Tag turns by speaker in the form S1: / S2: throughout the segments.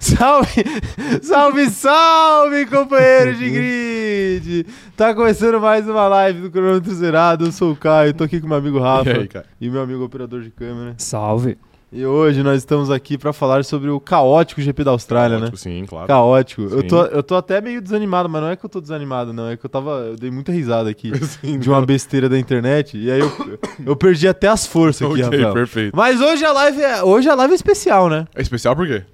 S1: Salve, salve, salve, companheiros de grid! Tá começando mais uma live do Cronômetro Zerado. Eu sou o Caio, tô aqui com meu amigo Rafa
S2: E aí, Caio?
S1: e meu amigo operador de câmera.
S3: Salve.
S1: E hoje nós estamos aqui pra falar sobre o caótico GP da Austrália,
S2: Ótimo, Sim,
S1: né?
S2: claro.
S1: Caótico. Eu
S2: Sim.
S1: tô, eu tô até meio desanimado, mas não é que eu tô desanimado, não. É que eu tava. Eu dei muita risada aqui
S2: Sim,
S1: de uma
S2: não.
S1: besteira da internet. E aí eu, eu perdi até as forças aqui,
S2: Ok,
S1: Rafael.
S2: perfeito.
S1: Mas hoje a live é. Hoje a live é especial, né?
S2: É especial por quê?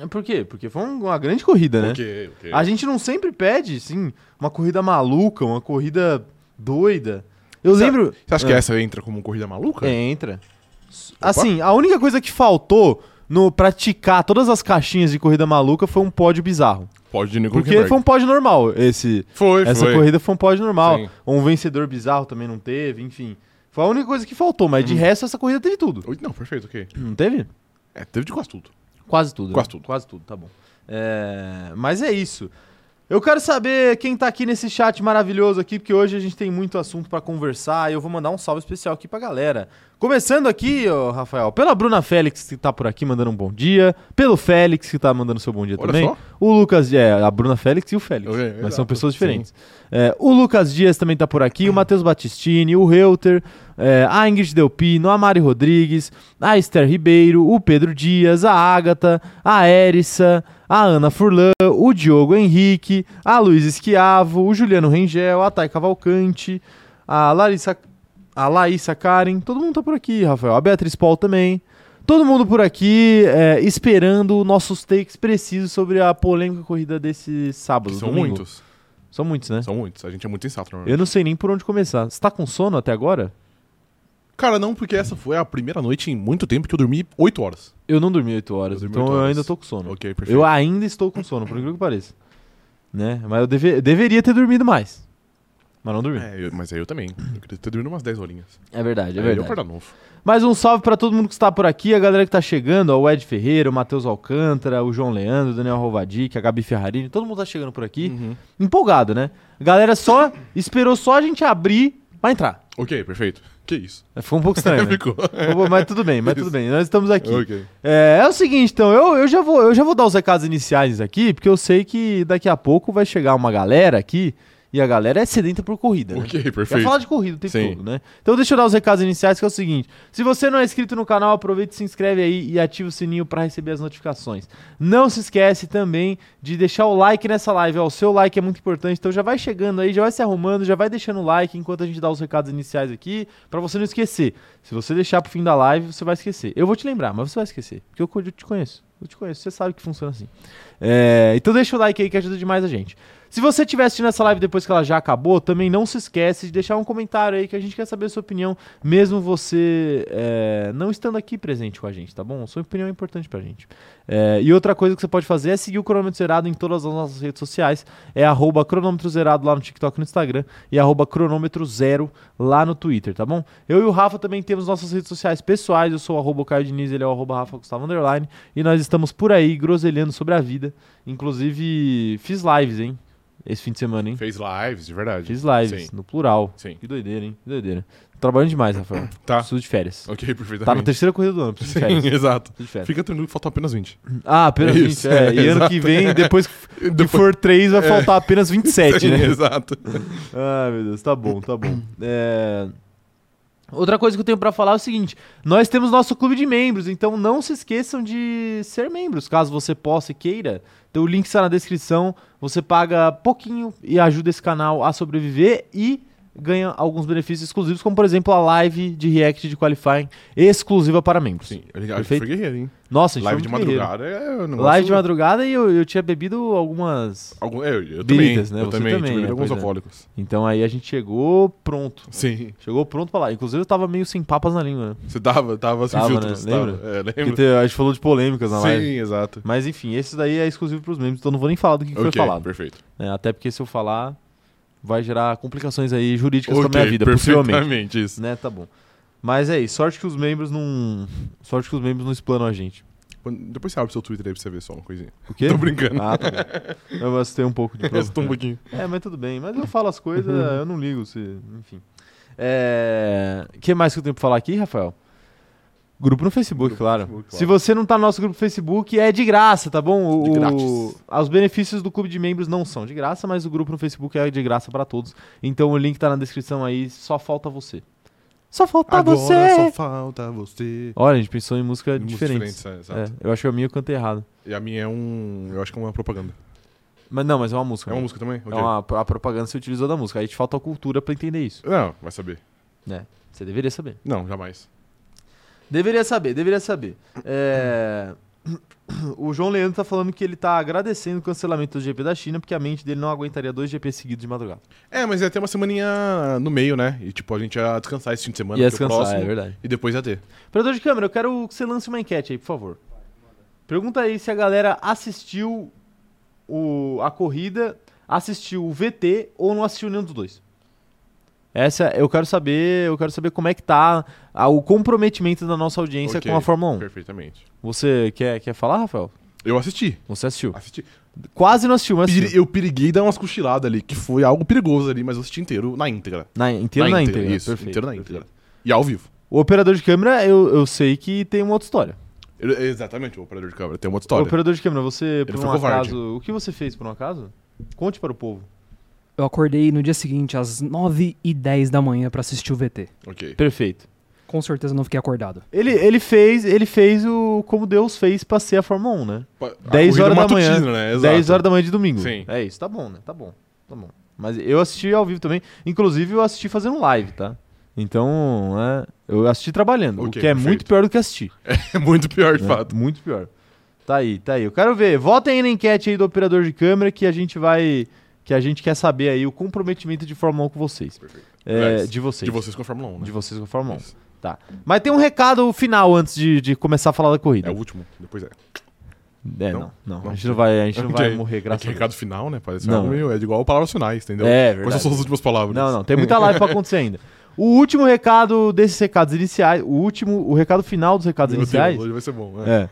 S1: É Por quê? Porque foi um- uma grande corrida, né?
S2: Ok, ok.
S1: A gente não sempre pede, sim, uma corrida maluca, uma corrida doida. Eu
S2: Sa-
S1: lembro.
S2: Você acha que
S1: Ah.
S2: essa entra como corrida maluca?
S1: É, entra. S- Assim, a única coisa que faltou no praticar todas as caixinhas de corrida maluca foi um pódio bizarro.
S2: Pode de Nico
S1: Porque foi um pódio normal. Esse,
S2: foi,
S1: essa
S2: foi.
S1: corrida foi um pódio normal.
S2: Sim.
S1: Um vencedor bizarro também não teve, enfim. Foi a única coisa que faltou, mas
S2: Uhum.
S1: de resto essa corrida teve tudo.
S2: Oi, Não, perfeito, ok.
S1: Não teve?
S2: É, teve de quase tudo.
S1: Quase tudo. né?
S2: Quase tudo.
S1: Quase tudo, tá bom. É, Mas é isso. Eu quero saber quem tá aqui nesse chat maravilhoso aqui, porque hoje a gente tem muito assunto pra conversar e eu vou mandar um salve especial aqui pra galera. Começando aqui, ô, Rafael, pela Bruna Félix que tá por aqui mandando um bom dia, pelo Félix que tá mandando seu bom dia
S2: Olha
S1: também.
S2: só.
S1: O Lucas, é, a Bruna Félix e o Félix,
S2: Ok,
S1: mas
S2: exato.
S1: são pessoas diferentes. É, o Lucas Dias também tá por aqui, o Matheus Batistini, o Reuter, é, a Ingrid Delpino, a Mari Rodrigues, a Esther Ribeiro, o Pedro Dias, a Ágata, a Erissa, a Ana Furlan, o Diogo Henrique, a Luiz Esquiavo, o Juliano Rengel, a Thay Cavalcante, a Larissa, a Laísa Karen, todo mundo tá por aqui, Rafael, a Beatriz Paul também. Todo mundo por aqui é, esperando nossos takes precisos sobre a polêmica corrida desse sábado.
S2: Que são
S1: domingo.
S2: muitos.
S1: São muitos, né?
S2: São muitos. A gente é muito sensato, normalmente.
S1: Eu não sei nem por onde começar. Você tá com sono até agora?
S2: Cara, não, porque essa foi a primeira noite em muito tempo que eu dormi 8 horas.
S1: Eu não dormi 8 horas,
S2: Eu dormi
S1: então
S2: oito
S1: eu
S2: horas.
S1: ainda tô com sono.
S2: Ok,
S1: Eu
S2: perfeito.
S1: ainda estou com sono, por incrível que pareça. Né? Mas eu deve- deveria ter dormido mais. Mas não dormi. É,
S2: É, eu- mas aí eu também. Eu queria ter dormido umas 10 horinhas.
S1: verdade,
S2: Aí É, Eu acordar novo.
S1: Mais um salve pra todo mundo que está por aqui, a galera que tá chegando, ó, o Ed Ferreira, o Matheus Alcântara, o João Leandro, o Daniel Rovadic, a Gabi Ferrarini, todo mundo tá chegando por aqui.
S2: Uhum.
S1: Empolgado, né? A galera só esperou só a gente abrir pra entrar.
S2: Ok, perfeito. Que isso?
S1: Ficou um pouco estranho, né?
S2: Ficou.
S1: Mas tudo bem, mas tudo bem. Nós estamos aqui.
S2: É. ok.
S1: É, é o seguinte, então, eu, eu, já vou, eu já vou dar os recados iniciais aqui, porque eu sei que daqui a pouco vai chegar uma galera aqui, e a galera é sedenta por corrida, né?
S2: Ok,
S1: Vai
S2: perfeito.
S1: falar de corrida o tempo
S2: Sim.
S1: todo, né? Então deixa eu dar os recados iniciais, que é o seguinte. Se você não é inscrito no canal, aproveita e se inscreve aí e ativa o sininho para receber as notificações. Não se esquece também de deixar o like nessa live. ó, o seu like é muito importante, então já vai chegando aí, já vai se arrumando, já vai deixando o like enquanto a gente dá os recados iniciais aqui, para você não esquecer. Se você deixar pro fim da live, você vai esquecer. Eu vou te lembrar, mas você vai esquecer, porque eu co- eu te conheço. Eu te conheço, você sabe que funciona assim. É, então deixa o like aí que ajuda demais a gente. Se você estiver assistindo essa live depois que ela já acabou, também não se esquece de deixar um comentário aí que a gente quer saber a sua opinião, mesmo você é, não estando aqui presente com a gente, tá bom? Sua opinião é importante pra gente. É, e outra coisa que você pode fazer é seguir o Cronômetro Zerado em todas as nossas redes sociais. É arroba cronômetro zerado lá no TikTok e no Instagram e arroba cronômetro zero lá no Twitter, tá bom? Eu e o Rafa também temos nossas redes sociais pessoais. Eu sou o arroba Caio Diniz, ele é o arroba Rafa Gustavo Underline. E nós estamos por aí groselhando sobre a vida. Inclusive, fiz lives, hein? Esse fim de semana, hein?
S2: Fez lives, de verdade.
S1: Fiz lives,
S2: Sim.
S1: no plural.
S2: Sim.
S1: Que doideira, hein? Que doideira. Trabalhando demais, Rafael.
S2: Tá.
S1: Preciso de férias.
S2: Ok, perfeito.
S1: Tá na terceira corrida do ano, preciso de férias.
S2: Sim, exato.
S1: Preciso de férias.
S2: Fica tranquilo que faltam apenas 20.
S1: Ah, apenas
S2: É
S1: 20.
S2: isso,
S1: é.
S2: é,
S1: e ano
S2: exato.
S1: que vem, depois que
S2: Depois- É.
S1: for 3, vai faltar apenas 27, né?
S2: Exato.
S1: Ah, meu Deus, tá bom, tá bom. É, Outra coisa que eu tenho pra falar é o seguinte: nós temos nosso clube de membros, então não se esqueçam de ser membros, caso você possa e queira. Então o link está na descrição. Você paga pouquinho e ajuda esse canal a sobreviver e ganha alguns benefícios exclusivos, como por exemplo a live de React de Qualifying exclusiva para membros.
S2: Sim, a gente, a gente
S1: Perfeito.
S2: foi guerreiro, hein?
S1: Nossa, a gente
S2: Live
S1: foi
S2: de
S1: muito guerreiro.
S2: madrugada é um negócio...
S1: Live de madrugada e eu, eu tinha bebido algumas.
S2: Algum, é, eu, eu
S1: Biritas,
S2: também.
S1: né?
S2: Eu
S1: Você
S2: também,
S1: também,
S2: tive
S1: é,
S2: alguns
S1: pois é.
S2: alcoólicos.
S1: Então aí a gente chegou pronto.
S2: Sim.
S1: Chegou pronto pra lá. Inclusive eu tava meio sem papas na língua, né?
S2: Você tava, tava sem
S1: Tava,
S2: filtros.
S1: né?
S2: tava.
S1: Lembra?
S2: É,
S1: Porque
S2: lembro.
S1: te- a gente falou de polêmicas na live.
S2: Sim, exato.
S1: Mas enfim, esse daí é exclusivo pros membros, então não vou nem falar do que, que foi
S2: Ok,
S1: falado.
S2: perfeito.
S1: né? Até porque se eu falar, vai gerar complicações aí jurídicas
S2: Ok,
S1: pra minha vida, possivelmente.
S2: perfeitamente isso.
S1: Né, tá bom. Mas é isso, sorte que os membros não. Sorte que os membros não explanam a gente.
S2: Quando- Depois você abre seu Twitter aí pra você ver só uma coisinha.
S1: O quê?
S2: Tô brincando.
S1: Ah, tá bom. Eu assustei um pouco de
S2: Eu tô um
S1: prova.
S2: pouquinho.
S1: É, mas tudo bem. Mas eu falo as coisas,
S2: Uhum.
S1: eu não ligo se. Enfim. É. O que mais que eu tenho pra falar aqui, Rafael? Grupo no Facebook, claro.
S2: Facebook, claro.
S1: Se você não tá no nosso grupo no Facebook, é de graça, tá bom? O,
S2: De grátis.
S1: o- Os benefícios do clube de membros não são de graça, mas o grupo no Facebook é de graça pra todos. Então o link tá na descrição aí, só falta você. Só falta
S2: Agora
S1: você!
S2: só falta você.
S1: Olha, a gente pensou em música
S2: Músicas
S1: diferente.
S2: é, exato.
S1: eu acho que a minha eu cantei errado.
S2: E a minha é um. Eu acho que é uma propaganda.
S1: Mas não, mas é uma música.
S2: É uma
S1: né?
S2: música também? Ok.
S1: É uma, a propaganda se utilizou da música. Aí te falta a cultura pra entender isso.
S2: Não, vai saber.
S1: Você deveria saber.
S2: Não, jamais.
S1: Deveria saber, deveria saber. É, O João Leandro tá falando que ele tá agradecendo o cancelamento do GP da China, porque a mente dele não aguentaria dois GP seguidos de madrugada.
S2: É, mas ia ter uma semaninha no meio, né? E tipo, a gente ia descansar esse fim de semana,
S1: Ia
S2: porque o
S1: descansar, é
S2: próximo.
S1: verdade.
S2: e depois ia ter.
S1: Operador de câmera, eu quero que você lance uma enquete aí, por favor. Pergunta aí se a galera assistiu o- a corrida, assistiu o VT ou não assistiu nenhum dos dois. Essa é, eu quero saber, eu quero saber como é que tá a- o comprometimento da nossa audiência
S2: Ok,
S1: com a Fórmula 1.
S2: Perfeitamente.
S1: Você quer, quer falar, Rafael?
S2: Eu assisti.
S1: Você assistiu.
S2: Assisti.
S1: Quase não assistiu, mas
S2: Peri-
S1: assistiu.
S2: Eu periguei dar umas cochiladas ali, que foi algo perigoso ali, mas eu assisti inteiro na íntegra.
S1: Na, inteiro na íntegra.
S2: Isso,
S1: perfeito,
S2: inteiro na
S1: perfeito.
S2: íntegra. E ao vivo.
S1: O operador de câmera, eu, eu sei que tem uma outra história.
S2: Ele- exatamente, o operador de câmera. Tem uma
S1: O
S2: outra história.
S1: operador de câmera, você, por
S2: foi
S1: um
S2: covarde.
S1: acaso. O que você fez por um acaso? Conte para o povo.
S3: Eu acordei no dia seguinte, às 9 e 10 da manhã, pra assistir o VT.
S2: Ok.
S1: Perfeito.
S3: Com certeza não fiquei acordado.
S1: Ele, ele fez, ele fez o como Deus fez pra ser a Fórmula 1, né?
S2: Pa- a
S1: 10
S2: corrida
S1: horas da
S2: matutina,
S1: manhã,
S2: Né? Exato.
S1: 10 horas da manhã de domingo.
S2: Sim.
S1: É isso, tá bom, né? Tá bom. Tá bom. Mas eu assisti ao vivo também, inclusive eu assisti fazendo live, tá? Então, é, eu assisti trabalhando, o
S2: Ok,
S1: que é muito
S2: perfeito.
S1: pior do que assistir.
S2: É muito pior, de
S1: né?
S2: fato.
S1: Muito pior. Tá aí, tá aí. Eu quero ver. Votem aí na enquete aí do operador de câmera que a gente vai que a gente quer saber aí o comprometimento de Fórmula 1 com vocês.
S2: Perfeito.
S1: É,
S2: É,
S1: de vocês.
S2: De vocês com a Fórmula 1, né?
S1: De vocês com a Fórmula 1.
S2: Isso.
S1: Mas tem um recado final antes de, de começar a falar da corrida.
S2: É o último, depois é.
S1: É,
S2: Não?
S1: não, não. A
S2: Não.
S1: gente não vai, a gente não vai
S2: Ok.
S1: morrer, graças
S2: é
S1: a
S2: que recado final, né? Parece
S1: Não.
S2: algo meio. É igual palavras finais, entendeu?
S1: Deus. É,
S2: Quais
S1: verdade.
S2: são as últimas palavras?
S1: Não, não. Tem muita live pra acontecer ainda. O último recado desses recados iniciais, o último, o recado final dos recados
S2: Meu Deus,
S1: iniciais.
S2: hoje vai ser bom. É.
S1: É.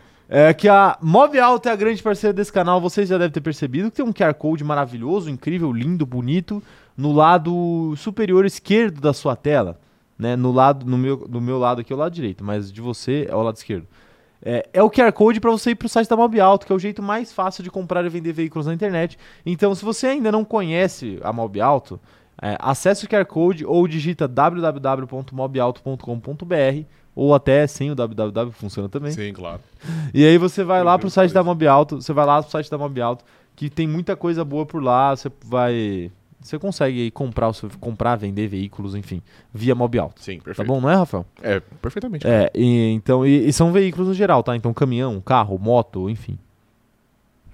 S1: É que a Move Alto é a grande parceira desse canal, vocês já devem ter percebido que tem um QR Code maravilhoso, incrível, lindo, bonito, no lado superior esquerdo da sua tela. Né? No lado, no meu, do meu lado aqui é o lado direito, mas de você é o lado esquerdo. É, é o QR Code para você ir para o site da Mob Alto, que é o jeito mais fácil de comprar e vender veículos na internet. Então, se você ainda não conhece a Mob Alto, é, acesse o QR Code ou digita www.mobalto.com.br ou até sem o www, funciona também.
S2: Sim, claro.
S1: E aí você vai
S2: Meu
S1: lá
S2: Deus,
S1: pro site da
S2: coisa.
S1: Mob Alto, você vai lá pro site da Mob Alto, que tem muita coisa boa por lá, você vai. Você consegue aí comprar, o seu- comprar, vender veículos, enfim, via Mob Alto.
S2: Sim,
S1: Tá
S2: perfeito.
S1: bom, não é, Rafael?
S2: É, perfeitamente.
S1: É, e, então, e, e são veículos no geral, tá? Então, caminhão, carro, moto, enfim.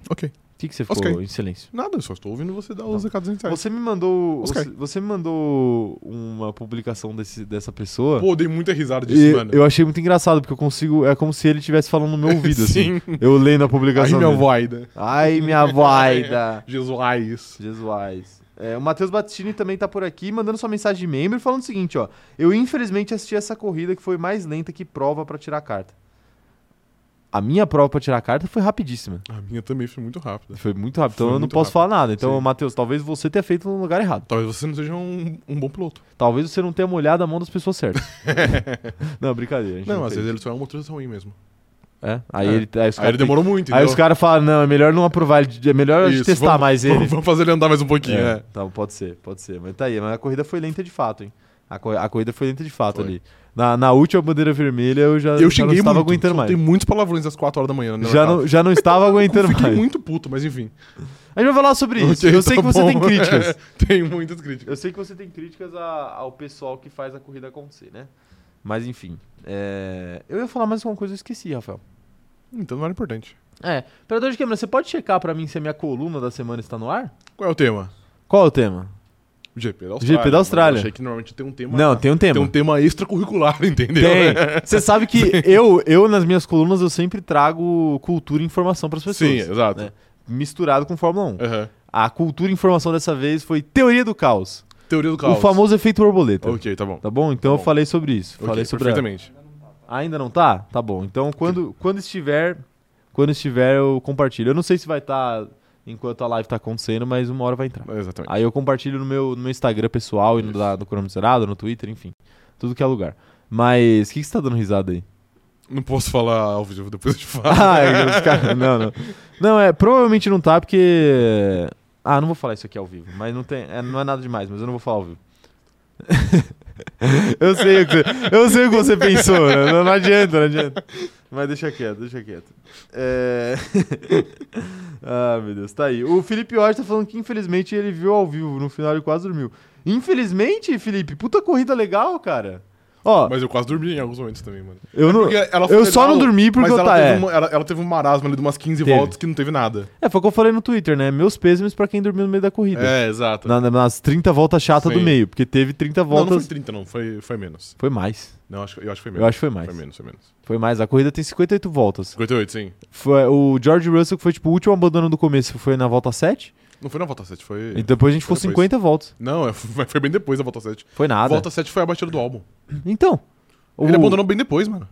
S2: Ok.
S1: O que, que você ficou
S2: Ok.
S1: em silêncio?
S2: Nada, eu só estou ouvindo você dar os recados iniciais.
S1: Você me mandou.
S2: Oscar.
S1: Você, você me mandou uma publicação desse, dessa pessoa.
S2: Pô, dei muita risada disso,
S1: e
S2: mano.
S1: eu achei muito engraçado, porque eu consigo. É como se ele estivesse falando no meu ouvido, assim.
S2: Sim.
S1: Eu lendo a
S2: Aí
S1: publicação.
S2: minha
S1: dele.
S2: voida.
S1: Ai, minha vaida.
S2: Jesus.
S1: Jesuais. É, o Matheus Battini também tá por aqui, mandando sua mensagem de membro e falando o seguinte, ó. Eu infelizmente assisti essa corrida que foi mais lenta que prova pra tirar a carta. A minha prova pra tirar a carta foi rapidíssima.
S2: A minha também foi muito rápida.
S1: Foi muito rápido,
S2: Foi
S1: então eu não
S2: muito
S1: posso
S2: rápido.
S1: falar nada. Então,
S2: Sim.
S1: Matheus, talvez você tenha feito no lugar errado.
S2: Talvez você não seja um, um bom piloto.
S1: Talvez você não tenha molhado a mão das pessoas certas. não, brincadeira. a gente
S2: Não, às
S1: fez.
S2: vezes ele só é um motorista ruim mesmo.
S1: É? Aí,
S2: É.
S1: Ele, aí, os
S2: Aí ele
S1: caras-
S2: demorou muito,
S1: aí os
S2: entendeu?
S1: caras falam, não, é melhor não aprovar, ele- é melhor a gente
S2: Isso,
S1: testar
S2: vamos-
S1: mais ele.
S2: Vamos fazer ele andar mais um pouquinho,
S1: É,
S2: é.
S1: Tá, pode ser, pode ser. Mas tá aí, mas a corrida foi lenta de fato, hein? A, co- a corrida foi lenta de fato
S2: Foi.
S1: ali. Na, na última bandeira vermelha eu já,
S2: Eu
S1: já
S2: xinguei
S1: não estava
S2: muito.
S1: aguentando
S2: só
S1: mais.
S2: Tem muitos palavrões às 4 horas da manhã, né?
S1: Já não, já não estava aguentando
S2: Fiquei
S1: mais.
S2: muito puto, mas enfim.
S1: A gente vai falar sobre isso.
S2: Ok,
S1: eu sei
S2: tá
S1: que você
S2: bom.
S1: tem críticas.
S2: tem muitas críticas.
S1: Eu sei que você tem críticas a- ao pessoal que faz a corrida acontecer, né? Mas enfim. é, Eu ia falar mais alguma coisa, eu esqueci, Rafael.
S2: Então não era importante.
S1: É, operador de câmera, você pode checar pra mim se a minha coluna da semana está no ar?
S2: Qual é o tema?
S1: Qual é o tema?
S2: GP da Austrália.
S1: GP da
S2: Mas eu
S1: Austrália.
S2: achei que normalmente tem um tema.
S1: Não, tem um tema.
S2: Tem um tema extracurricular, entendeu? É.
S1: Tem. Você sabe que eu, eu, nas minhas colunas, eu sempre trago cultura e informação para as pessoas.
S2: Sim, exato.
S1: né? Misturado com Fórmula 1.
S2: Aham.
S1: A cultura e informação dessa vez foi teoria do caos.
S2: Teoria do caos.
S1: O famoso efeito borboleta.
S2: Ok, tá bom.
S1: Tá bom? Então
S2: Tá
S1: eu
S2: bom.
S1: falei sobre isso.
S2: Ok,
S1: falei sobre ela.
S2: perfeitamente.
S1: Ainda não tá? Tá bom. Então quando, quando estiver, quando estiver eu compartilho. Eu não sei se vai estar enquanto a live tá acontecendo, mas uma hora vai entrar.
S2: Exatamente.
S1: Aí eu compartilho no meu, no meu Instagram pessoal e no,
S2: Isso.
S1: da, do Cronômetro Zerado, no Twitter, enfim. Tudo que é lugar. Mas o que, que você tá dando risada aí?
S2: Não posso falar ao vivo, depois né? eu te falo.
S1: Ai, Ah, é, os caras- não, não. Não, é, provavelmente não tá, porque. Ah, não vou falar isso aqui ao vivo, mas não tem. é, não é nada demais, mas eu não vou falar ao vivo. eu, sei o que você, eu sei o que você pensou, né? não, não adianta, não adianta. Mas deixa quieto, deixa quieto. É... ah, meu Deus, tá aí. O Felipe Osh tá falando que infelizmente ele viu ao vivo no final e quase dormiu. Infelizmente, Felipe, puta corrida legal, cara. Ó,
S2: Mas eu quase dormi em alguns momentos também, mano.
S1: é. eu não.
S2: Porque ela foi
S1: Eu só
S2: legal,
S1: não dormi porque
S2: mas
S1: eu
S2: ela,
S1: tá. é.
S2: teve uma, ela, ela teve um marasmo ali de umas 15
S1: Teve.
S2: voltas que não teve nada.
S1: É, foi o que eu falei no Twitter, né? Meus pêsames pra quem dormiu no meio da corrida.
S2: É, exato.
S1: Na- na- nas 30 voltas chatas do
S2: Sim.
S1: meio, porque teve 30
S2: Não, não
S1: voltas.
S2: foi 30, não. Foi, foi menos.
S1: foi... mais.
S2: Não, acho, que- eu acho que foi menos.
S1: Eu acho que foi mais.
S2: Foi menos, foi menos.
S1: Foi mais. A corrida tem 58 voltas.
S2: 58, sim.
S1: Foi, o George Russell, que foi tipo o último abandono do começo, foi na volta 7.
S2: Não foi na volta 7, foi...
S1: E depois a gente ficou
S2: Foi depois.
S1: 50 voltas.
S2: Não, é- mas foi bem depois da volta 7.
S1: Foi nada.
S2: Volta 7 foi a batida do álbum.
S1: Então. o-
S2: Ele abandonou bem depois, mano.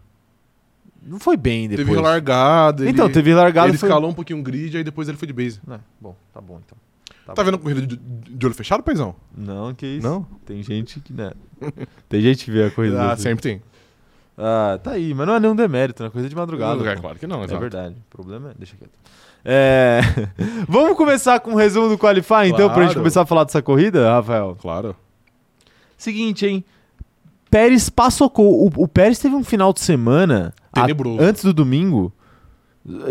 S1: Não foi bem depois.
S2: Teve largada, ele...
S1: Então, teve largada.
S2: Ele
S1: foi...
S2: escalou um pouquinho o grid, aí depois ele foi de base.
S1: É, bom, tá bom então.
S2: Tá vendo a corrida de, de olho fechado, paizão?
S1: Não, que isso.
S2: Não?
S1: Tem gente que. Né? tem gente que vê a corrida.
S2: Ah,
S1: assim.
S2: sempre tem.
S1: Ah, tá aí, mas não é nenhum demérito, né? Coisa de madrugada.
S2: Lugar,
S1: pô.
S2: claro que não,
S1: É
S2: exato.
S1: verdade. O problema é. Deixa quieto. É, Vamos começar com um resumo do Qualify, então, pra gente
S2: Claro.
S1: começar a falar dessa corrida, Rafael?
S2: Claro.
S1: Seguinte, hein? Pérez passocou. O, o Pérez teve um final de semana. a-
S2: Tenebroso.
S1: antes do domingo.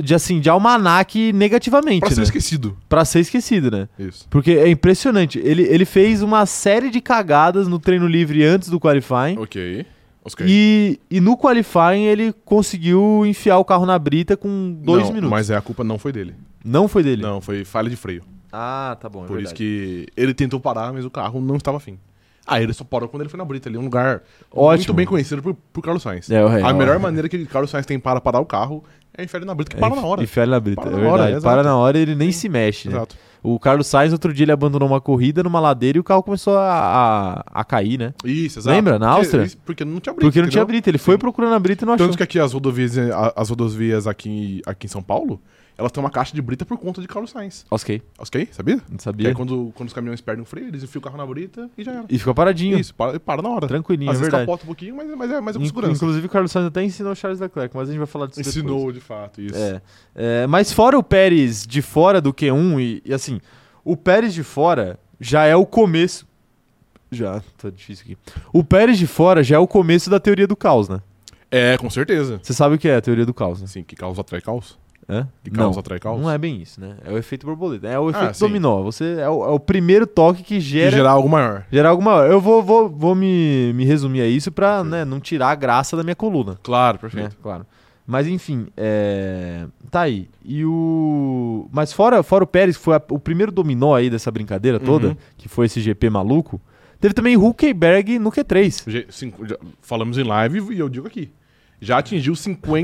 S1: De assim, de almanac negativamente,
S2: Pra ser
S1: né?
S2: esquecido.
S1: Pra ser esquecido, né?
S2: Isso.
S1: Porque é impressionante. Ele, ele fez uma série de cagadas no treino livre antes do qualifying.
S2: Ok. Oscar.
S1: E, e no qualifying ele conseguiu enfiar o carro na brita com dois
S2: Não,
S1: minutos.
S2: Mas é, a culpa não foi dele.
S1: Não foi dele.
S2: Não, foi falha de freio.
S1: Ah, tá bom. É
S2: Por isso que ele tentou parar, mas o carro não estava afim. Aí ele só parou quando ele foi na Brita, ali um lugar
S1: Ótimo.
S2: muito bem conhecido por, por Carlos Sainz.
S1: É, o rei,
S2: a
S1: ó.
S2: melhor maneira que o Carlos Sainz tem para parar o carro é enfiar ele na Brita, que para na hora.
S1: E fere na brita,
S2: Para
S1: é
S2: na
S1: verdade.
S2: hora,
S1: para
S2: exato.
S1: na hora e ele nem se mexe, né?
S2: Exato.
S1: O Carlos Sainz, outro dia, ele abandonou uma corrida numa ladeira e o carro começou a, a, a cair, né?
S2: Isso, exato.
S1: Lembra? Na
S2: Porque-
S1: Áustria?
S2: isso, Porque não tinha Brita,
S1: Porque não tinha
S2: entendeu?
S1: brita. Ele foi procurando a brita e não achou.
S2: Tanto que aqui as rodovias, a- as rodovias aqui, aqui em São Paulo, elas têm uma caixa de Brita por conta de Carlos Sainz.
S1: Ok,
S2: Ok? Sabia?
S1: não
S2: E
S1: sabia.
S2: aí quando, quando os caminhões perdem o freio, eles enfiam o carro na Brita e já era.
S1: E ficou paradinho.
S2: Isso, para, para na hora.
S1: Tranquilinho,
S2: Às
S1: é
S2: vezes
S1: verdade.
S2: capota um pouquinho, mas, mas é, mas é com
S1: Inc-
S2: segurança.
S1: Inclusive o Carlos Sainz até ensinou o Charles Leclerc, mas a gente vai falar disso depois.
S2: Ensinou, de fato, isso.
S1: É, É, mas fora o Pérez de fora do Q1 e, e assim, o Pérez de fora já é o começo. Já, tá difícil aqui. O Pérez de fora já é o começo da teoria do caos, né?
S2: É, com certeza.
S1: Você sabe o que é a teoria do caos, né?
S2: Assim, que caos atrai caos?
S1: Hã?
S2: Que
S1: não,
S2: caos atrai caos? Ah,
S1: não é bem isso, né? É o efeito borboleta, é o efeito
S2: sim.
S1: dominó. Você é o, é o primeiro toque que
S2: Que
S1: gera,
S2: gerar algo maior.
S1: gerar alguma. Eu vou, vou, vou me, me resumir a isso pra
S2: Perfeito.
S1: né, não tirar a graça da minha coluna.
S2: Claro,
S1: né? Claro. Mas enfim, é... tá aí. E o. Mas fora, fora o Pérez, que foi a- o primeiro dominó aí dessa brincadeira toda,
S2: Uhum.
S1: que foi esse GP maluco, teve também Huckenberg no Q3.
S2: Ge- cinco- já- falamos em live e eu digo aqui. Já atingiu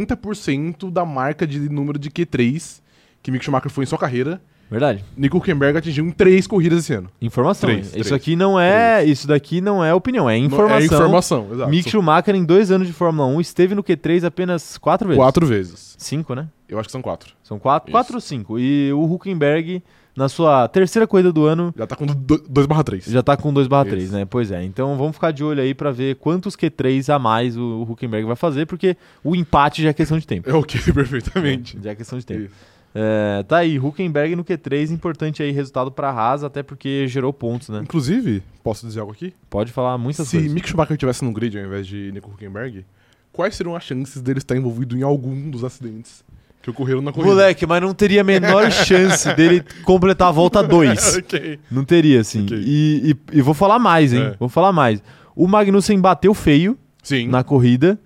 S2: 50% da marca de número de Q3 que Mick Schumacher foi em sua carreira.
S1: Verdade.
S2: Nico Huckenberg atingiu em três corridas esse ano.
S1: Informação.
S2: Três,
S1: hein?
S2: três,
S1: isso aqui não é. Isso daqui não é opinião, é informação.
S2: É informação, exato.
S1: Mick Schumacher, em dois anos de Fórmula 1, esteve no Q3 apenas quatro vezes.
S2: Quatro vezes.
S1: Cinco, né?
S2: Eu acho que são quatro.
S1: São quatro,
S2: Isso.
S1: quatro ou cinco. E o Huckenberg, na sua terceira corrida do ano,
S2: Já tá com 2 barra 3.
S1: Já tá com 2 3,
S2: Isso.
S1: né? Pois é. Então vamos ficar de olho aí pra ver quantos Q3 a mais o, o Huckenberg vai fazer, porque o empate já é questão de tempo.
S2: É ok, perfeitamente.
S1: Já é questão de tempo.
S2: Isso.
S1: É, tá aí, Huckenberg no Q3, importante aí resultado pra Haas, até porque gerou pontos, né?
S2: Inclusive, posso dizer algo aqui?
S1: Pode falar muitas
S2: Se
S1: coisas.
S2: Mick Schumacher estivesse no grid ao invés de Nico Huckenberg, quais seriam as chances dele estar envolvido em algum dos acidentes que ocorreram na corrida?
S1: Moleque, mas não teria a menor chance dele completar a volta 2.
S2: ok.
S1: Não teria, assim.
S2: Ok.
S1: E, e- e vou falar mais, hein?
S2: É.
S1: Vou falar mais. O Magnussen bateu feio.
S2: Sim.
S1: na corrida.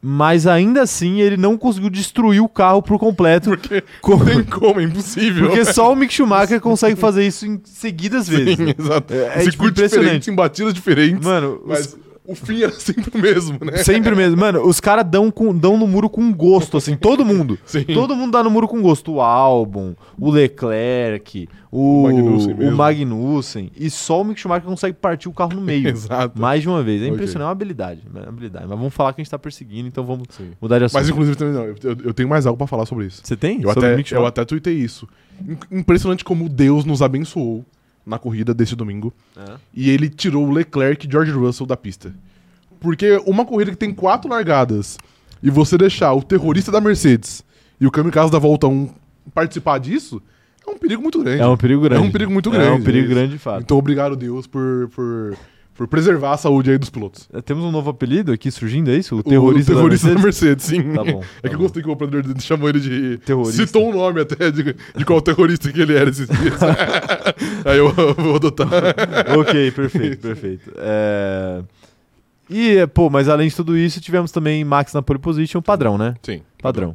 S1: Mas ainda assim ele não conseguiu destruir o carro por completo.
S2: Porque
S1: Co-
S2: não tem como, é impossível.
S1: Porque só o Mick Schumacher consegue fazer isso em seguidas vezes. né?
S2: Exato.
S1: É, é,
S2: Circuitos
S1: tipo, impressionante.
S2: diferentes, em batidas diferentes,
S1: Mano,
S2: mas o fim era sempre o mesmo, né?
S1: os- sempre mesmo. Mano, os caras dão, com- dão no muro com gosto, assim, todo mundo.
S2: Sim.
S1: Todo mundo dá no muro com gosto. O Albon, o Leclerc, o, o,
S2: Magnussen
S1: Magnussen,
S2: mesmo.
S1: E só o Mick Schumacher consegue partir o carro no meio.
S2: Exato.
S1: Mais de uma vez. É
S2: Ok.
S1: impressionante, é uma habilidade. é uma habilidade. Mas vamos falar que a gente tá perseguindo, então vamos
S2: Sim.
S1: mudar de assunto.
S2: Mas inclusive também não, eu, eu- eu tenho mais algo pra falar sobre isso.
S1: Você tem?
S2: Eu
S1: Sobre
S2: até,
S1: o Mick
S2: eu
S1: Schumacher?
S2: até tuitei isso. Im- Impressionante como Deus nos abençoou na corrida desse domingo.
S1: É.
S2: E ele tirou o Leclerc e George Russell da pista. Porque uma corrida que tem quatro largadas e você deixar o terrorista da Mercedes e o kamikaze da Volta 1 participar disso, é um perigo muito grande.
S1: É um perigo grande.
S2: É um perigo muito
S1: É um
S2: grande,
S1: perigo
S2: isso.
S1: grande, de fato.
S2: Então obrigado, Deus, por, por, por preservar a saúde aí dos pilotos.
S1: Temos um novo apelido aqui surgindo, é isso? O
S2: O
S1: terrorista, da
S2: terrorista da
S1: Mercedes?
S2: Mercedes, sim.
S1: Tá bom,
S2: é
S1: tá
S2: que eu
S1: bom.
S2: gostei que o operador de- chamou ele de...
S1: Terrorista.
S2: Citou um nome até de, de qual terrorista que ele era esses dias. aí eu vou adotar.
S1: ok, perfeito, perfeito. É, E, é, pô, mas além de tudo isso, tivemos também Max na pole position, padrão, né?
S2: Sim.
S1: Padrão.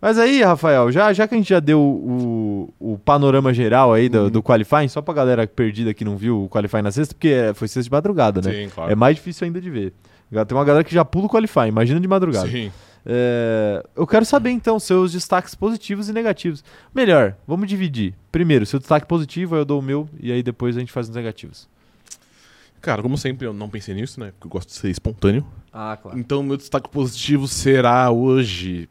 S1: Mas aí, Rafael, já, já que a gente já deu o, o panorama geral aí do, do qualifying, só pra galera perdida que não viu o qualifying na sexta, porque é, foi sexta de madrugada, né?
S2: Sim, claro.
S1: É mais difícil ainda de ver. Tem uma galera que já pula o qualifying, imagina de madrugada.
S2: Sim.
S1: É, eu quero saber então seus destaques positivos e negativos. Melhor, vamos dividir. Primeiro, seu destaque positivo, aí eu dou o meu, e aí depois a gente faz os negativos.
S2: Cara, como sempre, eu não pensei nisso, né? Porque eu gosto de ser espontâneo.
S1: Ah, claro.
S2: Então, meu destaque positivo será hoje.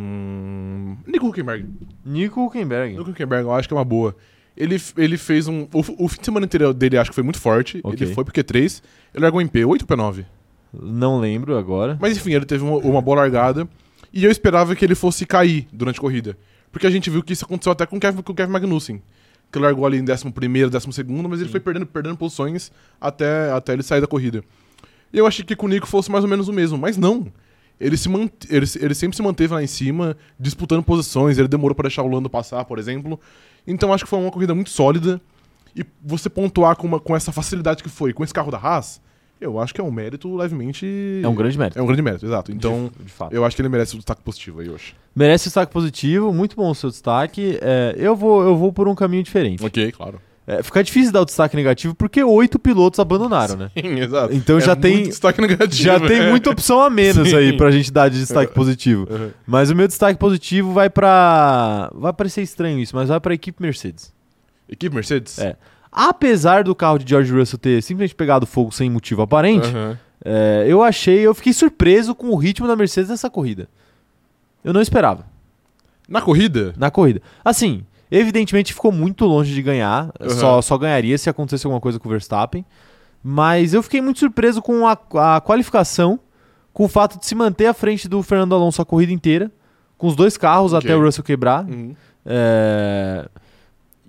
S2: Hum... Nico Huckenberg.
S1: Nico Huckenberg.
S2: Nico Huckenberg, eu acho que é uma boa. Ele, ele fez um. O, f- o fim de semana inteiro dele acho que foi muito forte.
S1: Ok.
S2: Ele foi pro Q3, ele largou em P8 ou P9.
S1: Não lembro agora.
S2: Mas enfim, ele teve uma, uma boa largada. E eu esperava que ele fosse cair durante a corrida. Porque a gente viu que isso aconteceu até com o Kevin, com o Kevin Magnussen. Que largou ali em 11 primeiro, 12 segundo, mas ele foi perdendo, perdendo posições até, até ele sair da corrida. E eu achei que com o Nico fosse mais ou menos o mesmo, mas não. Ele, se mant- ele, se- ele sempre se manteve lá em cima, disputando posições, ele demorou para deixar o Lando passar, por exemplo. Então acho que foi uma corrida muito sólida. E você pontuar com, uma- com essa facilidade que foi, com esse carro da Haas, eu acho que é um mérito levemente...
S1: É um grande mérito.
S2: É um grande mérito, exato. Então,
S1: de, de fato.
S2: eu acho que ele merece um destaque positivo aí hoje.
S1: Merece destaque positivo, muito bom o seu destaque. É, eu, vou, eu vou por um caminho diferente.
S2: Ok, claro.
S1: É, fica difícil dar o destaque negativo porque oito pilotos abandonaram, né?
S2: exato. É
S1: Então já tem-
S2: muito destaque negativo.
S1: Já tem
S2: é.
S1: muita opção a menos
S2: Sim.
S1: aí pra gente dar de destaque positivo.
S2: Uhum.
S1: Mas o meu destaque positivo vai pra. Vai parecer estranho isso, mas vai pra equipe Mercedes.
S2: Equipe Mercedes?
S1: É. Apesar do carro de George Russell ter simplesmente pegado fogo sem motivo aparente,
S2: Aham.
S1: é, eu achei, eu fiquei surpreso com o ritmo da Mercedes nessa corrida. Eu não esperava
S2: Na corrida?
S1: na corrida. Assim, evidentemente ficou muito longe de ganhar,
S2: Uhum.
S1: só, só ganharia se acontecesse alguma coisa com o Verstappen. Mas eu fiquei muito surpreso com a, a qualificação, com o fato de se manter à frente do Fernando Alonso a corrida inteira, com os dois carros
S2: Ok.
S1: até o Russell quebrar.
S2: Uhum.
S1: É...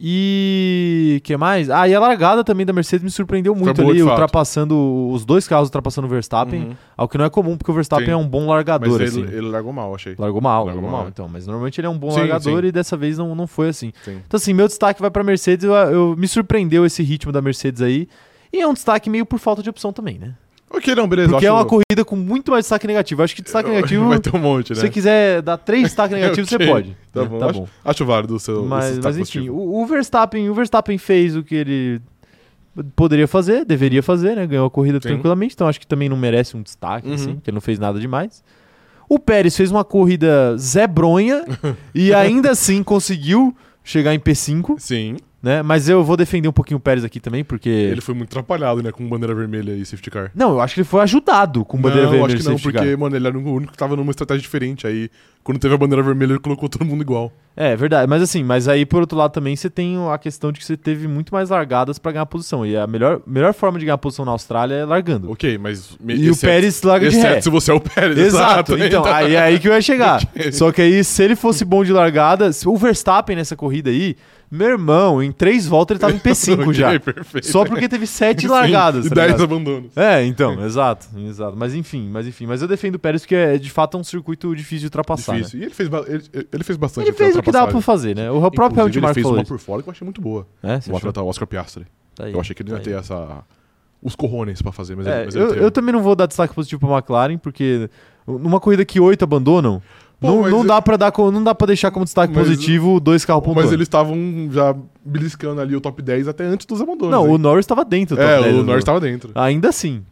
S1: E que mais? Ah, e a largada também da Mercedes me surpreendeu muito
S2: boa,
S1: ali,
S2: de fato.
S1: ultrapassando os dois carros ultrapassando o Verstappen,
S2: Uhum.
S1: ao que não é comum, porque o Verstappen
S2: Sim.
S1: é um bom
S2: Mas
S1: largador.
S2: ele,
S1: assim.
S2: ele largou mal, achei.
S1: Largou mal,
S2: Largou
S1: largou
S2: mal,
S1: mal,
S2: é.
S1: então. Mas normalmente ele é um bom
S2: Sim,
S1: largador
S2: sim.
S1: e dessa vez não, não foi assim.
S2: Sim.
S1: Então, assim, meu destaque vai pra Mercedes. Eu, eu- me surpreendeu esse ritmo da Mercedes aí. E é um destaque meio por falta de opção também, né?
S2: Ok, não, beleza.
S1: Porque
S2: eu
S1: é uma
S2: acho-
S1: corrida com muito mais destaque negativo. Eu acho que tá destaque negativo,
S2: Vai ter um monte,
S1: se
S2: né?
S1: você quiser dar três destaques negativos,
S2: Ok,
S1: você pode.
S2: Tá
S1: né?
S2: bom. acho, acho válido o seu o seu
S1: Mas,
S2: destaque
S1: mas enfim,
S2: positivo.
S1: o, o Verstappen, o Verstappen fez o que ele poderia fazer, deveria fazer, né? Ganhou a corrida
S2: Sim.
S1: tranquilamente, então acho que também não merece um destaque,
S2: Uhum.
S1: assim, porque ele não fez nada demais. O Pérez fez uma corrida zebronha e ainda assim conseguiu chegar em P5,
S2: Sim.
S1: né? Mas eu vou defender um pouquinho o Pérez aqui também, porque.
S2: Ele foi muito atrapalhado, né? Com bandeira vermelha e safety car.
S1: Não, eu acho que ele foi ajudado com bandeira
S2: não,
S1: vermelha.
S2: acho que
S1: e
S2: não,
S1: safety
S2: porque,
S1: car.
S2: mano, ele era o único que tava numa estratégia diferente. Aí, quando teve a bandeira vermelha, ele colocou todo mundo igual.
S1: É, verdade. Mas assim, mas aí por outro lado também você tem a questão de que você teve muito mais largadas pra ganhar posição. E a melhor, melhor forma de ganhar posição na Austrália é largando.
S2: Ok, mas. é me-
S1: E o Pérez larga de
S2: exceto
S1: ré.
S2: se você é o Pérez.
S1: Exato, então, aí é aí que eu ia chegar. Só que aí, se ele fosse bom de largada, se o Verstappen nessa corrida aí, meu irmão, em três voltas ele tava em P5
S2: Ok,
S1: já.
S2: perfeito.
S1: Só porque teve sete
S2: Sim,
S1: largadas.
S2: E
S1: tá
S2: 10
S1: ligado?
S2: abandonos.
S1: É, então, exato, exato. Mas enfim, mas enfim. Mas eu defendo o Pérez porque é de fato é um circuito difícil de ultrapassar. né?
S2: Difícil. E ele fez, ba- ele, ele fez bastante.
S1: Ele fez o que dava pra
S2: ultrapassagem.
S1: fazer, né? O próprio
S2: Inclusive,
S1: Helmut Marko
S2: Ele fez
S1: falou
S2: uma
S1: isso.
S2: por fora que eu achei muito boa.
S1: É, você
S2: O
S1: achou?
S2: atleta Oscar Piastri.
S1: Tá aí,
S2: Eu achei que ele
S1: tá
S2: ia
S1: aí.
S2: ter essa. Os corrones pra fazer, mas
S1: É,
S2: ele, mas ele
S1: eu,
S2: teve.
S1: eu também não vou dar destaque positivo pra McLaren, porque numa corrida que oito abandonam,
S2: Pô,
S1: não,
S2: mas
S1: não
S2: eu-
S1: dá pra dar, co- não dá pra deixar como destaque
S2: Mas-
S1: positivo dois carros pontuando.
S2: Mas eles estavam já beliscando ali o top 10 até antes dos abandonos.
S1: Não,
S2: hein?
S1: o Norris tava dentro. do
S2: É,
S1: top né? 10
S2: o
S1: do-
S2: Norris tava dentro.
S1: Ainda assim.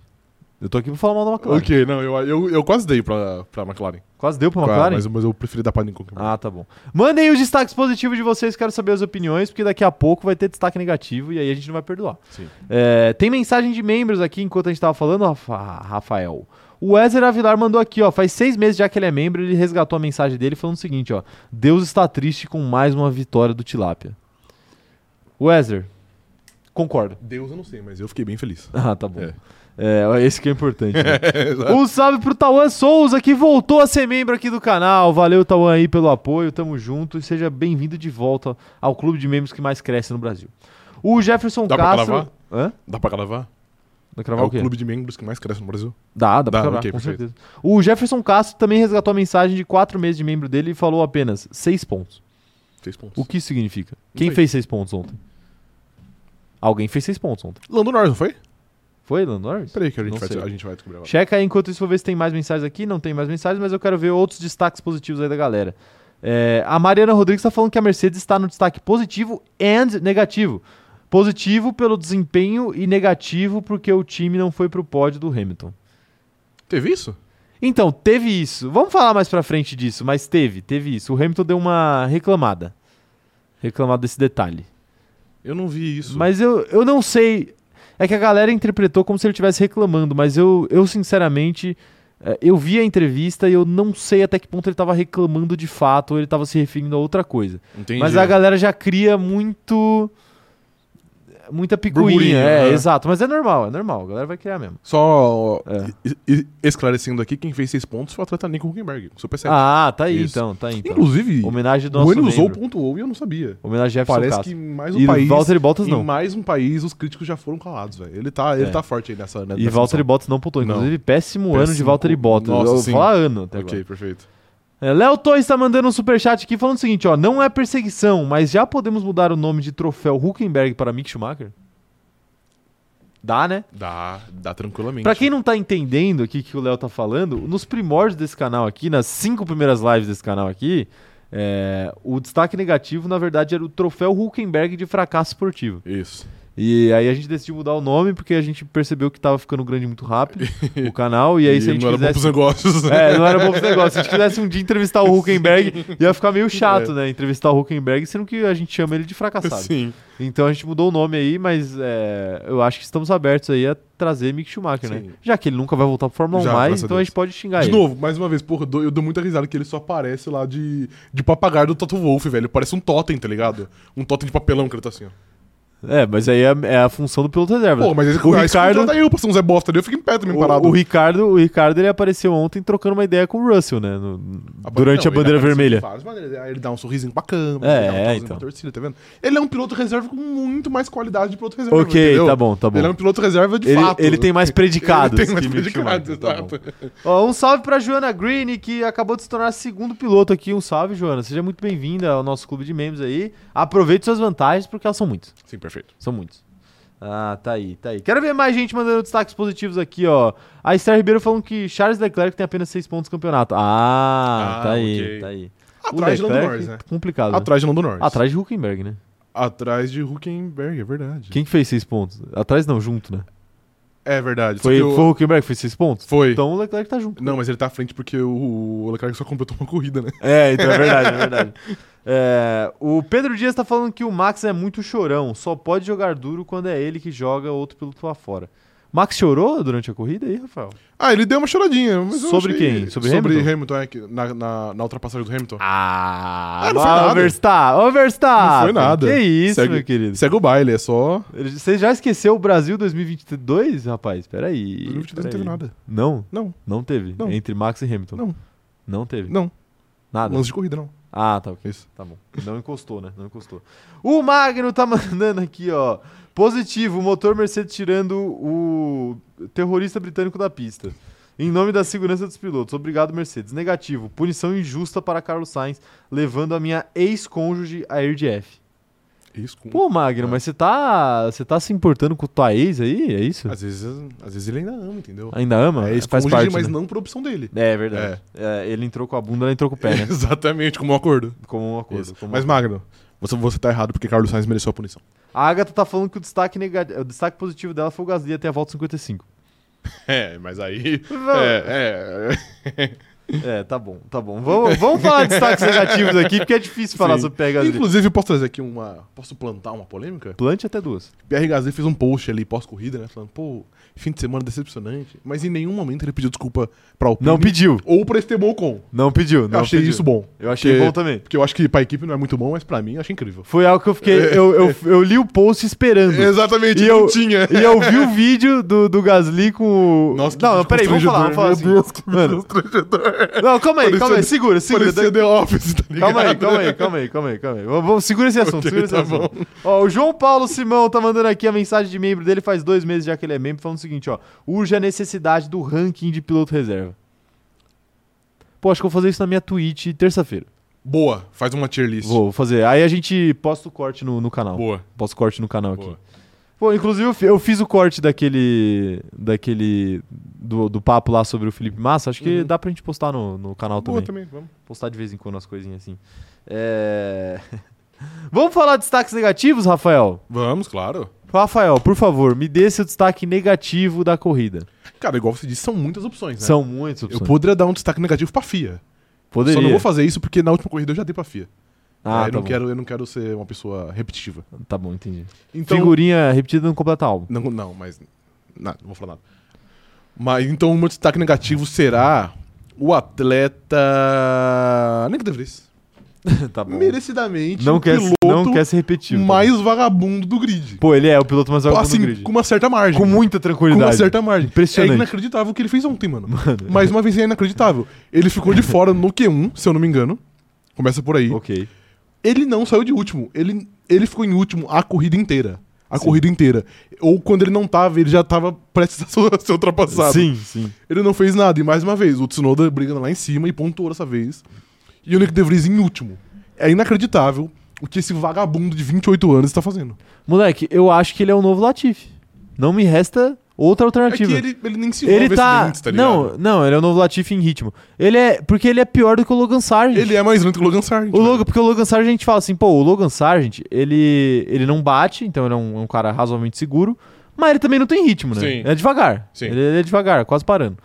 S1: Eu tô aqui pra falar mal da McLaren.
S2: Ok, não, eu, eu, eu quase dei pra, pra McLaren.
S1: Quase deu pra
S2: Claro,
S1: McLaren?
S2: Mas, mas eu preferi dar pra Lincoln.
S1: Ah, tá bom. Mandem os destaques positivos de vocês, quero saber as opiniões, porque daqui a pouco vai ter destaque negativo e aí a gente não vai perdoar.
S2: Sim.
S1: É, tem mensagem de membros aqui enquanto a gente tava falando, Rafa- Rafael. O Wesley Avilar mandou aqui, ó. Faz seis meses já que ele é membro, ele resgatou a mensagem dele falando o seguinte, ó. Deus está triste com mais uma vitória do Tilápia. Wesley, concordo.
S2: Deus eu não sei, mas eu fiquei bem feliz.
S1: Ah, tá bom.
S2: É.
S1: É, esse que é importante. né?
S2: Exato.
S1: Um salve pro Tauan Souza, que voltou a ser membro aqui do canal. Valeu, Tauan, aí pelo apoio. Tamo junto e seja bem-vindo de volta ao clube de membros que mais cresce no Brasil. O Jefferson
S2: Dá pra
S1: Castro.
S2: cravar?
S1: Hã?
S2: Dá pra gravar?
S1: Vai
S2: É
S1: cravar
S2: o
S1: o quê?
S2: clube de membros que mais cresce no Brasil.
S1: Dá, dá pra
S2: Dá,
S1: cravar,
S2: ok,
S1: com
S2: perfeito.
S1: certeza. O Jefferson Castro também resgatou a mensagem de quatro meses de membro dele e falou apenas seis pontos.
S2: Seis pontos.
S1: O que isso significa? Quem
S2: sei.
S1: fez seis pontos ontem? Alguém fez seis pontos ontem.
S2: Lando Norris, não foi?
S1: Foi, Lando Norris?
S2: Peraí que a
S1: Não
S2: gente, vai,
S1: sei.
S2: a gente vai descobrir agora.
S1: Checa aí enquanto isso, vou ver se tem mais mensagens aqui. Não tem mais mensagens, mas eu quero ver outros destaques positivos aí da galera. É, a Mariana Rodrigues está falando que a Mercedes está no destaque positivo e negativo. Positivo pelo desempenho e negativo porque o time não foi pro pódio do Hamilton.
S2: Teve isso?
S1: Então, teve isso. Vamos falar mais pra frente disso, mas teve, teve isso. O Hamilton deu uma reclamada. Reclamado desse detalhe.
S2: Eu não vi isso.
S1: Mas eu, eu não sei. É que a galera interpretou como se ele estivesse reclamando, mas eu, eu sinceramente. eh, Eu vi a entrevista e eu não sei até que ponto ele estava reclamando de fato ou ele estava se referindo a outra coisa.
S2: Entendi.
S1: Mas a galera já cria muito. muita picuinha.
S2: Burburinho,
S1: É,
S2: né?
S1: exato. Mas é normal, é normal. A galera vai criar mesmo.
S2: Só
S1: É.
S2: e- e- esclarecendo aqui, quem fez seis pontos foi o atleta Nico Huckenberg, com Super 7.
S1: Ah, tá aí
S2: Isso.
S1: então, tá aí então.
S2: Inclusive,
S1: Homenagem do
S2: o
S1: nosso.
S2: ele usou o
S1: membro.
S2: ponto ou e eu não sabia.
S1: Homenagem a Jefferson
S2: Parece
S1: Castro.
S2: que em mais um
S1: E
S2: país.
S1: Walter Bottas
S2: em
S1: não.
S2: mais um país, os críticos já foram calados, velho. Ele, tá, ele
S1: É.
S2: tá forte aí nessa. né,
S1: E
S2: nessa
S1: Walter
S2: função.
S1: Bottas não pontuou.
S2: Não.
S1: Inclusive, péssimo, ano de
S2: Péssimo.
S1: Walter Bottas.
S2: Nossa,
S1: eu vou
S2: sim.
S1: falar ano até agora.
S2: Ok, perfeito.
S1: É, Léo Torres tá mandando um superchat aqui falando o seguinte, ó. Não é perseguição, mas já podemos mudar o nome de troféu Huckenberg para Mick Schumacher? Dá, né?
S2: Dá, dá tranquilamente.
S1: Pra quem não tá entendendo aqui o que o Léo tá falando, nos primórdios desse canal aqui, nas cinco primeiras lives desse canal aqui, é, o destaque negativo, na verdade, era o troféu Huckenberg de fracasso esportivo.
S2: Isso.
S1: E aí a gente decidiu mudar o nome porque a gente percebeu que tava ficando grande muito rápido o canal. E aí se a gente
S2: não era bom
S1: quisesse...
S2: pros negócios. né?
S1: É, não era bom pro negócio. Se a gente quisesse um dia entrevistar o Huckenberg, ia ficar meio chato, né? Entrevistar o Huckenberg, sendo que a gente chama ele de fracassado.
S2: É. Sim,
S1: Então a gente mudou o nome aí, mas é, eu acho que estamos abertos aí a trazer Mick Schumacher, né?
S2: Sim.
S1: Já que ele nunca vai voltar pro Fórmula 1
S2: Já,
S1: mais,
S2: graças a
S1: então a
S2: Deus.
S1: gente pode xingar
S2: de
S1: ele.
S2: novo, mais uma vez, porra, eu dou, eu dou muita risada que ele só aparece lá de, de papagaio do Toto Wolff, velho. Parece um totem, tá ligado? Um totem de papelão que ele tá assim, ó.
S1: É, mas aí é, é a função do piloto reserva.
S2: Pô, mas esse
S1: o Ricardo,
S2: Tá eu pra ser um Zé Bosta ali, eu fico em pé também parado.
S1: o, o Ricardo, o Ricardo ele apareceu ontem trocando uma ideia com o Russell, né? no-
S2: Apa-
S1: durante
S2: Não,
S1: a bandeira
S2: ele aparece
S1: vermelha.
S2: de várias maneiras. Aí Ele dá um sorrisinho pra câmera,
S1: É,
S2: ele dá
S1: é, então.
S2: um sorrisinho pra torcida, tá vendo? Ele é um piloto reserva com muito mais qualidade de piloto reserva,
S1: Ok,
S2: entendeu?
S1: tá bom, tá bom.
S2: Ele é um piloto reserva de
S1: Ele,
S2: fato.
S1: ele tem mais predicados.
S2: Ele tem mais
S1: que Mick
S2: predicados,
S1: Schumacher, tá bom.
S2: exato.
S1: Ó, um salve pra Joana Green, que acabou de se tornar segundo piloto aqui. Um salve, Joana. Seja muito bem-vinda ao nosso clube de membros aí. Aproveite suas vantagens, porque elas são muitas.
S2: Sim, perfeito.
S1: São muitas. Ah, tá aí, tá aí. Quero ver mais gente mandando destaques positivos aqui, ó. A Esther Ribeiro falando que Charles Leclerc tem apenas seis pontos no campeonato. Ah,
S2: Ah,
S1: tá aí,
S2: ok.
S1: tá aí.
S2: Atrás de
S1: O
S2: Lando
S1: Leclerc,
S2: Norris, né?
S1: Complicado. né? Atrás,
S2: Atrás de Lando Norris.
S1: de Huckenberg, né?
S2: Atrás de Huckenberg, é verdade.
S1: Quem que fez seis pontos? Atrás não, junto, né?
S2: É verdade. só
S1: Foi,
S2: que o-
S1: foi o Huckenberg que fez seis pontos?
S2: Foi.
S1: Então o Leclerc tá junto.
S2: Não, mas ele tá à frente porque o o Leclerc só completou uma corrida, né?
S1: É, então é verdade, é verdade. É, o Pedro Dias tá falando que o Max é muito chorão, só pode jogar duro quando é ele que joga outro piloto lá fora. Max chorou durante a corrida aí, Rafael?
S2: Ah, ele deu uma choradinha. Mas eu
S1: Sobre
S2: achei-
S1: quem? Sobre
S2: Hamilton? é, que- na, na, na ultrapassagem do Hamilton.
S1: Ah,
S2: Ah, não foi nada.
S1: Overstar, Overstar!
S2: Não foi nada.
S1: Que isso,
S2: Segue-
S1: meu querido.
S2: Segue o baile, é só...
S1: Ele- Você já esqueceu o Brasil 2022, rapaz? Peraí.
S2: 2022 não teve
S1: peraí.
S2: nada.
S1: Não,
S2: Não,
S1: não teve.
S2: Não.
S1: Entre Max e Hamilton.
S2: Não.
S1: Não teve.
S2: não.
S1: Nada.
S2: Lance de corrida, não.
S1: Ah, tá ok.
S2: Isso.
S1: Tá bom. Não encostou, né? Não encostou. O Magno tá mandando aqui, ó. Positivo, o motor Mercedes tirando o terrorista britânico da pista. Em nome da segurança dos pilotos. Obrigado, Mercedes. Negativo, punição injusta para Carlos Sainz, levando a minha ex-cônjuge a ir de F.
S2: Isso. com-
S1: Pô, Magno,
S2: É.
S1: mas você tá. Você tá se importando com tua ex aí? É isso?
S2: Às vezes, às vezes ele ainda ama, entendeu?
S1: Ainda ama?
S2: é isso
S1: Faz parte.
S2: mas
S1: né?
S2: não por opção dele.
S1: É, é verdade. É, ele entrou com a bunda, ela entrou com o pé, né?
S2: Exatamente, como um acordo.
S1: Como um acordo.
S2: Isso.
S1: como um
S2: Mas, Magno, você, você tá errado porque Carlos Sainz mereceu a punição.
S1: A Agatha tá falando que o destaque, nega- o destaque positivo dela foi o Gasly até a volta 55.
S2: É, mas aí. É, é.
S1: É, tá bom, tá bom. Vamos, vamos falar de destaques negativos aqui, porque é difícil falar
S2: Sim.
S1: sobre Pierre Gasly.
S2: Inclusive, eu posso trazer aqui uma. Posso plantar uma polêmica?
S1: Plante até duas.
S2: Pierre Gasly fez um post ali pós-corrida, né? Falando, pô, fim de semana decepcionante. Mas em nenhum momento ele pediu desculpa pra Alpine.
S1: Não pediu,
S2: Ou pra Esteban Ocon.
S1: não pediu,
S2: Uhum. Eu
S1: não
S2: achei
S1: pediu.
S2: isso bom.
S1: Eu achei
S2: Porque-
S1: bom também.
S2: Porque eu acho que pra equipe não é muito bom, mas pra mim eu achei incrível.
S1: Foi algo que eu fiquei.
S2: É.
S1: Eu, eu, eu li o post esperando.
S2: Exatamente,
S1: E
S2: não
S1: eu-
S2: tinha.
S1: E eu vi o vídeo do, do Gasly com o.
S2: Nossa, que
S1: não, não,
S2: vídeo
S1: peraí, vamos falar, vamos falar assim.
S2: constrangedor. Meu Deus, que
S1: Mano,
S2: constrangedor.
S1: não, calma aí, calma aí,
S2: Parecia-
S1: segura, segura.
S2: Parecia The Office, tá ligado?
S1: Calma aí, calma aí, calma aí, calma aí, calma aí. Vamos, vamos- segura esse assunto,
S2: Ok,
S1: segura esse
S2: tá
S1: assunto. Ó, o João Paulo Simão tá mandando aqui a mensagem de membro dele faz dois meses já que ele é membro, falando o seguinte, ó. Urge a necessidade do ranking de piloto reserva. Pô, acho que eu vou fazer isso na minha Twitch terça-feira.
S2: Boa, faz uma tier list.
S1: Vou fazer. Aí a gente posta o corte no, no canal.
S2: Boa,
S1: Posta o corte no canal aqui.
S2: boa.
S1: Pô, inclusive eu fi- eu fiz o corte daquele. daquele. do, do papo lá sobre o Felipe Massa. Acho que
S2: Uhum.
S1: dá pra gente postar no, no canal
S2: Boa
S1: também.
S2: também, vamos.
S1: Postar de vez em quando as coisinhas assim. É... Vamos falar de destaques negativos, Rafael?
S2: Vamos, claro.
S1: Rafael, por favor, me dê seu destaque negativo da corrida.
S2: Cara, igual você disse, são muitas opções, né?
S1: São muitos
S2: Eu
S1: opções.
S2: poderia dar um destaque negativo pra FIA.
S1: Poderia.
S2: Só não vou fazer isso porque na última corrida eu já dei pra FIA.
S1: Ah,
S2: É,
S1: tá
S2: eu, não
S1: bom.
S2: quero, eu não quero ser uma pessoa repetitiva.
S1: Tá bom, entendi.
S2: Então,
S1: Figurinha repetida não completa álbum.
S2: não, não, mas. Nada, não vou falar nada. Mas então o meu destaque negativo será o atleta. Nick De Vries.
S1: tá bom.
S2: Merecidamente,
S1: Não
S2: o
S1: quer,
S2: Um piloto
S1: não quer ser repetido. tá
S2: mais vagabundo do grid.
S1: Pô, ele é o piloto mais alto do
S2: assim,
S1: grid.
S2: com uma certa margem.
S1: Com muita
S2: Com
S1: tranquilidade.
S2: uma certa margem.
S1: Impressionante.
S2: É inacreditável o que ele fez ontem, mano. Mais uma vez é inacreditável. Ele ficou de fora no Q1, se eu não me engano. Começa por aí.
S1: Ok.
S2: Ele não saiu de último. Ele, ele ficou em último a corrida inteira. A
S1: Sim.
S2: corrida inteira. Ou quando ele não tava, ele já tava prestes a ser- a ser ultrapassado.
S1: Sim, sim.
S2: Ele não fez nada. E mais uma vez, o Tsunoda brigando lá em cima e pontuou dessa vez. E o Nick DeVries em último. É inacreditável o que esse vagabundo de 28 anos está fazendo.
S1: Moleque, eu acho que ele é o novo Latifi. Não me resta outra
S2: É que
S1: alternativa.
S2: ele, ele nem se envolve
S1: Ele tá.
S2: acidentes, tá ligado?
S1: não, não, ele é o novo Latifi em ritmo. Ele é. Porque ele é pior do que o Logan Sargent.
S2: Ele é mais lento que o Logan Sargent.
S1: O
S2: velho.
S1: Logan, porque o Logan Sargent a gente fala assim, pô, o Logan Sargent, ele, ele não bate, então ele é um, é um cara razoavelmente seguro, mas ele também não tem ritmo, né?
S2: Sim.
S1: Ele é devagar.
S2: Sim.
S1: Ele, ele é devagar, quase parando.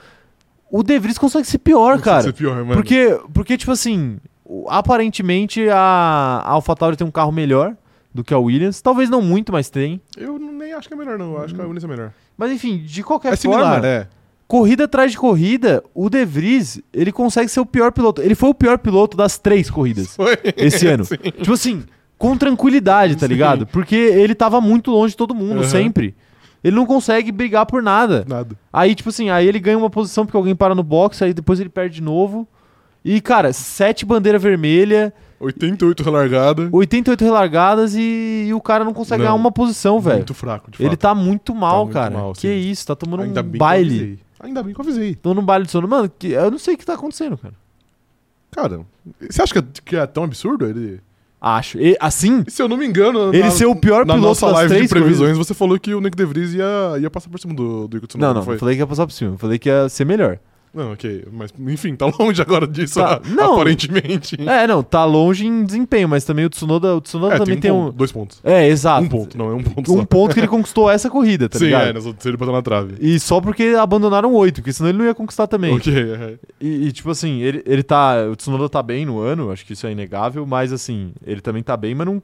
S1: O De Vries consegue ser pior,
S2: Isso
S1: cara.
S2: é pior, mano.
S1: Porque, porque, tipo assim, o- aparentemente a, a AlphaTauri tem um carro melhor do que a Williams. Talvez não muito, mas tem.
S2: Eu não- nem acho que é melhor, não. Eu acho que a Williams é melhor.
S1: Mas enfim, de qualquer
S2: é
S1: Hum. forma,
S2: similar, é.
S1: corrida atrás de corrida, o De Vries, ele consegue ser o pior piloto. Ele foi o pior piloto das três corridas
S2: Foi.
S1: esse ano. Tipo assim, com tranquilidade, tá ligado? Porque ele tava muito longe de todo mundo,
S2: Aham.
S1: sempre. Ele não consegue brigar por nada.
S2: Nada.
S1: Aí, tipo assim, aí ele ganha uma posição porque alguém para no box, aí depois ele perde de novo. E, cara, sete bandeira vermelha,
S2: 88 relargada.
S1: 88 relargadas e, e o cara não consegue
S2: Não.
S1: ganhar uma posição, velho.
S2: Muito fraco, de fato.
S1: Ele tá muito mal,
S2: muito
S1: cara.
S2: mal,
S1: que
S2: sim.
S1: isso, tá tomando
S2: Ainda
S1: um
S2: bem que eu
S1: baile.
S2: avisei. Ainda bem que eu avisei.
S1: Tô num baile de sono. Mano, que- eu não sei o que tá acontecendo, cara.
S2: Cara, você acha que é, que é tão absurdo? Ele...
S1: Acho. E, assim,
S2: Se eu não me engano, na-
S1: ele ser o pior
S2: na
S1: piloto
S2: nossa
S1: das
S2: live
S1: três
S2: de previsões,
S1: corridas-
S2: você falou que o Nick DeVries ia, ia passar por cima do, do Yuki Tsunoda.
S1: Não, não,
S2: foi?
S1: não falei que ia passar por cima. eu Falei que ia ser melhor.
S2: Não, ok. Mas, enfim, tá longe agora disso,
S1: Tá,
S2: a-
S1: não.
S2: aparentemente.
S1: É, não, tá longe em desempenho, mas também o Tsunoda, o Tsunoda
S2: É,
S1: também tem um...
S2: ponto, Dois pontos.
S1: É, exato.
S2: Um ponto, não, é um ponto
S1: Um
S2: só.
S1: ponto que ele conquistou essa corrida, tá
S2: Sim,
S1: ligado?
S2: é, nós outras ele bateu na trave.
S1: E só porque abandonaram oito, porque senão ele não ia conquistar também.
S2: Ok, é.
S1: E, e, tipo assim, ele, ele tá. O Tsunoda tá bem no ano, acho que isso é inegável, mas assim, ele também tá bem, mas não,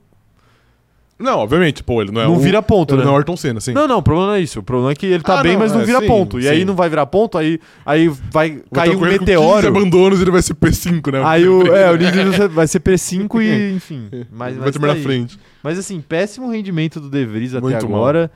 S2: Não, obviamente, pô, ele não é
S1: não
S2: o-
S1: vira ponto,
S2: ele
S1: né?
S2: não é o Ayrton Senna, assim.
S1: Não, não, o problema não é isso. O problema é que ele tá
S2: Ah,
S1: bem,
S2: não,
S1: mas não
S2: é,
S1: vira
S2: sim,
S1: ponto. E aí
S2: sim.
S1: não vai virar ponto, aí, aí vai, cair
S2: ter
S1: um
S2: corrida com 15
S1: meteoro.
S2: abandonos e ele vai ser P5, né?
S1: Aí o, é, o líder vai ser P5 e, enfim. Mas,
S2: Ele vai
S1: mas
S2: terminar na
S1: tá aí.
S2: frente.
S1: Mas assim, péssimo rendimento do De Vries até
S2: Muito mal.
S1: agora.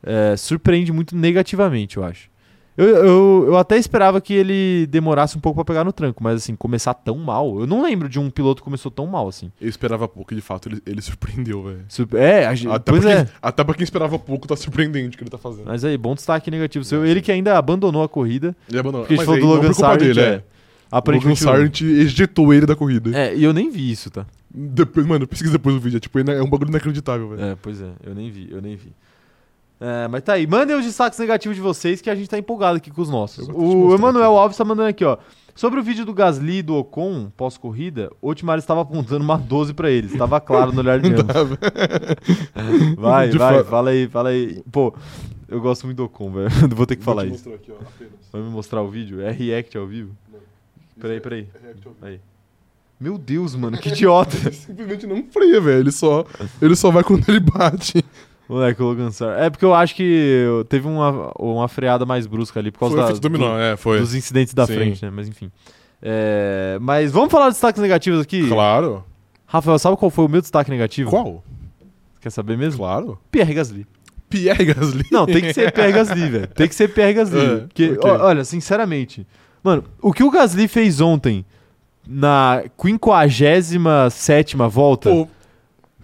S1: É, surpreende muito negativamente, eu acho. Eu, eu, eu até esperava que ele demorasse um pouco pra pegar no tranco, mas assim, começar tão mal. Eu não lembro de um piloto que começou tão mal assim.
S2: Eu esperava pouco e de fato ele, ele surpreendeu, velho.
S1: Sur- É, a gente,
S2: Até,
S1: pois
S2: pra
S1: é.
S2: quem- até pra quem esperava pouco, tá surpreendente o que ele tá fazendo.
S1: Mas aí, bom destaque negativo seu. Ele que ainda abandonou a corrida.
S2: Ele abandonou.
S1: Porque a gente falou
S2: Mas aí,
S1: do
S2: não
S1: Logan
S2: por culpa
S1: Sargent.
S2: dele,
S1: é.
S2: é. O Logan
S1: Aparentemente.
S2: Sargent ejetou ele da corrida.
S1: É, e eu nem vi isso, tá?
S2: Depois, mano, pesquisa depois do vídeo. É, tipo, é um bagulho inacreditável, velho.
S1: É, pois é, eu nem vi, eu nem vi. É, mas tá aí, mandem os destaques negativos de vocês que a gente tá empolgado aqui com os
S2: Eu
S1: nossos.
S2: vou te
S1: O
S2: mostrar
S1: Emanuel Alves tá mandando aqui, ó. Sobre o vídeo do Gasly e do Ocon pós-corrida, Otmar estava apontando uma 12 pra eles. Tava claro no olhar de ambos.
S2: Tá, velho.
S1: Vai,
S2: De
S1: vai,
S2: fato.
S1: fala aí, fala aí. Pô, eu gosto muito do Ocon, velho. Vou ter que falar
S2: Vou te
S1: isso.
S2: mostrar aqui, ó, apenas.
S1: Vai me mostrar o vídeo? É react ao vivo? Peraí, peraí. Aí. Meu Deus, mano, que idiota.
S2: Simplesmente não freia, velho. Ele só, ele só vai quando ele bate.
S1: Moleque, o Logan Sar. É porque eu acho que teve uma, uma freada mais brusca ali por causa
S2: foi o
S1: da-
S2: efeito dominó, é, foi.
S1: dos incidentes da
S2: Sim.
S1: frente, né? Mas enfim. É, mas vamos falar de destaques negativos aqui?
S2: Claro.
S1: Rafael, sabe qual foi o meu destaque negativo?
S2: Qual?
S1: Quer saber Tipo, mesmo?
S2: Claro.
S1: Pierre Gasly.
S2: Pierre Gasly.
S1: Não, tem que ser Pierre Gasly, velho. Tem que ser Pierre Gasly.
S2: É,
S1: porque,
S2: ok.
S1: ó, olha, sinceramente, mano, o que o Gasly fez ontem na 57 volta,
S2: Pô,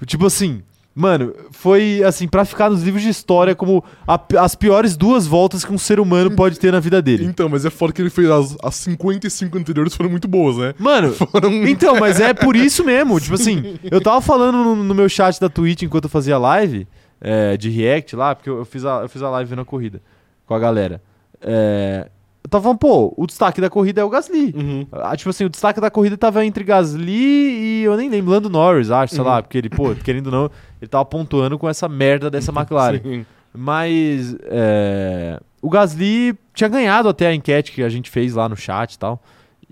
S1: tipo assim, mano, foi assim, pra ficar nos livros de história como a pi- as piores duas voltas que um ser humano pode ter na vida dele.
S2: então, mas é foda que ele fez as, as 55 anteriores foram muito boas, né?
S1: Mano,
S2: Foram.
S1: Então, mas é por isso mesmo. Tipo assim, eu tava falando no, no meu chat da Twitch enquanto eu fazia live é, de react lá, porque eu, eu fiz a, eu fiz a live na corrida com a galera. É, eu tava falando, pô, o destaque da corrida é o Gasly.
S2: Uhum.
S1: Ah, tipo assim, o destaque da corrida tava entre Gasly e eu nem lembro, Lando Norris, acho, sei lá, porque ele, pô, querendo ou não, ele tava pontuando com essa merda dessa McLaren.
S2: Sim.
S1: Mas é, o Gasly tinha ganhado até a enquete que a gente fez lá no chat e tal.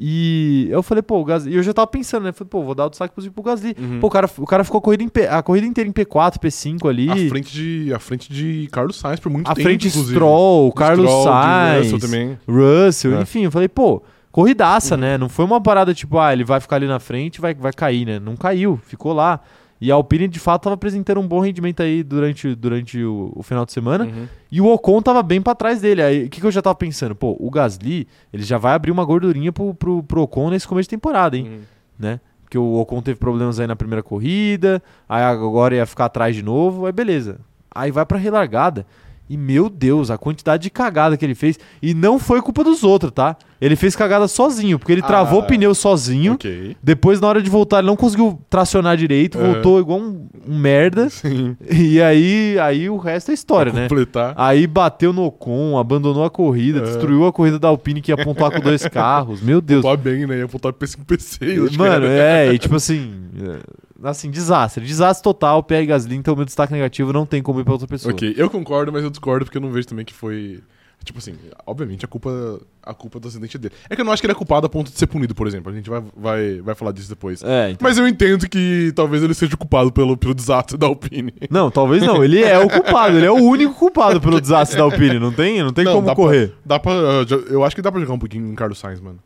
S1: E eu falei, pô, o Gasly. E eu já tava pensando, né? Falei, pô, vou dar o destaque positivo pro Gasly.
S2: Uhum.
S1: Pô, o cara, o cara ficou a corrida, em P- a corrida inteira em P4, P5 ali.
S2: À frente de, à frente de Carlos Sainz por muito
S1: à
S2: tempo,
S1: frente
S2: inclusive.
S1: Stroll, Carlos
S2: Stroll,
S1: Sainz,
S2: Russell
S1: Russell,
S2: também. É. Uhum.
S1: enfim. Eu falei, pô, corridaça, né? Não foi uma parada tipo, ah, ele vai ficar ali na frente e vai, vai cair, né? Não caiu, ficou lá. E a Alpine, de fato, tava apresentando um bom rendimento aí durante, durante o- o final de semana.
S2: Uhum.
S1: E o Ocon tava bem pra trás dele. Aí o que, que eu já tava pensando? Pô, o Gasly, ele já vai abrir uma gordurinha pro, pro, pro Ocon nesse começo de temporada, hein?
S2: Uhum.
S1: Né? Porque o Ocon teve problemas aí na primeira corrida, aí agora ia ficar atrás de novo, aí beleza. Aí vai pra relargada. E meu Deus, a quantidade de cagada que ele fez. E não foi culpa dos outros, tá? Ele fez cagada sozinho, porque ele
S2: Ah,
S1: travou o pneu sozinho.
S2: Ok.
S1: Depois, na hora de voltar, ele não conseguiu tracionar direito,
S2: É.
S1: voltou igual um, um merda.
S2: Sim.
S1: E aí, aí o resto é história, né?
S2: Completar.
S1: Aí bateu no Ocon, abandonou a corrida,
S2: É.
S1: destruiu a corrida da Alpine que ia pontuar com dois carros. Meu Deus.
S2: Pontuar bem, né? Ia pontuar P5 P6. acho que
S1: Mano,
S2: era.
S1: é, e tipo assim. é, Assim, desastre. Desastre total, Pierre Gasly. Então, meu destaque negativo não tem como ir pra outra pessoa.
S2: Ok, eu concordo, mas eu discordo porque eu não vejo também que foi. Tipo assim, obviamente a culpa, a culpa do acidente é dele. É que eu não acho que ele é culpado a ponto de ser punido, por exemplo. A gente vai, vai, vai falar disso depois.
S1: É, então.
S2: Mas eu entendo que talvez ele seja culpado pelo, pelo desastre da Alpine.
S1: Não, talvez não. Ele é o culpado. Ele é o único culpado pelo desastre da Alpine. Não tem, não tem
S2: Não,
S1: como
S2: dá
S1: correr.
S2: Dá pra. uh, jo- Eu acho que dá pra jogar um pouquinho em Carlos Sainz, mano.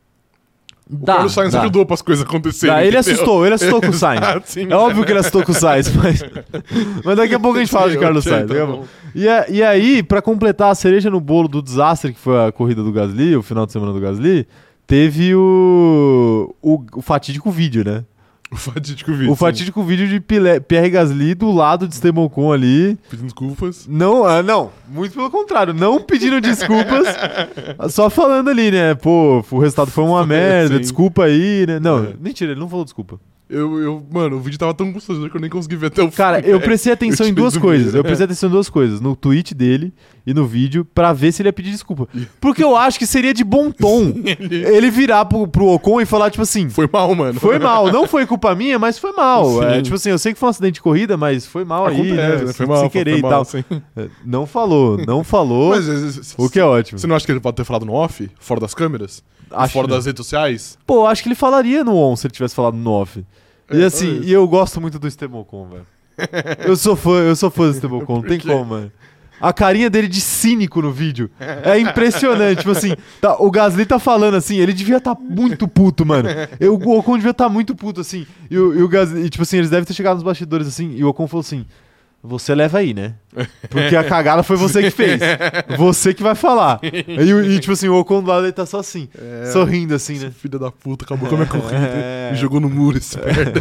S2: O
S1: Dá,
S2: Carlos Sainz
S1: dá.
S2: ajudou pras coisas acontecerem.
S1: Dá, ele
S2: entendeu? Assim,
S1: assustou, ele assustou com o Sainz.
S2: Exato, sim.
S1: É óbvio que ele assustou com o Sainz, mas. Mas daqui a pouco a gente fala de Carlos
S2: Ok,
S1: Sainz.
S2: tá
S1: daqui a
S2: bom.
S1: pouco. E, a- e aí, pra completar a cereja no bolo do desastre que foi a corrida do Gasly, o final de semana do Gasly, teve o, o, o fatídico vídeo, né?
S2: O fatídico vídeo.
S1: O fatídico vídeo de Pile- Pierre Gasly do lado de Esteban Ocon ali.
S2: sim. Pedindo desculpas.
S1: Não, ah, não, muito pelo contrário, não pedindo desculpas, só falando ali, né? Pô, o resultado foi uma
S2: Foi,
S1: merda,
S2: sim.
S1: desculpa aí, né? Não,
S2: É.
S1: mentira, ele não falou desculpa.
S2: Eu, eu, mano, o vídeo tava tão constrangedor que eu nem consegui ver até o fim.
S1: Cara, eu prestei atenção
S2: Eu
S1: em
S2: te É.
S1: duas
S2: resumi.
S1: coisas. Eu prestei atenção em duas coisas. No tweet dele e no vídeo, pra ver se ele ia pedir desculpa. Porque eu acho que seria de bom tom ele virar pro, pro Ocon e falar, tipo assim.
S2: Foi mal, mano.
S1: Foi mal, não foi culpa minha, mas foi mal.
S2: Sim.
S1: É, tipo assim, eu sei que foi um acidente de corrida, mas foi mal aí, né?
S2: Acontece, né?
S1: Sem-
S2: Foi mal.
S1: sem
S2: foi-
S1: querer
S2: foi
S1: e
S2: mal,
S1: tal.
S2: sim.
S1: É, Não falou, não falou,
S2: Mas às vezes,
S1: o que é ótimo.
S2: Você não acha que ele pode ter falado no off? Fora das câmeras?
S1: Acho
S2: tá fora
S1: que não.
S2: das redes sociais?
S1: Pô, eu acho que ele falaria no on se ele tivesse falado no off. E
S2: É,
S1: assim,
S2: talvez.
S1: e eu gosto muito do Esteban Ocon, velho. Eu sou fã, eu sou fã do Esteban Ocon, não tem
S2: quê?
S1: como, mano. A carinha dele de cínico no vídeo é impressionante. tipo assim, tá- o Gasly tá falando assim, ele devia estar muito puto, mano. Eu, o Ocon devia estar muito puto, assim. E o, e o Gasly, e, tipo assim, eles devem ter chegado nos bastidores assim, e o Ocon falou assim: Você leva aí, né? Porque a cagada foi você que fez. Você que vai falar. E, o- e, tipo assim, o Ocon do lado ele tá só assim,
S2: É.
S1: sorrindo assim, né?
S2: Filha da puta, acabou com a minha corrida.
S1: É.
S2: Me jogou no muro esse merda.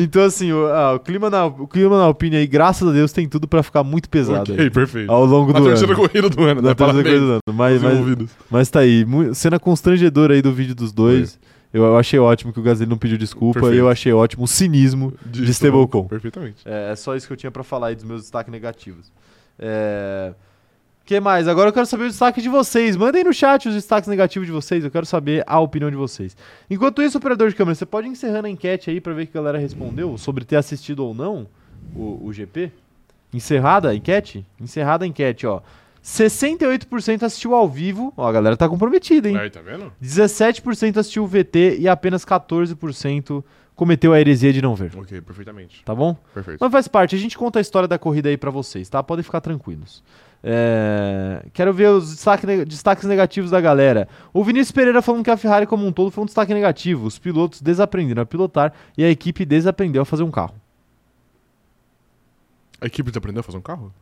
S1: Então, assim, o, ah, o clima na, o clima na Alpine aí, graças a Deus, tem tudo pra ficar muito pesado
S2: ok,
S1: aí,
S2: perfeito.
S1: ao longo
S2: Na
S1: do
S2: terceira
S1: ano.
S2: corrida do ano,
S1: Na
S2: né?
S1: terceira
S2: Parabéns.
S1: corrida do ano. Mas,
S2: aos
S1: mas,
S2: envolvidos.
S1: mas tá aí. mu- Cena constrangedora aí do vídeo dos dois. Eu, eu achei ótimo que o Gasly não pediu desculpa. E eu
S2: Perfeito.
S1: achei ótimo o cinismo de,
S2: Esteban
S1: Esteban
S2: Ocon,
S1: Ocon.
S2: Perfeitamente.
S1: É, é só isso que eu tinha pra falar aí dos meus destaques negativos. É... que mais? Agora eu quero saber o destaque de vocês. Mandem no chat os destaques negativos de vocês. Eu quero saber a opinião de vocês. Enquanto isso, operador de câmera, você pode ir encerrando a enquete aí pra ver que a galera respondeu sobre ter assistido ou não o, o GP? Encerrada a enquete? Encerrada a enquete, ó. 68% assistiu ao vivo. Ó, a galera tá comprometida, hein?
S2: Aí, tá vendo?
S1: 17% assistiu o VT e apenas 14% cometeu a heresia de não ver.
S2: Ok, perfeitamente.
S1: Tá bom?
S2: Perfeito.
S1: Mas faz parte, a gente conta a história da corrida aí pra vocês, tá? Podem ficar tranquilos. É, Quero ver os destaque ne- destaques negativos da galera. O Vinícius Pereira falando que a Ferrari, como um todo, foi um destaque negativo. Os pilotos desaprenderam a pilotar e a equipe desaprendeu a fazer um carro.
S2: A equipe aprendeu a fazer um carro?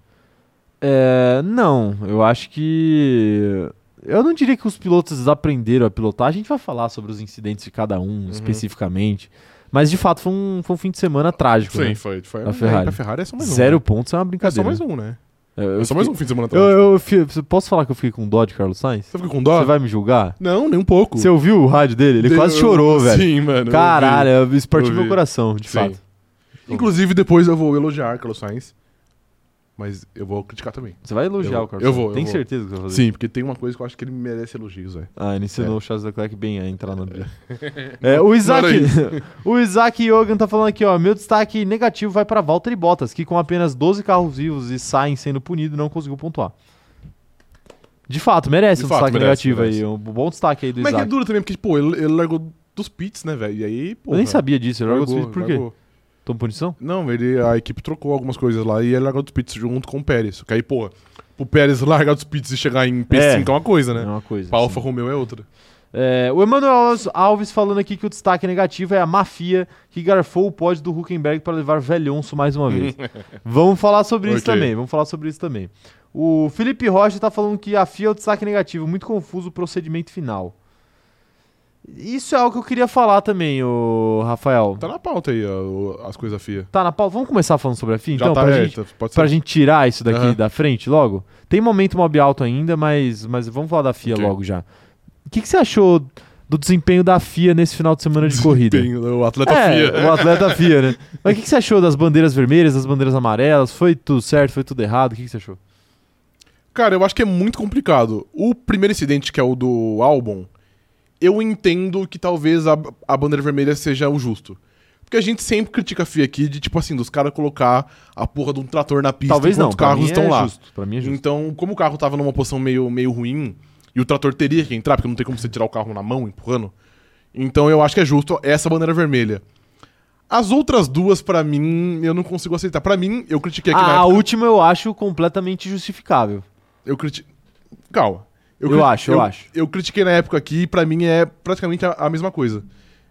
S1: É, não, eu acho que. Eu não diria que os pilotos aprenderam a pilotar. A gente vai falar sobre os incidentes de cada um
S2: Uhum.
S1: especificamente. Mas de fato foi um, foi um fim de semana trágico.
S2: Sim,
S1: né?
S2: foi. foi
S1: A Ferrari.
S2: A Ferrari é só mais um.
S1: Zero
S2: né?
S1: pontos é uma
S2: É só
S1: brincadeira.
S2: mais um, né?
S1: É, eu
S2: É só mais
S1: fiquei-
S2: um fim de semana
S1: Eu,
S2: atrás.
S1: eu fi- você- posso falar que eu fiquei com dó de Carlos Sainz?
S2: Você ficou com dó?
S1: Você vai me julgar?
S2: Não, nem um pouco.
S1: Você ouviu o rádio dele? Ele
S2: Deu-
S1: quase chorou, velho.
S2: Sim, mano. eu
S1: Caralho, eu
S2: Eu
S1: partiu
S2: vi.
S1: meu coração, de
S2: Sim.
S1: fato.
S2: vi. Inclusive, depois eu vou elogiar Carlos Sainz. Mas eu vou criticar também.
S1: Você vai elogiar
S2: Eu-
S1: o Carlos
S2: eu
S1: Sainz?
S2: vou, eu
S1: Tem
S2: vou.
S1: certeza que você vai fazer?
S2: Sim, porque tem uma coisa que eu acho que ele merece elogios, velho.
S1: Ah, ele ensinou o Charles Leclerc bem a entrar na briga. É, o Isaac,
S2: Não era
S1: o Isaac Yogan tá falando aqui, ó, meu destaque negativo vai para Valtteri Bottas, que com apenas 12 carros vivos e saem sendo punido, não conseguiu pontuar. De fato, merece
S2: De
S1: um
S2: fato,
S1: destaque
S2: merece,
S1: negativo
S2: merece.
S1: aí, um bom destaque aí do
S2: Mas que é
S1: Isaac.
S2: duro também, porque, pô, ele, ele largou dos pits, né, velho? E aí, pô.
S1: Eu nem sabia disso, ele largou dos pits por quê?
S2: largou.
S1: Tomou punição?
S2: Não, ele, a equipe trocou algumas coisas lá e ele largou dos pits junto com o Pérez. Só que aí, pô, pro Pérez largar dos pits e chegar em P5 é, uma coisa,
S1: É
S2: né?
S1: uma coisa.
S2: Pra
S1: assim.
S2: Alfa Romeo é outra.
S1: É, o Emanuel Alves- Alves falando aqui que o destaque negativo é a mafia que garfou o pódio do Huckenberg para levar velhonço mais uma vez. vamos falar sobre isso
S2: Ok.
S1: também, vamos falar sobre isso também. O Felipe Rocha tá falando que a FIA é o destaque negativo, muito confuso o procedimento final. Isso é algo que eu queria falar também, o Rafael.
S2: Tá na pauta aí ó, o- as coisas da FIA.
S1: Tá na pauta, vamos começar falando sobre a FIA então,
S2: tá
S1: pra,
S2: é,
S1: gente,
S2: tá- Pode
S1: pra
S2: ser.
S1: gente tirar isso daqui
S2: Aham.
S1: da frente logo? Tem momento mob alto ainda, mas, mas vamos falar da FIA
S2: Ok.
S1: logo já. O que, que você achou do desempenho da FIA nesse final de semana de corrida?
S2: Tem o atleta FIA.
S1: É, o atleta FIA, né? Mas o que, que você achou das bandeiras vermelhas, das bandeiras amarelas? Foi tudo certo, foi tudo errado? O que, que você achou?
S2: Cara, eu acho que é muito complicado. O primeiro incidente, que é o do álbum, eu entendo que talvez a, a bandeira vermelha seja o justo. Porque a gente sempre critica a FIA aqui de, tipo assim, dos caras colocar a porra de um trator na pista
S1: Talvez não,
S2: os
S1: pra
S2: carros
S1: mim
S2: estão
S1: é
S2: lá.
S1: Justo, pra mim é justo.
S2: Então, como o carro tava numa posição meio, meio ruim, e o trator teria que entrar, porque não tem como você tirar o carro na mão empurrando, então eu acho que é justo essa bandeira vermelha. As outras duas, pra mim, eu não consigo aceitar. Pra mim, eu critiquei aqui
S1: Ah,
S2: na
S1: a
S2: época-
S1: última eu acho completamente justificável.
S2: Eu criti... Calma.
S1: Eu
S2: cri-
S1: acho, eu acho.
S2: Eu critiquei na época aqui e pra mim é praticamente a, a mesma coisa.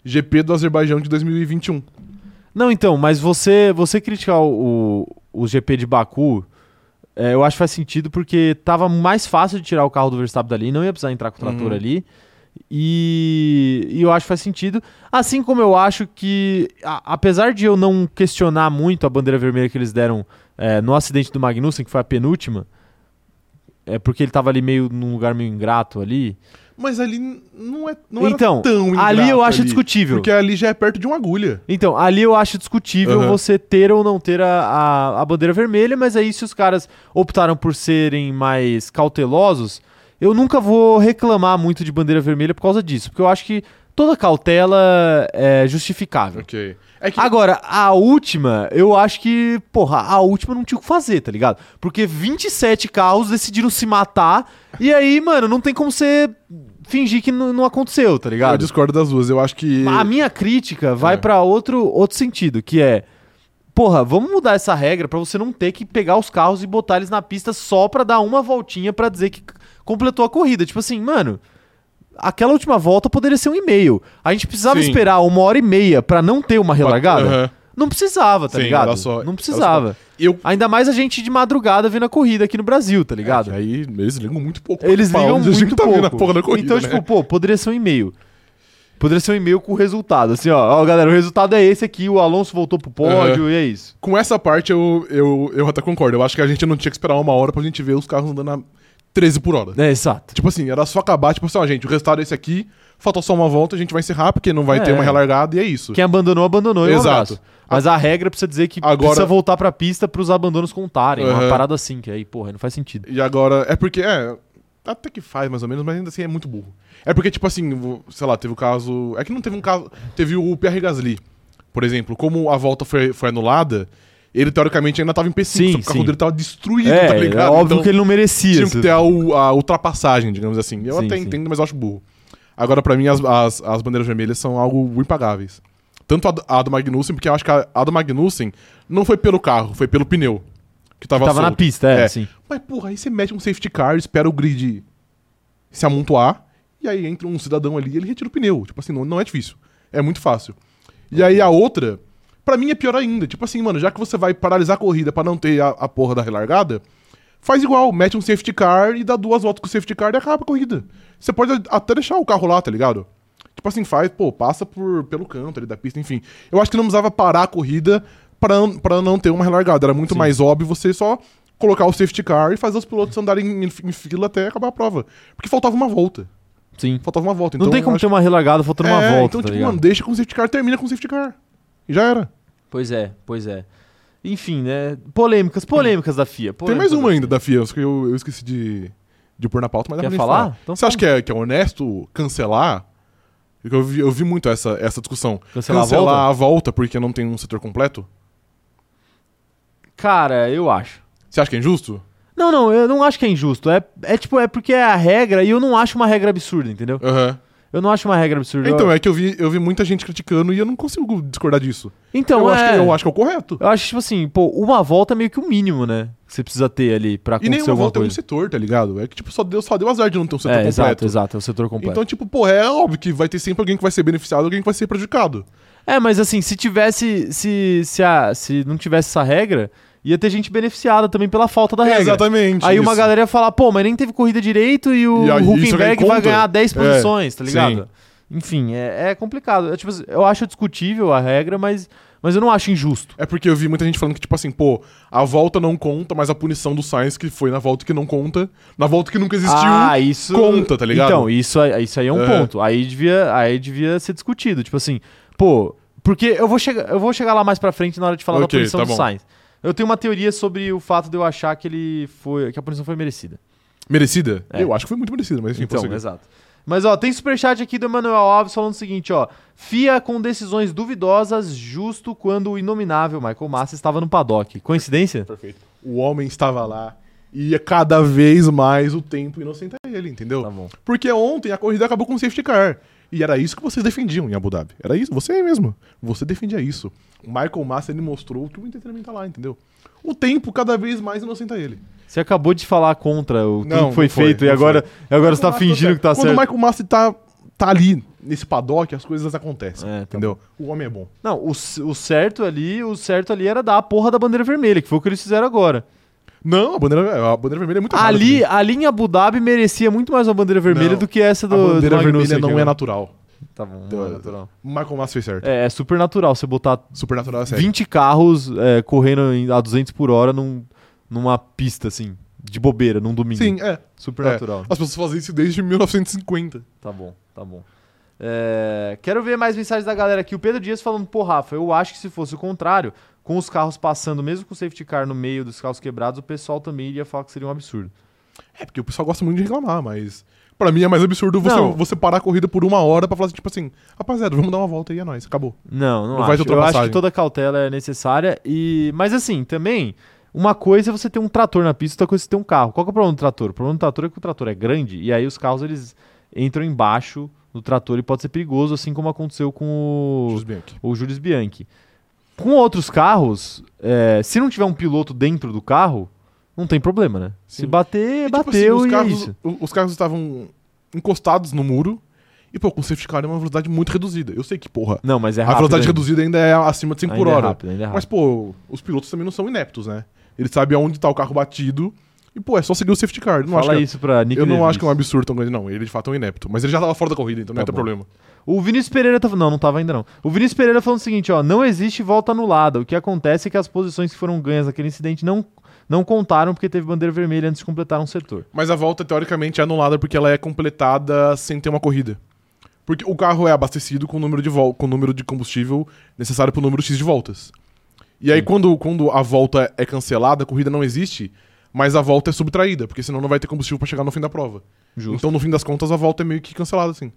S2: GP do Azerbaijão de 2021.
S1: Não, então, mas você você criticar o, o, o GP de Baku, é, eu acho que faz sentido porque tava mais fácil de tirar o carro do Verstappen dali, não ia precisar entrar com o trator
S2: Uhum.
S1: ali. E, e eu acho que faz sentido. Assim como eu acho que, a- apesar de eu não questionar muito a bandeira vermelha que eles deram é, no acidente do Magnussen, que foi a penúltima, é porque ele tava ali meio num lugar meio ingrato ali.
S2: Mas ali n- não é não era
S1: Então,
S2: tão ingrato
S1: ali eu acho discutível.
S2: Porque ali já é perto de uma agulha.
S1: Então, ali eu acho discutível
S2: Aham.
S1: você ter ou não ter a, a, a bandeira vermelha, mas aí se os caras optaram por serem mais cautelosos, eu nunca vou reclamar muito de bandeira vermelha por causa disso, porque eu acho que toda cautela é justificável.
S2: Ok. É que
S1: Agora, a última, eu acho que, porra, a última não tinha o que fazer, tá ligado? Porque 27 carros decidiram se matar, e aí, mano, não tem como você fingir que n- não aconteceu, tá
S2: eu
S1: ligado?
S2: discordo das duas. Eu acho que.
S1: A minha crítica vai
S2: É.
S1: pra outro, outro sentido, que é. Porra, vamos mudar essa regra pra você não ter que pegar os carros e botar eles na pista só pra dar uma voltinha pra dizer que c- completou a corrida. Tipo assim, mano, aquela última volta poderia ser um e-mail. A gente precisava
S2: Sim.
S1: esperar uma hora e meia pra não ter uma relargada?
S2: Aham.
S1: Não precisava, tá
S2: Sim,
S1: ligado?
S2: ela só-
S1: não
S2: ela
S1: precisava.
S2: Eu.
S1: Ainda mais a gente de madrugada vendo a corrida aqui no Brasil, tá ligado?
S2: É, que aí eles ligam muito pouco.
S1: Eles
S2: pra
S1: ligam
S2: onde a gente
S1: muito
S2: tá vendo
S1: pouco.
S2: a porra da corrida,
S1: então,
S2: né?
S1: tipo, pô, poderia ser um e-mail. Poderia ser um e-mail com o resultado. Assim, ó, ó, galera, o resultado é esse aqui, o Alonso voltou pro pódio e é isso.
S2: Com essa parte eu, eu, eu até concordo. Eu acho que a gente não tinha que esperar uma hora pra gente ver os carros andando a 13 por hora.
S1: É, exato.
S2: Tipo assim, era só acabar, tipo assim, ó, gente, o resultado é esse aqui, falta só uma volta, a gente vai encerrar, porque não vai
S1: É.
S2: ter uma relargada e é isso.
S1: Quem abandonou, abandonou e um
S2: Exato.
S1: abraço. Mas a regra precisa dizer que
S2: Agora-
S1: precisa voltar pra pista pros abandonos contarem. Uma
S2: Aham.
S1: parada assim, que aí, porra, não faz sentido.
S2: E agora, é porque, é, até que faz mais ou menos, mas ainda assim é muito burro. É porque, tipo assim, vo- sei lá, teve o caso. É que não teve um caso. Teve o Pierre Gasly, por exemplo, como a volta foi, foi anulada, ele teoricamente ainda tava em P5,
S1: Sim,
S2: só que o carro
S1: sim.
S2: dele tava destruído,
S1: É,
S2: tá
S1: é
S2: ligado?
S1: óbvio
S2: Então,
S1: que ele não merecia.
S2: tinha que ter a, u- a ultrapassagem, digamos assim. Eu
S1: Sim,
S2: até
S1: sim.
S2: entendo, mas eu acho burro. Agora, pra mim, as, as, as bandeiras vermelhas são algo impagáveis. Tanto a do, a do Magnussen, porque eu acho que a, a do Magnussen não foi pelo carro, foi pelo pneu. Que tava,
S1: Tava na
S2: solto.
S1: pista, é,
S2: É.
S1: sim.
S2: Mas, porra, aí você mete um safety car, espera o grid se amontoar, e aí entra um cidadão ali e ele retira o pneu. Tipo assim, não, não é difícil. É muito fácil. E aí a outra, pra mim é pior ainda. Tipo assim, mano, já que você vai paralisar a corrida pra não ter a, a porra da relargada, faz igual, mete um safety car e dá duas voltas com o safety car e acaba a corrida. Você pode até deixar o carro lá, tá ligado? Tipo assim, faz, pô, passa por, pelo canto ali da pista, enfim. Eu acho que não precisava parar a corrida pra, pra não ter uma relargada. Era muito
S1: Sim.
S2: mais óbvio você só colocar o safety car e fazer os pilotos andarem em, em fila até acabar a prova. Porque faltava uma volta.
S1: Sim.
S2: Faltava uma volta.
S1: Não
S2: então
S1: tem como
S2: acho-
S1: ter uma relargada faltando uma
S2: É,
S1: volta,
S2: Então,
S1: tá
S2: tipo,
S1: ligado?
S2: mano, deixa com o safety car, termina com o safety car. E já era.
S1: Pois é, pois é. Enfim, né? Polêmicas, polêmicas da FIA.
S2: tem
S1: polêmicas
S2: mais uma
S1: da
S2: ainda da FIA, que eu, eu esqueci de, de pôr na pauta, mas dá
S1: Quer
S2: pra gente
S1: falar?
S2: falar.
S1: Então
S2: Você acha que é, que é honesto cancelar? Porque Eu vi, eu vi muito essa, essa discussão.
S1: Cancelar a volta?
S2: a volta porque não tem um setor completo?
S1: Cara, eu acho.
S2: Você acha que é injusto?
S1: Não, não, eu não acho que é injusto. É, é tipo, é porque é a regra e eu não acho uma regra absurda, entendeu?
S2: Aham.
S1: Eu não acho uma regra absurda.
S2: Então,
S1: eu...
S2: é que eu vi, eu vi muita gente criticando e eu não consigo discordar disso.
S1: então
S2: eu,
S1: é...
S2: acho que, eu acho que é o correto.
S1: Eu acho, tipo assim, pô, uma volta é meio que o mínimo, né? Que você precisa ter ali pra
S2: E
S1: acontecer
S2: nenhuma
S1: alguma
S2: volta é um
S1: coisa.
S2: setor, tá ligado? É que, tipo, só deu, só deu azar de não ter um setor
S1: é,
S2: completo.
S1: exato, exato, é o setor completo.
S2: Então, tipo, pô, é óbvio que vai ter sempre alguém que vai ser beneficiado e alguém que vai ser prejudicado.
S1: É, mas assim, se tivesse. Se, se, a, se não tivesse essa regra, ia ter gente beneficiada também pela falta da regra.
S2: Exatamente.
S1: Aí uma
S2: isso.
S1: galera ia falar, pô, mas nem teve corrida direito e o
S2: E aí, isso
S1: Huckenberg
S2: alguém
S1: vai
S2: conta?
S1: ganhar 10
S2: É,
S1: posições, tá ligado?
S2: sim.
S1: Enfim, é, é complicado. É, tipo, eu acho discutível a regra, mas, mas eu não acho injusto.
S2: É porque eu vi muita gente falando que, tipo assim, pô, a volta não conta, mas a punição do Sainz que foi na volta que não conta, na volta que nunca existiu.
S1: Ah, isso
S2: conta, tá ligado?
S1: Então, isso, aí- isso aí é um
S2: É.
S1: ponto. Aí devia, aí devia ser discutido. Tipo assim, pô, porque eu vou, chegar, eu vou chegar lá mais pra frente na hora de falar
S2: Ok,
S1: da punição
S2: tá
S1: do
S2: bom.
S1: Sainz. Eu tenho uma teoria sobre o fato de eu achar que ele foi. que a punição foi merecida.
S2: Merecida?
S1: É.
S2: Eu acho que foi muito merecida, mas enfim,
S1: Então,
S2: prossiga.
S1: exato. Mas ó, tem superchat aqui do Emanuel Alves falando o seguinte, ó. FIA com decisões duvidosas justo quando o inominável Michael Massa estava no paddock. Coincidência?
S2: Perfeito. O homem estava lá e cada vez mais o tempo inocenta ele, entendeu?
S1: Tá bom.
S2: Porque ontem a corrida acabou com um safety car. E era isso que vocês defendiam em Abu Dhabi. Era isso, você mesmo. Você defendia isso. O Michael Massa, ele mostrou que o entretenimento tá lá, entendeu? O tempo cada vez mais inocenta ele.
S1: Você acabou de falar contra o tudo
S2: Não,
S1: que foi,
S2: não foi,
S1: feito e
S2: não
S1: agora, agora você tá
S2: Quando o Michael
S1: fingindo que tá
S2: Quando
S1: certo.
S2: o Michael Massa tá, tá ali, nesse paddock, as coisas acontecem,
S1: É, tá
S2: entendeu? O homem é bom.
S1: Não, o, c- o certo ali, o certo ali era dar a porra da bandeira vermelha, que foi o que eles fizeram agora.
S2: Não, a bandeira, a bandeira vermelha é muito errada
S1: ali,
S2: também.
S1: ali em Abu Dhabi merecia muito mais uma bandeira vermelha
S2: Não,
S1: do que essa do
S2: a bandeira
S1: do Magnussen
S2: vermelha não
S1: aqui,
S2: é
S1: né?
S2: natural.
S1: Tá bom, não
S2: Do-
S1: é natural.
S2: O Michael Massa fez certo.
S1: É, é super natural você botar
S2: Supernatural é sério.
S1: 20 carros é, correndo em- a 200 por hora num- numa pista, assim, de bobeira, num domingo.
S2: Sim, é.
S1: Super
S2: É.
S1: natural.
S2: As pessoas fazem isso desde 1950.
S1: Tá bom, tá bom. É, quero ver mais mensagens da galera aqui. O Pedro Dias falando, pô, Rafa, eu acho que se fosse o contrário, com os carros passando, mesmo com o safety car no meio dos carros quebrados, o pessoal também iria falar que seria um absurdo.
S2: É, porque o pessoal gosta muito de reclamar, mas. Pra mim é mais absurdo você,
S1: Não.
S2: você parar a corrida por uma hora pra falar assim, tipo assim, rapaziada, vamos dar uma volta aí, é nóis, acabou.
S1: Não, não,
S2: Não vai
S1: acho. Eu
S2: ter
S1: acho que
S2: ultrapassagem.
S1: toda cautela é necessária. e Mas assim, também, uma coisa é você ter um trator na pista, outra coisa é você ter um carro. Qual que é o problema do trator? O problema do trator é que o trator é grande e aí os carros eles entram embaixo do trator e pode ser perigoso, assim como aconteceu com o
S2: Jus Bianchi.
S1: o Julius Bianchi. Com outros carros, é, se não tiver um piloto dentro do carro, não tem problema, né? Se
S2: Sim.
S1: bater,
S2: E, tipo assim,
S1: bateu e é
S2: carros,
S1: isso.
S2: o- os carros estavam encostados no muro. E, pô, com o safety car é uma velocidade muito reduzida. Eu sei que, porra,
S1: Não, mas é
S2: a
S1: rápido.
S2: velocidade
S1: ainda.
S2: reduzida ainda é acima de 5 por
S1: Ainda é
S2: hora.
S1: rápido, ainda é
S2: Mas,
S1: rápido.
S2: pô, os pilotos também não são ineptos, né? Eles sabem aonde tá o carro batido. E, pô, é só seguir o safety car. Eu Não acho
S1: Fala
S2: que- é-
S1: isso pra Nick
S2: eu não
S1: DeVries.
S2: acho que é um absurdo tão grande, não. Ele de fato é um inepto. Mas ele já tava fora da corrida, então não é
S1: Tá
S2: teu
S1: bom.
S2: problema.
S1: O Vinícius Pereira tá Não, não tava ainda não. O Vinícius Pereira tá falando o seguinte, ó. Não existe volta anulada. O que acontece é que as posições que foram ganhas naquele incidente não, não contaram porque teve bandeira vermelha antes de completar um setor.
S2: Mas a volta, teoricamente, é anulada porque ela é completada sem ter uma corrida. Porque o carro é abastecido com o número de, vol com o número de combustível necessário pro número X de voltas. E aí, quando, quando a volta é cancelada, a corrida não existe, mas a volta é subtraída, porque senão não vai ter combustível pra chegar no fim da prova.
S1: Justo.
S2: Então, no fim das contas, a volta é meio que cancelada, assim.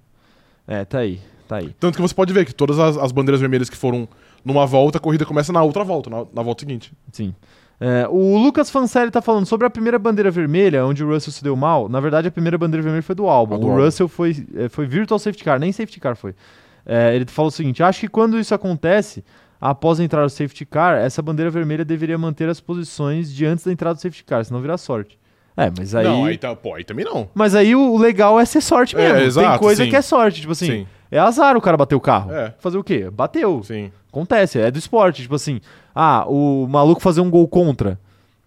S1: É, tá aí. Tá aí.
S2: Tanto que você pode ver que todas as, as bandeiras vermelhas que foram numa volta, a corrida começa na outra volta, na, na volta seguinte.
S1: Sim. É, o Lucas Fancelli tá falando sobre a primeira bandeira vermelha, onde o Russell se deu mal. Na verdade, a primeira bandeira vermelha foi do álbum.
S2: A do
S1: o
S2: Albon.
S1: Russell foi, é, foi virtual safety car, nem safety car foi. É, ele falou o seguinte: acho que quando isso acontece, após entrar o safety car, essa bandeira vermelha deveria manter as posições de antes da entrada do safety car, senão vira sorte. É, mas aí.
S2: Não, aí, tá, pô, aí também não.
S1: Mas aí o o legal é ser sorte
S2: É,
S1: mesmo. Tem
S2: exato,
S1: coisa
S2: sim.
S1: que é sorte, tipo assim.
S2: Sim.
S1: É azar o cara bater o carro.
S2: É.
S1: Fazer o quê? Bateu.
S2: Sim.
S1: Acontece, é do esporte. Tipo assim, ah, o maluco fazer um gol contra.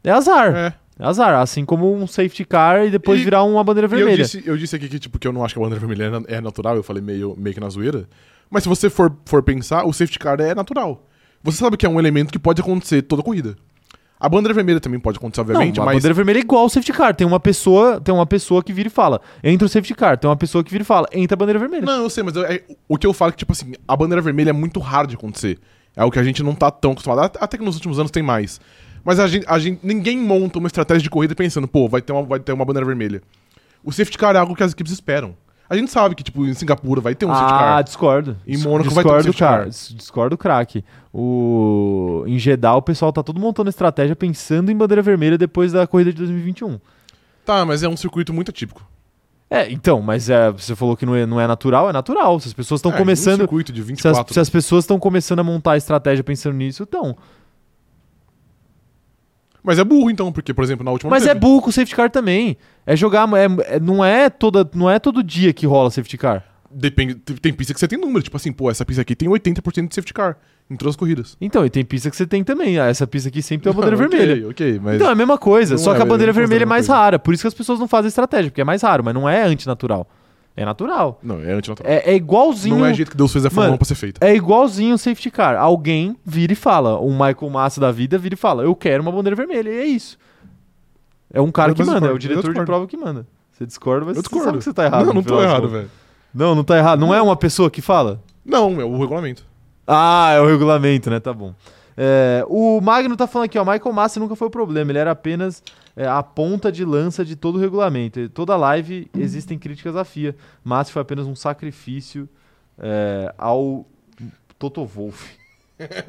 S1: É azar.
S2: É.
S1: É azar. Assim como um safety car e depois
S2: E-
S1: virar uma bandeira
S2: E eu
S1: vermelha.
S2: disse, eu disse aqui que, tipo, que eu não acho que a bandeira vermelha é na- é natural, eu falei meio, meio que na zoeira. Mas se você for, for pensar, o safety car é natural. Você sabe que é um elemento que pode acontecer toda corrida. A bandeira vermelha também pode acontecer,
S1: Não, a
S2: obviamente, mas.
S1: bandeira vermelha é igual ao safety car. Tem uma pessoa, tem uma pessoa que vira e fala, entra o safety car. Tem uma pessoa que vira e fala, entra a bandeira vermelha.
S2: Não, eu sei, mas eu- é- o que eu falo é que, tipo assim, a bandeira vermelha é muito raro de acontecer. É algo que a gente não tá tão acostumado. At- Até que nos últimos anos tem mais. Mas a gente, a gente- ninguém monta uma estratégia de corrida pensando, pô, vai ter, uma, vai ter uma bandeira vermelha. O safety car é algo que as equipes esperam. A gente sabe que, tipo, em Singapura vai ter um safety
S1: ah,
S2: car.
S1: discordo.
S2: Em
S1: Dis-
S2: Mônaco vai ter um
S1: discordo,
S2: safety car.
S1: cara. Dis- Discordo, craque. O... Em geral, o pessoal tá todo montando estratégia pensando em bandeira vermelha depois da corrida de 2021.
S2: Tá, mas é um circuito muito atípico.
S1: É, então, mas é, você falou que não é, não é natural, é natural. Se as pessoas estão
S2: É, Um
S1: começando.
S2: circuito de
S1: Se as,
S2: 24.
S1: se as pessoas estão começando a montar a estratégia pensando nisso, então.
S2: Mas é burro, então, porque, por exemplo, na última.
S1: Mas
S2: não
S1: é
S2: teve.
S1: burro com safety car também. É jogar. é- é- não, é toda, não é todo dia que rola safety car.
S2: Depende. Tem tem pista que você tem número. Tipo assim, pô, essa pista aqui tem 80% de safety car em todas as corridas.
S1: Então, e tem pista que você tem também. Ah, essa pista aqui sempre tem a bandeira
S2: Ok,
S1: vermelha.
S2: Ok, mas.
S1: Então é a mesma coisa,
S2: Não
S1: só
S2: é
S1: que a
S2: a
S1: bandeira
S2: mesma coisa,
S1: vermelha é
S2: é a mesma
S1: mais
S2: coisa.
S1: rara. Por isso que as pessoas não fazem estratégia, porque é mais raro, mas não é antinatural. É natural.
S2: Não, é antinatural.
S1: É, é igualzinho.
S2: Não é o jeito que Deus fez a Fórmula
S1: Mano,
S2: 1 pra ser feita.
S1: É igualzinho o safety car. Alguém vira e fala. O Michael Massa da vida vira e fala: Eu quero uma bandeira vermelha. E é isso. É um cara
S2: Eu-
S1: que
S2: mas eu
S1: manda, é o
S2: discordo, eu
S1: diretor de
S2: discordo.
S1: prova que manda. Você discorda, mas
S2: Eu
S1: você sabe
S2: discordo.
S1: que você tá errado.
S2: não,
S1: no
S2: não tô
S1: final das
S2: errado,
S1: contas.
S2: velho.
S1: Não, não tá errado. Não é uma pessoa que fala?
S2: Não, é o regulamento.
S1: Ah, é o regulamento, né? Tá bom. É, o Magno tá falando aqui, ó. Michael Massa nunca foi o problema. Ele era apenas é, a ponta de lança de todo o regulamento. E Toda live existem críticas à FIA. Massa foi apenas um sacrifício é, ao Toto Wolff.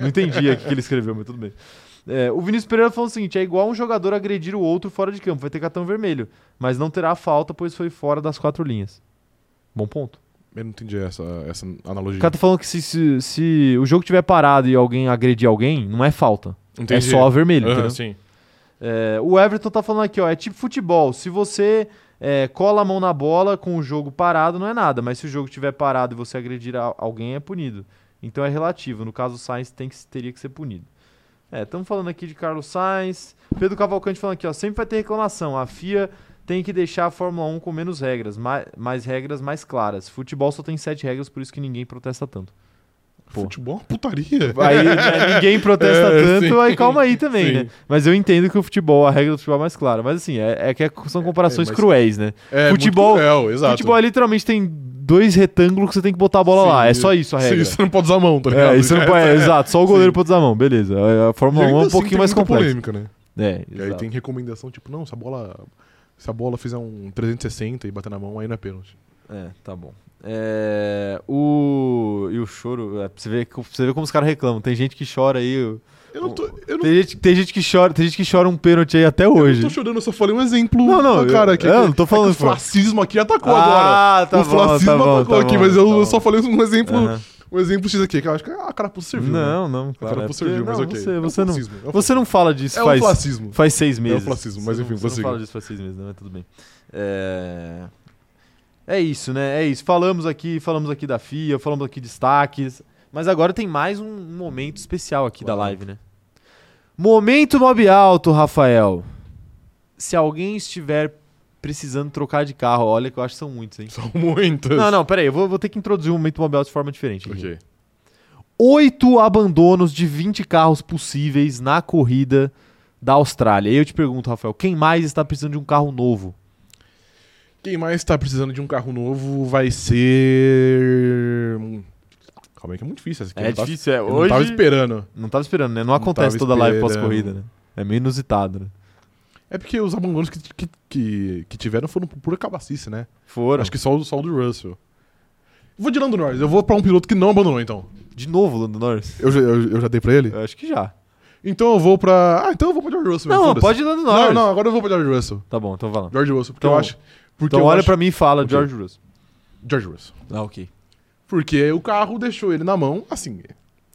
S1: Não entendi aqui o que ele escreveu, mas tudo bem. É, o Vinícius Pereira falou o seguinte: é igual um jogador agredir o outro fora de campo, vai ter cartão vermelho, mas não terá falta, pois foi fora das quatro linhas. Bom ponto.
S2: Eu não entendi essa, essa
S1: O
S2: analogia.
S1: cara tá falando que se, se, se o jogo tiver parado e alguém agredir alguém, não é falta.
S2: Entendi.
S1: É só vermelho,
S2: Aham,
S1: entendeu?
S2: sim.
S1: É, o Everton tá falando aqui, ó. É tipo futebol. Se você é, cola a mão na bola com o jogo parado, não é nada. Mas se o jogo tiver parado e você agredir a- alguém, é punido. Então é relativo. No caso, o Sainz tem que, teria que ser punido. É, estamos falando aqui de Carlos Sainz. Pedro Cavalcante falando aqui, ó. Sempre vai ter reclamação. A FIA tem que deixar a Fórmula 1 com menos regras. ma- Mais, regras, mais claras. Futebol só tem sete regras, por isso que ninguém protesta tanto. Pô.
S2: Futebol é uma putaria.
S1: Aí né, ninguém protesta
S2: É,
S1: tanto,
S2: sim.
S1: aí calma aí também,
S2: Sim.
S1: né? Mas eu entendo que o futebol, a regra do futebol é mais clara. Mas assim, é, é que é- são comparações
S2: É, mas-
S1: cruéis, né?
S2: É
S1: Futebol-
S2: muito cruel, exato.
S1: Futebol é, literalmente tem dois retângulos que você tem que botar a bola
S2: Sim.
S1: lá. É só isso a
S2: Sim,
S1: regra.
S2: você não pode usar a mão, tá ligado?
S1: É, isso não pode, é, exato, só o goleiro
S2: Sim.
S1: pode usar a mão, beleza. A- A
S2: E
S1: Fórmula
S2: ainda
S1: 1 é um
S2: assim
S1: pouquinho
S2: tem
S1: mais
S2: muita
S1: complexa.
S2: polêmica, né?
S1: É,
S2: E aí
S1: exato.
S2: tem recomendação, tipo, não, se a bola... Se a bola fizer um 360 e bater na mão, aí não é pênalti.
S1: É, tá bom. É, o... E o choro, é, pra você ver, co- pra você ver como os caras reclamam. Tem gente que chora aí. eu-
S2: Eu não tô... Eu não,
S1: Tem gente, tem gente que chora, tem gente que chora um pênalti aí até
S2: eu não
S1: hoje.
S2: tô chorando, eu só falei um exemplo.
S1: Não, não,
S2: Ah, cara,
S1: eu-
S2: que,
S1: eu
S2: que-
S1: não tô
S2: é que
S1: falando,
S2: o
S1: pô.
S2: fascismo aqui atacou agora.
S1: Ah, tá
S2: o
S1: bom,
S2: fascismo
S1: tá bom,
S2: atacou
S1: tá
S2: aqui,
S1: bom,
S2: mas eu
S1: tá bom.
S2: só falei um exemplo...
S1: Aham.
S2: Um exemplo X aqui, que eu acho que a carapuça serviu. né?
S1: Não, não,
S2: A
S1: claro. é
S2: carapuça
S1: porque-
S2: serviu, mas
S1: não,
S2: ok.
S1: Você,
S2: É um
S1: você, não,
S2: fascismo, é um
S1: você não fala disso
S2: É um
S1: faz,
S2: fascismo.
S1: faz seis meses.
S2: fascismo,
S1: Você
S2: mas
S1: não-
S2: enfim,
S1: Você
S2: prossiga.
S1: não fala disso faz seis meses, não, mas tudo bem. É... é isso, né? É isso. Falamos aqui, falamos aqui da FIA, falamos aqui de destaques. Mas agora tem mais um momento especial aqui da
S2: Claro.
S1: live, né? Momento mob alto, Rafael. Se alguém estiver precisando trocar de carro, olha que eu acho que são muitos, hein?
S2: São muitas.
S1: Não, não, peraí, eu vou, vou ter que introduzir um momento mob alto de forma diferente. aqui.
S2: Ok.
S1: Oito abandonos de 20 carros possíveis na corrida da Austrália. E eu te pergunto, Rafael, quem mais está precisando de um carro novo?
S2: Quem mais tá precisando de um carro novo vai ser. Calma aí que é muito difícil essa aqui. eu não tava-
S1: é.
S2: eu não tava esperando.
S1: Não tava esperando, né? Não acontece
S2: tava
S1: toda live
S2: esperando.
S1: pós-corrida, né? É meio inusitado, né?
S2: É porque os abandonos que, que, que, que tiveram foram por pura cabacice, né?
S1: Foram.
S2: Acho que só, o- só o do Russell. Vou de Lando Norris, eu vou pra um piloto que não abandonou, então.
S1: De novo, Lando Norris?
S2: Eu, já- eu- eu já dei pra ele?
S1: Eu acho que já. Então,
S2: Então eu vou pra. Ah, então eu vou pra George Russell.
S1: não,
S2: foda-se.
S1: pode ir Lando Norris.
S2: Não, não, agora eu vou pra George Russell.
S1: Tá bom, então vai lá.
S2: George Russell, porque
S1: Então-
S2: eu acho. Porque
S1: Então
S2: eu
S1: olha
S2: acho...
S1: pra mim e fala,
S2: Ok.
S1: George Russell.
S2: George Russell.
S1: Ah, ok.
S2: Porque o carro deixou ele na mão, assim.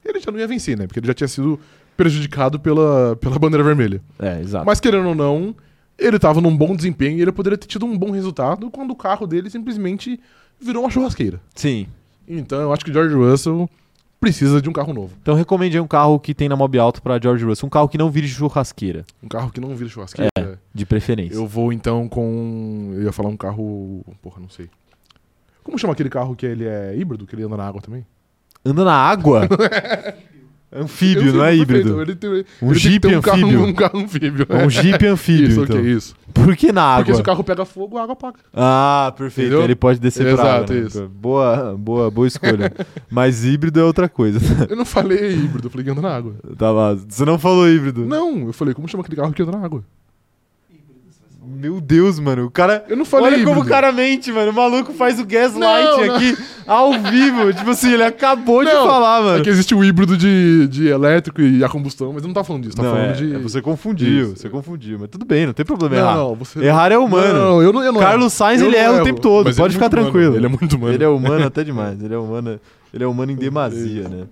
S2: Ele já não ia vencer, né? Porque ele já tinha sido prejudicado pela, pela bandeira vermelha.
S1: É, exato.
S2: Mas querendo ou não, ele tava num bom desempenho e ele poderia ter tido um bom resultado quando o carro dele simplesmente virou uma churrasqueira.
S1: Sim.
S2: Então eu acho que o George Russell precisa de um carro novo.
S1: Então recomendei um carro que tem na Mob Alto pra George Russell. Um carro que não vire churrasqueira,
S2: Um carro que não vira churrasqueira.
S1: de preferência.
S2: Eu vou então com. Eu ia falar um carro. Porra, não sei. Como chama aquele carro que ele é híbrido, que ele anda na água também?
S1: Anda na água?
S2: Eu
S1: anfíbio,
S2: sei,
S1: não é
S2: perfeito.
S1: híbrido.
S2: Ele tem,
S1: Um
S2: ele tem que
S1: Jeep
S2: ter um carro,
S1: anfíbio.
S2: Um carro anfíbio.
S1: É um Jeep anfíbio,
S2: Isso,
S1: então.
S2: ok, isso.
S1: Por que na
S2: Porque
S1: água?
S2: se o carro pega fogo, a água apaga.
S1: Ah, perfeito.
S2: Entendeu?
S1: Ele pode descer pra água.
S2: Exato,
S1: né?
S2: isso.
S1: Boa, boa, boa escolha. Mas híbrido é outra coisa.
S2: Eu não falei híbrido, eu falei que anda na água.
S1: Tá, mas você não falou híbrido.
S2: Não, eu falei, como chama aquele carro que anda na água?
S1: Meu Deus, mano. O cara.
S2: Eu não falei
S1: Olha como
S2: híbrido.
S1: o cara mente, mano. O maluco faz o gaslight
S2: Não, não.
S1: aqui ao vivo. tipo assim, ele acabou de
S2: Não,
S1: falar, mano.
S2: É que existe o híbrido de, de elétrico e a combustão, mas eu não tá falando disso, tá
S1: não,
S2: falando
S1: é,
S2: de.
S1: é, você confundiu,
S2: Isso.
S1: você confundiu. Mas tudo bem, não tem problema errar.
S2: Não, não, você.
S1: Errar é humano.
S2: Não, não, não, eu não, eu não
S1: Carlos
S2: erro.
S1: Sainz,
S2: Eu
S1: ele
S2: não
S1: erra o
S2: erro,
S1: tempo todo,
S2: mas
S1: pode
S2: ele é
S1: ficar
S2: muito humano,
S1: tranquilo.
S2: Ele é muito humano.
S1: Ele é humano até demais. Ele é humano, ele é humano em demasia, né?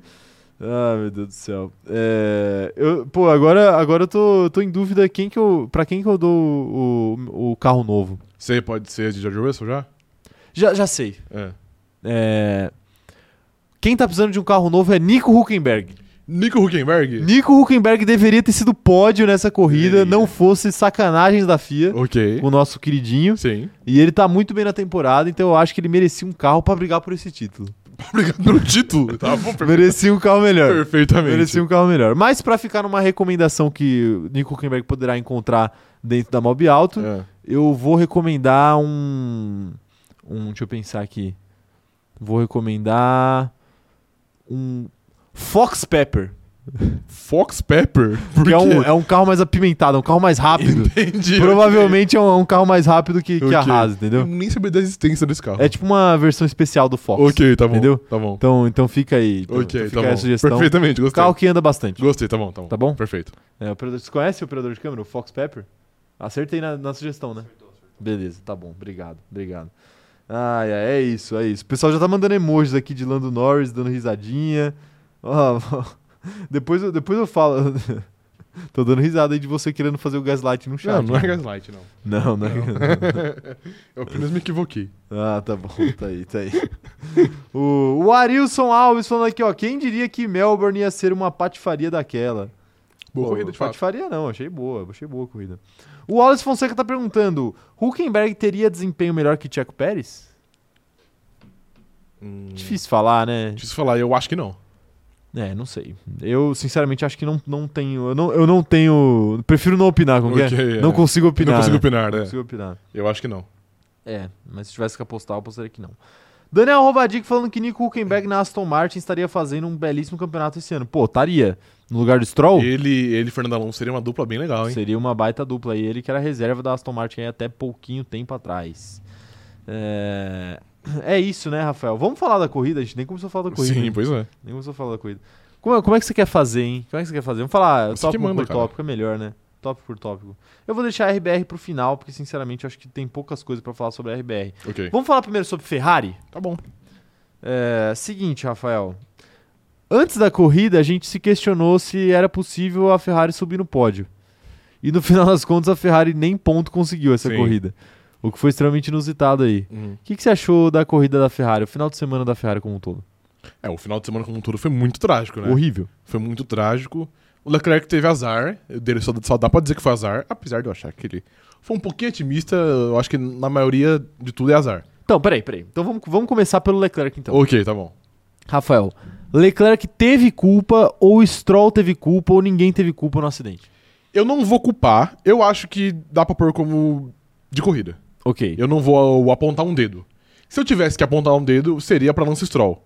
S1: Ah, meu Deus do céu. É, eu, pô, agora, agora eu tô, tô em dúvida quem que eu, pra quem que eu dou o, o- o carro novo.
S2: Você pode ser de George Russell já?
S1: Já, já sei.
S2: É.
S1: É, quem tá precisando de um carro novo é Nico Huckenberg.
S2: Nico Huckenberg?
S1: Nico Huckenberg deveria ter sido pódio nessa corrida,
S2: Deveria.
S1: não fosse sacanagens da FIA,
S2: Ok.
S1: o nosso queridinho.
S2: Sim.
S1: E ele tá muito bem na temporada, então eu acho que ele merecia um carro pra brigar por esse título.
S2: Obrigado pelo título. Tá bom, per-
S1: Merecia um carro melhor.
S2: perfeitamente.
S1: Merecia um carro melhor. Mas pra ficar numa recomendação que o Nico Huckenberg poderá encontrar dentro da Mob Alto,
S2: É.
S1: eu vou recomendar um. Um. Deixa eu pensar aqui. Vou recomendar. Um. Fox Pepper.
S2: Fox Pepper? Por
S1: que é um,
S2: quê?
S1: é um carro mais apimentado, é um carro mais rápido.
S2: Entendi.
S1: Provavelmente é um, é um carro mais rápido que, que
S2: Ok.
S1: a Haas,
S2: Eu
S1: entendeu?
S2: nem sabia da existência desse carro.
S1: É tipo uma versão especial do Fox.
S2: Ok, tá bom.
S1: Entendeu?
S2: Tá bom.
S1: Então, então fica aí. Então, então
S2: ok,
S1: fica
S2: tá
S1: aí
S2: bom.
S1: a sugestão.
S2: Perfeitamente, gostei.
S1: Carro que anda bastante.
S2: Gostei, tá bom, tá bom.
S1: Tá bom?
S2: Perfeito.
S1: É, operador, você conhece o operador de câmera, o Fox Pepper? Acertei na, na sugestão, né? Beleza, tá bom. Obrigado, obrigado. Ai, ai, é isso, é isso. O pessoal já tá mandando emojis aqui de Lando Norris, dando risadinha. Ó, depois, eu- depois eu falo. Tô dando risada aí de você querendo fazer o gaslight no chat.
S2: Não, não é Gaslight, não.
S1: Não, não é.
S2: Eu apenas me equivoquei.
S1: Ah, tá bom, tá aí, tá aí. o, o Arilson Alves falando aqui, ó. Quem diria que Melbourne ia ser uma patifaria daquela?
S2: Boa
S1: Pô,
S2: corrida de fato.
S1: Patifaria não, achei boa, achei boa a corrida. O Wallace Fonseca tá perguntando: Huckenberg teria desempenho melhor que Checo Pérez?
S2: Hum,
S1: Difícil falar, né?
S2: Difícil falar, eu acho que não.
S1: É, não sei. Eu, sinceramente, acho que não, não tenho. Eu não, eu não tenho. Prefiro não opinar, como que é?
S2: Ok, é.
S1: Não consigo opinar.
S2: não consigo
S1: né?
S2: opinar,
S1: Não
S2: né?
S1: consigo opinar.
S2: Eu acho que não.
S1: É, mas se tivesse que apostar, eu apostaria que não. Daniel Rovadic falando que Nico Huckenberg na Aston Martin estaria fazendo um belíssimo campeonato esse ano. Pô, estaria. No lugar do Stroll?
S2: Ele ele e Fernando Alonso seria uma dupla bem legal, hein?
S1: Oh. Seria uma baita dupla aí. Ele que era reserva da Aston Martin aí até pouquinho tempo atrás. É... é isso, né, Rafael? Vamos falar da corrida? A gente nem começou a falar da corrida.
S2: Sim,
S1: né?
S2: pois é.
S1: Nem começou a falar da corrida. Como, é- como é que você quer fazer, hein? Como é que você quer fazer? Vamos falar
S2: Você que
S1: tópico
S2: manda,
S1: por
S2: cara.
S1: tópico, é melhor, né? Tópico por tópico. Eu vou deixar a RBR pro final, porque sinceramente eu acho que tem poucas coisas pra falar sobre a RBR.
S2: Ok.
S1: Vamos falar primeiro sobre Ferrari?
S2: Tá bom.
S1: É, seguinte, Rafael. Antes da corrida, a gente se questionou se era possível a Ferrari subir no pódio. E no final das contas, a Ferrari nem ponto conseguiu essa
S2: Sim.
S1: corrida. O que foi extremamente inusitado aí.
S2: Uhum.
S1: O que, que você achou da corrida da Ferrari, o final de semana da Ferrari como um todo?
S2: É, o final de semana como um todo foi muito trágico, né?
S1: Horrível.
S2: Foi muito trágico. O Leclerc teve azar, eu dele só, só dá pra dizer que foi azar, apesar de eu achar que ele foi um pouquinho otimista, eu acho que na maioria de tudo é azar.
S1: Então, peraí, peraí. Então vamos, vamos começar pelo Leclerc então.
S2: ok, tá bom.
S1: Rafael, Leclerc teve culpa, ou Stroll teve culpa, ou ninguém teve culpa no acidente.
S2: Eu não vou culpar, eu acho que dá pra pôr como de corrida.
S1: Ok.
S2: Eu não vou apontar um dedo. Se eu tivesse que apontar um dedo, seria pra Lance Stroll.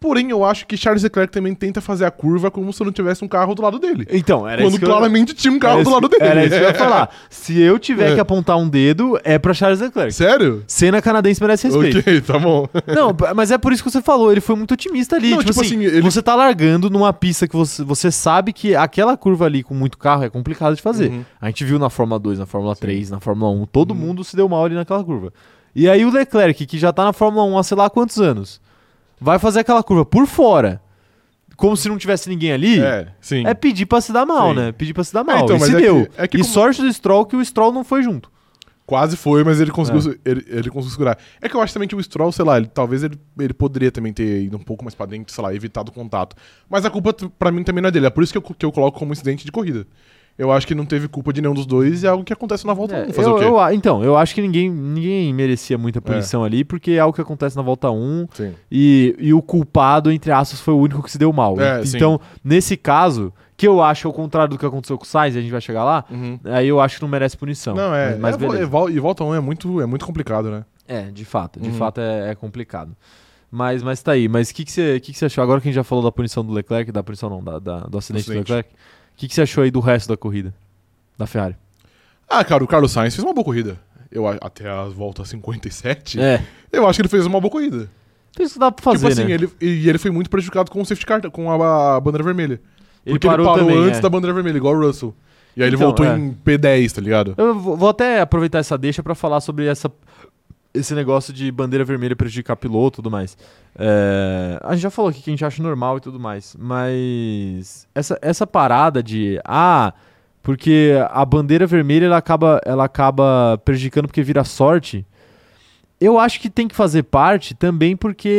S2: Porém, eu acho que Charles Leclerc também tenta fazer a curva como se não tivesse um carro do lado dele.
S1: Então, era
S2: quando
S1: isso que eu-
S2: claramente tinha um
S1: era
S2: carro do
S1: isso-
S2: lado dele.
S1: Era isso que eu ia falar. Se eu tiver
S2: É.
S1: que apontar um dedo, é pra Charles Leclerc.
S2: Sério?
S1: Cena canadense merece respeito.
S2: Ok, tá bom.
S1: Não, p- mas é por isso que você falou, ele foi muito otimista ali.
S2: Não,
S1: tipo,
S2: tipo
S1: assim,
S2: assim, ele-
S1: você tá largando numa pista que você, você sabe que aquela curva ali com muito carro é complicado de fazer.
S2: Uhum.
S1: A gente viu na Fórmula 2, na Fórmula 3, na Fórmula 1, todo mundo se deu mal ali naquela curva. E aí o Leclerc, que já tá na Fórmula 1 há sei lá quantos anos, vai fazer aquela curva por fora, como se não tivesse ninguém ali. É.
S2: É, sim.
S1: pedir pra se dar mal,
S2: Sim.
S1: né? Pedir pra se dar mal.
S2: então,
S1: e
S2: mas
S1: se
S2: é que-
S1: deu.
S2: é que
S1: e
S2: como-
S1: sorte do Stroll que o Stroll não foi junto.
S2: Quase foi, mas ele conseguiu,
S1: É.
S2: se- ele, ele conseguiu segurar. É que eu acho também que o Stroll, sei lá, ele- talvez ele, ele poderia também ter ido um pouco mais pra dentro, sei lá, evitado o contato. Mas a culpa t- pra mim também não é dele. É por isso que eu, co- que eu coloco como incidente de corrida. Eu acho que não teve culpa de nenhum dos dois e é algo que acontece na volta
S1: É,
S2: 1. Fazer
S1: eu-
S2: o quê?
S1: eu a- então, eu acho que ninguém, ninguém merecia muita punição ali, porque é algo que acontece na volta 1
S2: Sim.
S1: e, e o culpado, entre aspas, foi o único que se deu mal.
S2: É, sim.
S1: então, nesse caso, que eu acho ao contrário do que aconteceu com o Sainz, a gente vai chegar lá,
S2: Uhum.
S1: aí eu acho que não merece punição.
S2: Não, é.
S1: Mas, mas
S2: é, vo-
S1: beleza.
S2: e vol- e volta 1 é muito, é muito complicado, né?
S1: É, de fato, de
S2: Uhum.
S1: fato é, é complicado. Mas, mas tá aí, mas o que, que, você, que, que você achou? Agora que a gente já falou da punição do Leclerc, da punição não, da, da- do acidente do
S2: Acidente.
S1: Leclerc, o que, que você achou aí do resto da corrida? Da Ferrari.
S2: Ah, cara, o Carlos Sainz fez uma boa corrida. Eu, a- até a volta 57,
S1: É,
S2: eu acho que ele fez uma boa corrida.
S1: por isso que dá pra fazer,
S2: tipo assim,
S1: né?
S2: ele, e ele foi muito prejudicado com o safety car, com a, a bandeira vermelha. porque ele parou
S1: também,
S2: antes
S1: é.
S2: da bandeira vermelha, igual o Russell. E aí ele
S1: Então,
S2: voltou
S1: é.
S2: em P10, tá ligado?
S1: Eu vou vou até aproveitar essa deixa pra falar sobre essa, esse negócio de bandeira vermelha prejudicar piloto e tudo mais. É, a gente já falou aqui que a gente acha normal e tudo mais, mas essa, essa parada de ah, porque a bandeira vermelha ela acaba, ela acaba prejudicando porque vira sorte. Eu acho que tem que fazer parte também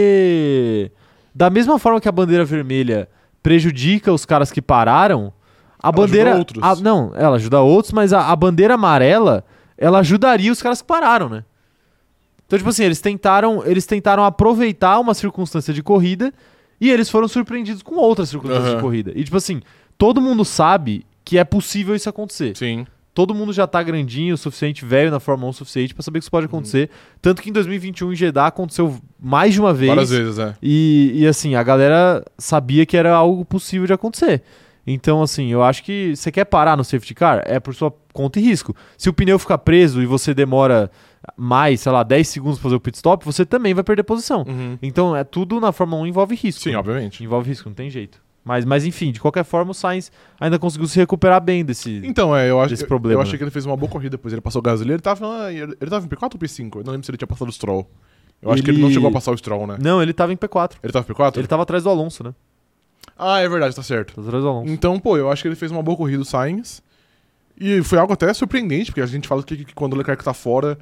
S1: porque da mesma forma que a bandeira vermelha prejudica os caras que pararam, a
S2: Ela
S1: bandeira
S2: ajuda outros.
S1: a- não, ela ajuda outros, mas a, a bandeira amarela ela ajudaria os caras que pararam, né? Então, tipo assim, eles tentaram, eles tentaram aproveitar uma circunstância de corrida e eles foram surpreendidos com outra circunstância
S2: Aham.
S1: de corrida. E, tipo assim, todo mundo sabe que é possível isso acontecer.
S2: Sim.
S1: Todo mundo já tá grandinho o suficiente, velho na Fórmula 1 o suficiente pra saber que isso
S2: Uhum.
S1: pode acontecer. Tanto que em 2021 em Jeddah aconteceu mais de uma vez.
S2: Várias vezes, né?
S1: E, e, assim, a galera sabia que era algo possível de acontecer. Então, assim, eu acho que você quer parar no safety car, é por sua conta e risco. Se o pneu ficar preso e você demora mais, sei lá, 10 segundos pra fazer o pit stop, você também vai perder posição. Então, é tudo na Fórmula 1 envolve risco.
S2: Uhum. Sim,
S1: né?
S2: obviamente.
S1: Envolve risco, não tem jeito. Mas, mas enfim, de qualquer forma, o Sainz ainda conseguiu se recuperar bem desse.
S2: Então, é, eu acho
S1: Desse
S2: eu-
S1: problema,
S2: Eu
S1: né?
S2: achei que ele fez uma boa corrida, pois ele passou gasolina, ele tava, "Ah, ele ele tava em P4 ou P5? Eu não lembro se ele tinha passado o Stroll. Eu acho que ele não
S1: Ele-
S2: chegou a passar o Stroll, né?
S1: É. Não, ele tava em P4.
S2: Ele tava em P4?
S1: Ele tava atrás do Alonso, né?
S2: Ah, é verdade, tá certo.
S1: Tava atrás do Alonso.
S2: Então, pô, eu acho que ele fez uma boa corrida, o Sainz. E foi algo até surpreendente, porque a gente fala que, que quando o Leclerc tá fora,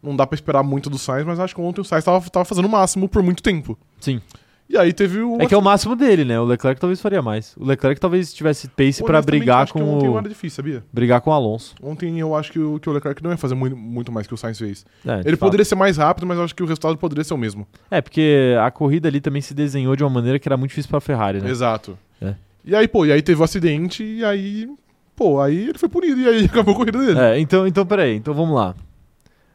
S2: não dá pra esperar muito do Sainz, mas acho que ontem o Sainz tava, tava fazendo o máximo por muito tempo.
S1: Sim.
S2: E aí teve o.
S1: É que é o máximo dele, né? O Leclerc talvez faria mais. O Leclerc talvez tivesse pace pra
S2: Honestamente,
S1: brigar
S2: acho que ontem
S1: com
S2: não
S1: o...
S2: era difícil, sabia?
S1: brigar com o Alonso.
S2: Ontem eu acho que o, que o Leclerc não ia fazer muito, muito mais que o Sainz fez.
S1: É, de
S2: Ele
S1: fato.
S2: poderia ser mais rápido, mas eu acho que o resultado poderia ser o mesmo.
S1: É, porque a corrida ali também se desenhou de uma maneira que era muito difícil pra Ferrari, né?
S2: Exato.
S1: É.
S2: E aí, pô, e aí teve o acidente, e aí. Pô, aí ele foi punido, e aí acabou a corrida dele.
S1: É, então, então peraí, então vamos lá.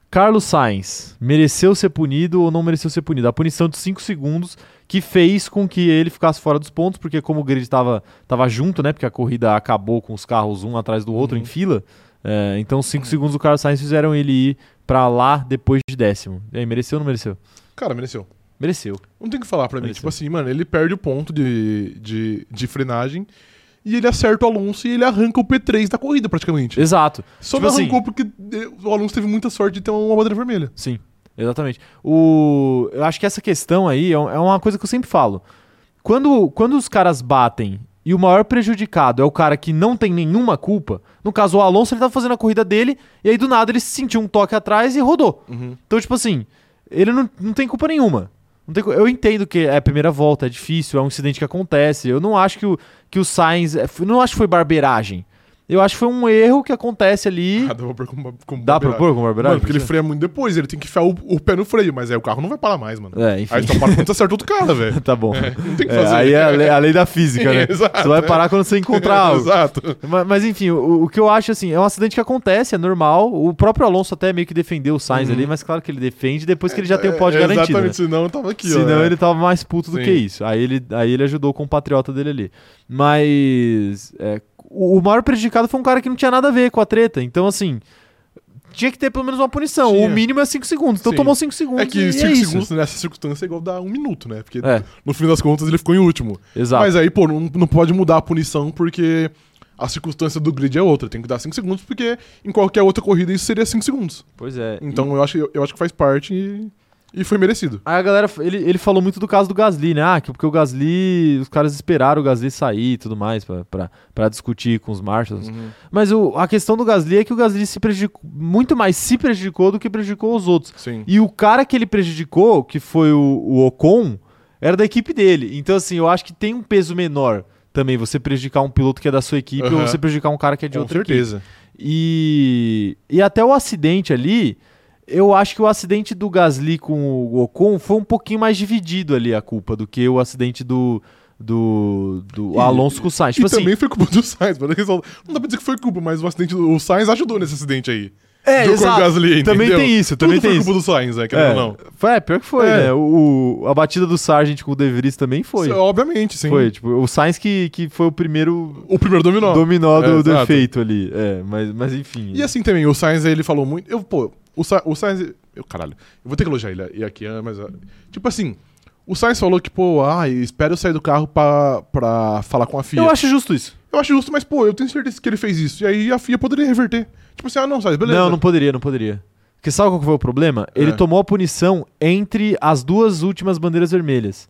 S1: Carlos Sainz mereceu ser punido ou não mereceu ser punido? A punição de 5 segundos que fez com que ele ficasse fora dos pontos, porque como o grid tava, tava junto, né? Porque a corrida acabou com os carros um atrás do outro em fila. é, então, 5 segundos do Carlos Sainz fizeram ele ir pra lá depois de décimo. E aí, mereceu ou não mereceu?
S2: Cara, mereceu.
S1: Mereceu.
S2: Não tem o que falar pra mim.
S1: Mereceu.
S2: Tipo assim, mano, ele perde o ponto de, de, de frenagem e ele acerta o Alonso e ele arranca o P3 da corrida, praticamente.
S1: Exato.
S2: Só
S1: Tipo
S2: não
S1: assim-
S2: arrancou porque eh, o Alonso teve muita sorte de ter uma bandeira vermelha.
S1: Sim, exatamente. O, eu acho que essa questão aí é, um- é uma coisa que eu sempre falo. Quando, quando os caras batem e o maior prejudicado é o cara que não tem nenhuma culpa, no caso o Alonso, ele tava fazendo a corrida dele e aí do nada ele sentiu um toque atrás e rodou.
S2: Uhum.
S1: Então, tipo assim, ele não, não tem culpa nenhuma. Não tem cu- eu entendo que é a primeira volta, é difícil, é um incidente que acontece. Eu não acho que o, que o Sainz. é, f- Não acho que foi barbeiragem. Eu acho que foi um erro que acontece ali.
S2: Ah, dá pra pôr como, como
S1: Dá pra
S2: bobeiragem.
S1: pôr com barbeiragem?
S2: Mano, porque ele freia muito depois, ele tem que enfiar o, o pé no freio, mas aí o carro não vai parar mais, mano.
S1: É, enfim.
S2: Aí só para quando você acerta outro cara, velho.
S1: tá bom.
S2: Não tem o que
S1: É,
S2: fazer.
S1: aí é a lei, a lei da física, né?
S2: Exato, é.
S1: você vai parar quando você encontrar algo.
S2: Exato.
S1: Mas, mas, enfim, o, o que eu acho assim, é um acidente que acontece, é normal. O próprio Alonso até meio que defendeu o Sainz ali, mas claro que ele defende depois que ele já tem o pódio
S2: Uhum. É,
S1: garantido. né?
S2: Exatamente, senão eu tava aqui, ó.
S1: Senão
S2: né?
S1: ele tava mais puto do
S2: Sim.
S1: que isso. Aí ele, aí ele ajudou o compatriota dele ali. Mas é, o, o maior prejudicado foi um cara que não tinha nada a ver com a treta. Então, assim, tinha que ter pelo menos uma punição.
S2: Tinha.
S1: O mínimo é 5 segundos. Então
S2: Sim.
S1: tomou 5 segundos.
S2: É que
S1: e
S2: 5
S1: é isso.
S2: segundos nessa circunstância é igual dar um minuto, né? Porque
S1: É.
S2: no fim das contas ele ficou em último.
S1: Exato.
S2: Mas aí, pô, não, não pode mudar a punição porque a circunstância do grid é outra. Tem que dar 5 segundos porque em qualquer outra corrida isso seria 5 segundos.
S1: Pois é.
S2: Então eu, acho, eu acho que faz parte e, e foi merecido.
S1: Aí a galera, ele, ele falou muito do caso do Gasly, né? Ah, que porque o Gasly, os caras esperaram o Gasly sair e tudo mais pra- pra pra discutir com os marshals.
S2: Uhum.
S1: Mas o- a questão do Gasly é que o Gasly se prejudicou, muito mais se prejudicou do que prejudicou os outros.
S2: Sim.
S1: E o cara que ele prejudicou, que foi o, o Ocon, era da equipe dele. Então, assim, eu acho que tem um peso menor também você prejudicar um piloto que é da sua equipe ou
S2: Aham.
S1: você prejudicar um cara que é de
S2: Com
S1: outra equipe.
S2: certeza.
S1: E, e até o acidente ali, eu acho que o acidente do Gasly com o Ocon foi um pouquinho mais dividido ali a culpa do que o acidente do, do, do
S2: E-
S1: Alonso com o Sainz. Tipo
S2: e
S1: assim,
S2: também foi culpa do Sainz, mano. Eles falam- Não dá pra dizer que foi culpa, mas o acidente do o Sainz ajudou nesse acidente aí.
S1: é,
S2: do Ocon e Gasly,
S1: Também
S2: entendeu?
S1: tem isso,
S2: Tudo
S1: também
S2: foi
S1: tem
S2: culpa
S1: isso.
S2: do Sainz, né?
S1: É,
S2: Querendo ou não.
S1: foi, é, pior que foi,
S2: É.
S1: né? O, o- a batida do Sargent com o De Vries também foi.
S2: Isso, é Obviamente, sim.
S1: Foi, tipo, o Sainz que, que foi o primeiro
S2: O primeiro dominó.
S1: dominó do,
S2: É,
S1: do
S2: exato.
S1: efeito ali. É, mas, mas enfim.
S2: E assim também, o Sainz ele falou muito. Eu, pô, o, Sa o Sainz. Eu, caralho, eu vou ter que elogiar ele e aqui, ah, mas. ah, Tipo assim, o Sainz falou que, pô, ah, espera eu sair do carro pra, pra falar com a FIA.
S1: eu acho justo isso.
S2: Eu acho justo, mas, pô, eu tenho certeza que ele fez isso. E aí a FIA poderia reverter. Tipo assim, ah, não, Sainz, beleza.
S1: Não, não poderia, não poderia. Porque sabe qual que foi o problema?
S2: É.
S1: Ele tomou a punição entre as duas últimas bandeiras vermelhas.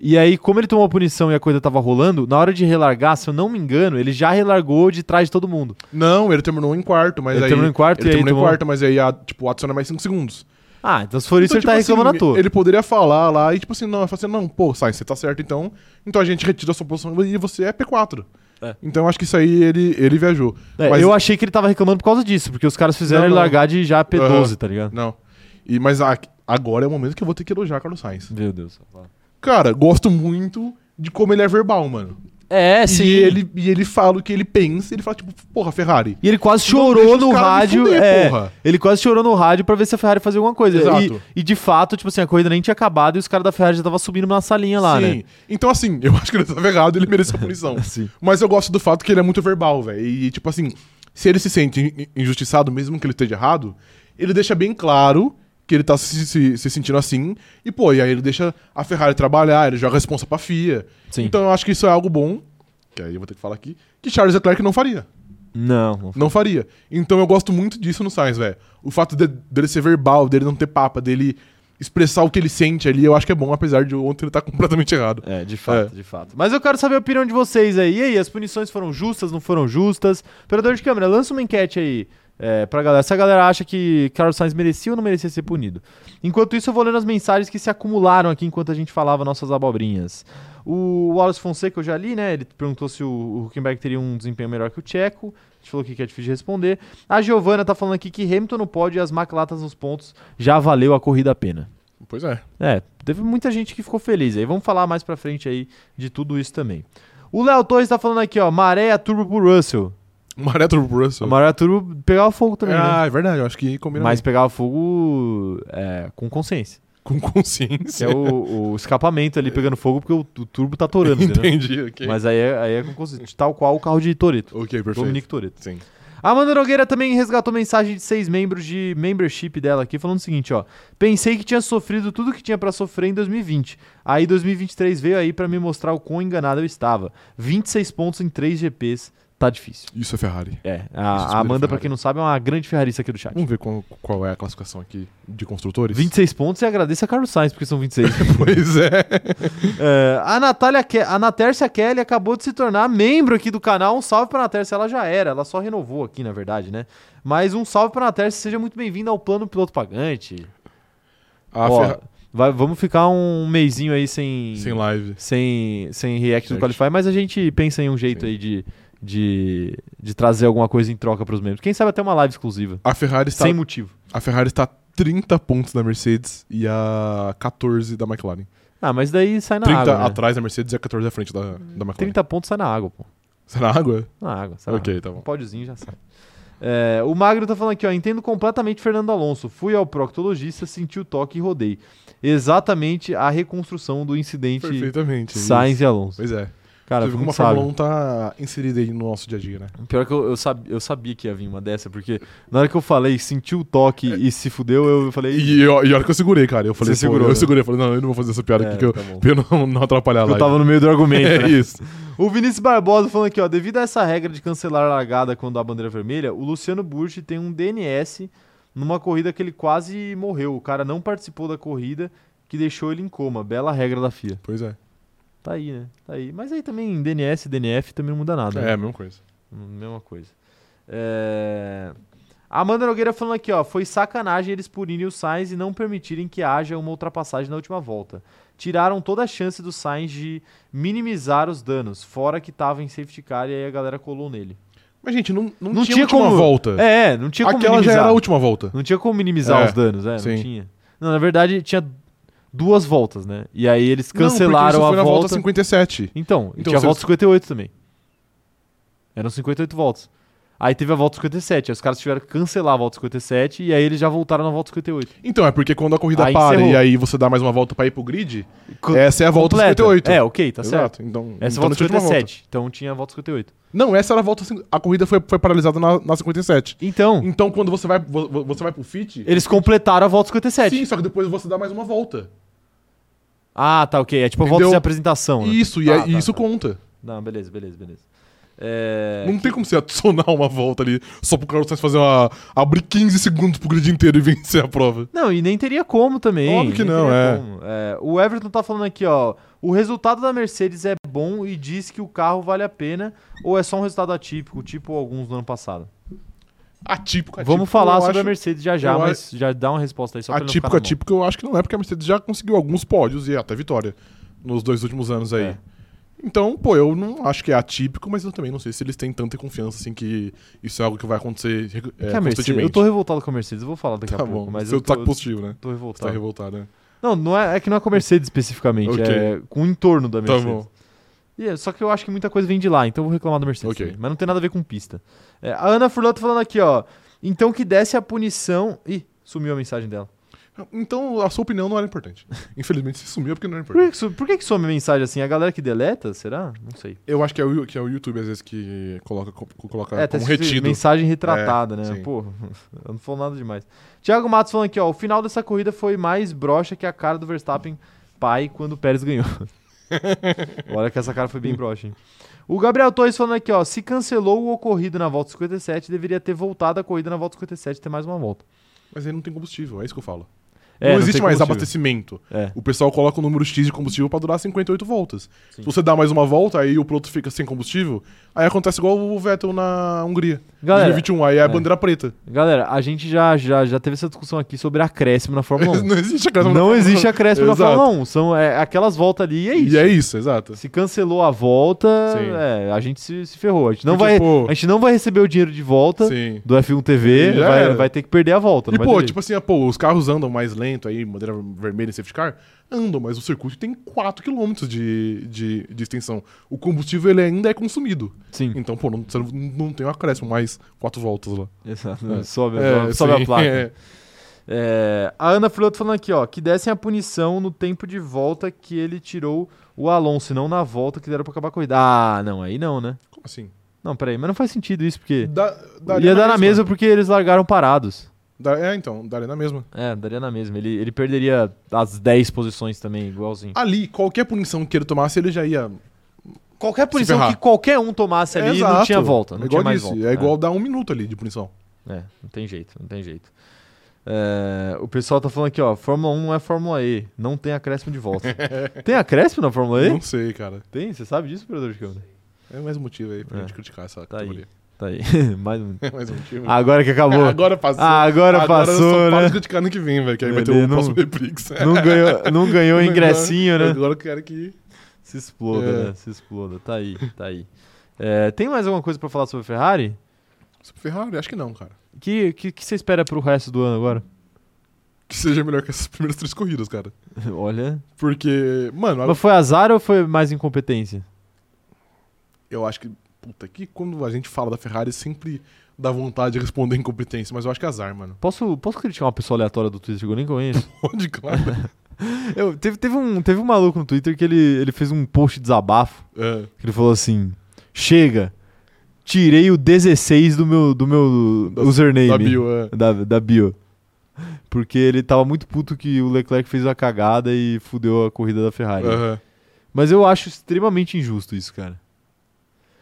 S1: E aí, como ele tomou a punição e a coisa tava rolando, na hora de relargar, se eu não me engano, ele já relargou de trás de todo mundo.
S2: Não, ele terminou em quarto, mas
S1: Ele
S2: aí.
S1: terminou em quarto e
S2: ele
S1: aí
S2: terminou
S1: tomou-
S2: em quarto, mas aí, ah, tipo, adiciona mais 5 segundos.
S1: Ah, então se for isso,
S2: Então,
S1: ele tá
S2: tipo
S1: reclamando
S2: assim,
S1: à toa.
S2: Ele poderia falar lá e, tipo assim, não, fazer não, pô, Sainz, você tá certo então. Então a gente retira a sua posição e você é P4.
S1: É.
S2: Então eu acho que isso aí ele, ele viajou.
S1: É,
S2: Mas-
S1: eu achei que ele tava reclamando por causa disso, porque os caras fizeram
S2: Não,
S1: ele
S2: não.
S1: largar de já P12, tá ligado?
S2: Não. E, mas a- agora é o momento que eu vou ter que elogiar Carlos Sainz.
S1: Meu Deus.
S2: Cara, gosto muito de como ele é verbal, mano.
S1: É, sim.
S2: E ele, e ele fala o que ele pensa, ele fala, tipo, porra, Ferrari.
S1: E ele quase
S2: Não Então deixa
S1: chorou
S2: os
S1: no
S2: caras me
S1: rádio.
S2: fuder,
S1: é,
S2: porra.
S1: ele quase chorou no rádio pra ver se a Ferrari fazia alguma coisa.
S2: Exato.
S1: E, e de fato, tipo assim, a corrida nem tinha acabado e os caras da Ferrari já estavam subindo na salinha lá, né?
S2: Então, assim, eu acho que ele tava errado ele mereceu a punição.
S1: Sim.
S2: Mas eu gosto do fato que ele é muito verbal, velho. E, tipo assim, se ele se sente in- injustiçado, mesmo que ele esteja errado, ele deixa bem claro que ele tá se, se- se sentindo assim. E, pô, e aí ele deixa a Ferrari trabalhar, ele joga a responsa pra FIA.
S1: Sim.
S2: Então eu acho que isso é algo bom, que aí eu vou ter que falar aqui, que Charles Leclerc não faria.
S1: Não, não.
S2: Não faria. Então eu gosto muito disso no Sainz, velho. O fato de- dele ser verbal, dele não ter papa, dele expressar o que ele sente ali, eu acho que é bom, apesar de ontem ele tá completamente errado.
S1: É, de fato, de fato. Mas eu quero saber a opinião de vocês aí. E aí, as punições foram justas, não foram justas? Operador de câmera, lança uma enquete aí é, pra galera. Se a galera acha que Carlos Sainz merecia ou não merecia ser punido. Enquanto isso, eu vou lendo as mensagens que se acumularam aqui enquanto a gente falava nossas abobrinhas. O Wallace Fonseca, eu já li, né? Ele perguntou se o, o Huckenberg teria um desempenho melhor que o Tcheco. A gente falou aqui que é difícil de responder. A Giovana tá falando aqui que Hamilton não pode e as McLatas nos pontos já valeu a corrida a pena.
S2: Pois é.
S1: É, teve muita gente que ficou feliz aí. Vamos falar mais pra frente aí de tudo isso também. O Léo Torres tá falando aqui, ó, maré turbo pro Russell.
S2: Maré Turbo pro
S1: A
S2: Russell.
S1: maré turbo pegava fogo também, né?
S2: Ah, é verdade, eu acho que combina
S1: Mas pegava fogo é, com consciência.
S2: bem. com
S1: Que
S2: consciência.
S1: é o, o escapamento ali pegando fogo porque o, o turbo tá torando, entendeu?
S2: Entendi, ok.
S1: Mas aí é, aí é com consciência. Tal qual o carro de Toreto.
S2: Ok, perfeito.
S1: Dominic Toreto.
S2: Sim.
S1: Amanda Nogueira também resgatou mensagem de seis membros de membership dela aqui, falando o seguinte, ó. Pensei que tinha sofrido tudo que tinha pra sofrer em 2020. Aí 2023 veio aí pra me mostrar o quão enganado eu estava. 26 pontos em 3 GPs, tá difícil.
S2: Isso é Ferrari.
S1: É,
S2: Isso
S1: a,
S2: é
S1: a Amanda, pra
S2: Ferrari.
S1: quem não sabe, é uma grande ferrarista aqui do chat.
S2: Vamos ver qual, qual é a classificação aqui de construtores?
S1: 26 pontos e agradeço a Carlos Sainz, porque são 26.
S2: Pois é.
S1: É, a Natália, Ke- a Natércia Kelly acabou de se tornar membro aqui do canal. Um salve pra Natércia, ela já era, ela só renovou aqui, na verdade, né? Mas um salve pra Natércia, seja muito bem-vinda ao Plano Piloto Pagante.
S2: A
S1: Ó,
S2: Ah, Ferra-
S1: vai- vamos ficar um mêsinho aí sem
S2: Sem live.
S1: sem, sem react do
S2: Certo.
S1: Qualify, mas a gente pensa em um jeito
S2: Sim.
S1: aí de, de, de trazer alguma coisa em troca para os membros. Quem sabe até uma live exclusiva.
S2: A Ferrari está,
S1: Sem motivo.
S2: a Ferrari está a 30 pontos da Mercedes e a 14 da McLaren.
S1: Ah, mas daí sai na
S2: 30
S1: água. Né?
S2: atrás da Mercedes e a 14 à frente da, da McLaren.
S1: 30 pontos sai na água, pô.
S2: Será água?
S1: Na água, sai na
S2: Ok, tá bom.
S1: Um pódiozinho já sai. É, o Magro tá falando aqui, ó. Entendo completamente Fernando Alonso. Fui ao proctologista, senti o toque e rodei. Exatamente a reconstrução do incidente
S2: Perfeitamente.
S1: Sainz e Alonso.
S2: Pois é.
S1: Cara,
S2: Você viu
S1: como
S2: como a
S1: sabe.
S2: Fórmula 1 tá inserida aí no nosso dia a dia, né?
S1: Pior que eu, eu, sab- eu sabia que ia vir uma dessa, porque na hora que eu falei, sentiu o toque e se fudeu, eu falei. "Ih,
S2: E, eu- e olha que eu segurei, cara. Eu falei,
S1: Você
S2: pô,
S1: segurou,
S2: eu
S1: né?
S2: segurei. Eu falei, não, eu não vou fazer essa piada
S1: É,
S2: aqui que eu,
S1: tá bom.
S2: pra eu não, não atrapalhar a
S1: eu
S2: live.
S1: tava no meio do argumento.
S2: É
S1: né?
S2: isso.
S1: O Vinícius Barbosa falando aqui, ó. Devido a essa regra de cancelar a largada quando há bandeira vermelha, o Luciano Burti tem um DNS numa corrida que ele quase morreu. O cara não participou da corrida que deixou ele em coma. Bela regra da FIA.
S2: Pois é.
S1: Tá aí, né? Tá aí. Mas aí também DNS, DNF também não muda nada. né?
S2: É, a mesma coisa.
S1: Hum, Mesma coisa. É... Amanda Nogueira falando aqui, ó. Foi sacanagem eles punirem o Sainz e não permitirem que haja uma ultrapassagem na última volta. Tiraram toda a chance do Sainz de minimizar os danos, fora que tava em safety car e aí a galera colou nele.
S2: Mas, gente, não, não,
S1: Não
S2: tinha,
S1: tinha
S2: última
S1: como-
S2: volta.
S1: É, é, não tinha como
S2: Aquela já
S1: minimizar.
S2: era a última volta.
S1: Não tinha como minimizar
S2: É,
S1: os danos, é, não
S2: sim.
S1: tinha. Não, na verdade tinha duas voltas, né? E aí eles cancelaram
S2: não, porque isso foi
S1: a
S2: na
S1: volta.
S2: volta 57.
S1: Então, e
S2: Então,
S1: tinha a
S2: se
S1: volta
S2: eu-
S1: 58 também. Eram 58 voltas. Aí teve a volta 57, aí os caras tiveram que cancelar a volta 57 e aí eles já voltaram na volta 58.
S2: Então, é porque quando a corrida
S1: Aí
S2: para
S1: encerrou.
S2: e aí você dá mais uma volta pra ir pro grid,
S1: Co-
S2: essa é a volta
S1: Completa.
S2: 58.
S1: É, ok, tá certo.
S2: Exato. Então,
S1: Essa
S2: então
S1: volta
S2: não tinha última
S1: 57, então tinha a volta 58.
S2: volta. Não, essa era a volta. cin- A corrida foi, foi paralisada na, na 57.
S1: Então,
S2: Então, quando você vai, vo- vo- você vai pro fit.
S1: eles completaram a volta 57.
S2: Sim, só que depois você dá mais uma volta.
S1: Ah, tá, ok. É tipo a volta
S2: Entendeu?
S1: de apresentação, né?
S2: Isso, e,
S1: Ah,
S2: é-
S1: tá,
S2: e isso
S1: tá.
S2: conta.
S1: Não, beleza, beleza, beleza. É,
S2: não tem como você adicionar uma volta ali só pro Carlos Sainz fazer uma. abrir 15 segundos pro grid inteiro e vencer a prova.
S1: Não, e nem teria como também.
S2: Óbvio que
S1: nem
S2: não,
S1: teria
S2: é.
S1: como. É, O Everton tá falando aqui, ó. O resultado da Mercedes é bom e diz que o carro vale a pena, ou é só um resultado atípico, tipo alguns do ano passado?
S2: Atípico, atípico.
S1: Vamos falar
S2: eu
S1: sobre a
S2: acho-
S1: Mercedes já já,
S2: eu
S1: mas já dá uma resposta aí só pra ele não
S2: Atípico,
S1: ficar na mão.
S2: atípico, eu acho que não é, porque a Mercedes já conseguiu alguns pódios e até vitória nos dois últimos anos aí.
S1: É.
S2: Então, pô, eu não acho que é atípico, mas eu também não sei se eles têm tanta confiança assim que isso é algo que vai acontecer regu- é,
S1: Que a Mercedes, eu
S2: constantemente.
S1: tô revoltado com a Mercedes, eu vou falar daqui
S2: tá
S1: a pouco,
S2: bom,
S1: mas
S2: seu
S1: eu tô,
S2: destaque positivo, né?
S1: tô
S2: Você tá
S1: revoltado.
S2: revoltado, né?
S1: Não, não é, é que não é com a Mercedes especificamente,
S2: Ok.
S1: é com o entorno da
S2: Tá
S1: Mercedes.
S2: bom.
S1: E é, só que eu acho que muita coisa vem de lá, então eu vou reclamar do Mercedes.
S2: Ok.
S1: também, mas não tem nada a ver com pista. É, a Ana Furlan tá falando aqui, ó. Então que desse a punição. Ih, sumiu a mensagem dela.
S2: Então, a sua opinião não era importante. Infelizmente, você sumiu porque não era
S1: Por
S2: importante.
S1: que, que su- por que, que some mensagem assim? A galera que deleta, será? Não sei.
S2: Eu acho que é, o, Yu- que é o YouTube, às vezes, que coloca, co- coloca
S1: É, tá
S2: como
S1: escrito
S2: um retido.
S1: mensagem retratada,
S2: É,
S1: né?
S2: sim.
S1: Pô, eu não falou nada demais. Tiago Matos falando aqui, ó. O final dessa corrida foi mais broxa que a cara do Verstappen pai quando o Pérez ganhou. Olha que essa cara foi bem broxa, hein? O Gabriel Torres falando aqui, ó. Se cancelou o ocorrido na volta 57, deveria ter voltado a corrida na volta 57 e ter mais uma volta.
S2: Mas aí não tem combustível, é isso que eu falo.
S1: É,
S2: não
S1: não
S2: existe
S1: tem
S2: mais
S1: combustível.
S2: abastecimento.
S1: É.
S2: O pessoal coloca o número X de combustível pra durar 58 voltas.
S1: Sim.
S2: Se você dá mais uma volta, aí o piloto fica sem combustível, aí acontece igual o Vettel na Hungria.
S1: Galera,
S2: 2021, aí é
S1: é.
S2: a bandeira preta.
S1: Galera, a gente já, já, já teve essa discussão aqui sobre acréscimo na Fórmula 1.
S2: não existe a casa
S1: Não existe acréscimo na
S2: Exato.
S1: Fórmula 1. São é, aquelas voltas ali e é isso.
S2: E é isso, exato.
S1: Se cancelou a volta,
S2: Sim.
S1: é, a gente se, se ferrou. A gente, não vai,
S2: Porque, pô-
S1: a gente não vai receber o dinheiro de volta
S2: Sim.
S1: do F1 TV,
S2: Já
S1: vai,
S2: era.
S1: vai ter que perder a volta. Então, não
S2: E
S1: vai
S2: pô,
S1: ter
S2: tipo assim, ah, pô, os carros andam mais lento aí, bandeira vermelha e safety car, andam, mas o circuito tem 4km de, de, de extensão. O combustível ele ainda é consumido.
S1: jeito. Sim,
S2: Então, pô, não, você não- não tem um acréscimo mais quatro voltas lá.
S1: exato. Sobe,
S2: É,
S1: sobe
S2: sim,
S1: a placa.
S2: é.
S1: É, a Ana Filoto falando aqui, ó, que dessem a punição no tempo de volta que ele tirou o Alonso, e não na volta que deram pra acabar a corrida. Ah, não, aí não, né?
S2: Como assim?
S1: Não, peraí, mas não faz sentido isso, porque...
S2: Da, daria
S1: Ia dar na mesma porque eles largaram parados.
S2: Da- é, então, daria na mesma.
S1: É, daria na mesma. Ele, ele perderia as 10 posições também, igualzinho.
S2: Ali, qualquer punição que ele tomasse, ele já ia.
S1: Qualquer punição
S2: ferrar.
S1: que qualquer um tomasse ali não
S2: Exato.
S1: tinha volta. Não
S2: é igual
S1: tinha mais
S2: disse,
S1: volta. né?
S2: É igual dar um minuto ali de punição.
S1: É, não tem jeito, não tem jeito. É, o pessoal tá falando aqui, ó, Fórmula 1 não é Fórmula E, não tem acréscimo de volta. tem acréscimo na Fórmula E?
S2: Não sei, cara.
S1: Tem, você sabe disso, operador de câmera?
S2: É mais um motivo aí pra
S1: É.
S2: gente criticar essa
S1: Tá aí.
S2: categoria.
S1: Tá aí, mais um.
S2: É mais um motivo.
S1: Agora que acabou.
S2: É, agora passou.
S1: Ah, agora passou,
S2: só para
S1: né?
S2: de criticar ano que vem, velho. Que aí vai ter
S1: Ele
S2: o
S1: não- Né?
S2: próximo Reprix.
S1: Não ganhou, não ganhou
S2: Agora-
S1: ingressinho, né?
S2: Agora eu quero que.
S1: Se exploda,
S2: É.
S1: né? Se exploda. Tá aí, tá aí. É, tem mais alguma coisa pra falar sobre Ferrari?
S2: Sobre Ferrari, acho que não, cara.
S1: O que, que, que você espera pro resto do ano agora?
S2: Que seja melhor que essas primeiras três corridas, cara.
S1: Olha.
S2: Porque, mano,
S1: Mas foi azar ou foi mais incompetência?
S2: eu acho que. Puta, que quando a gente fala da Ferrari sempre dá vontade de responder incompetência, mas eu acho que é azar, mano.
S1: Posso, posso criticar uma pessoa aleatória do Twitter que eu nem conheço?
S2: Pode, claro.
S1: Eu, teve, teve, um, teve um maluco no Twitter que ele, ele fez um post desabafo.
S2: É.
S1: Que ele falou assim: Chega, tirei o 16 do meu, do meu
S2: Da-
S1: username.
S2: Da Bill, é.
S1: Da, da bio. Porque ele tava muito puto que o Leclerc fez a cagada e fudeu a corrida da Ferrari.
S2: Aham.
S1: Mas eu acho extremamente injusto isso, cara.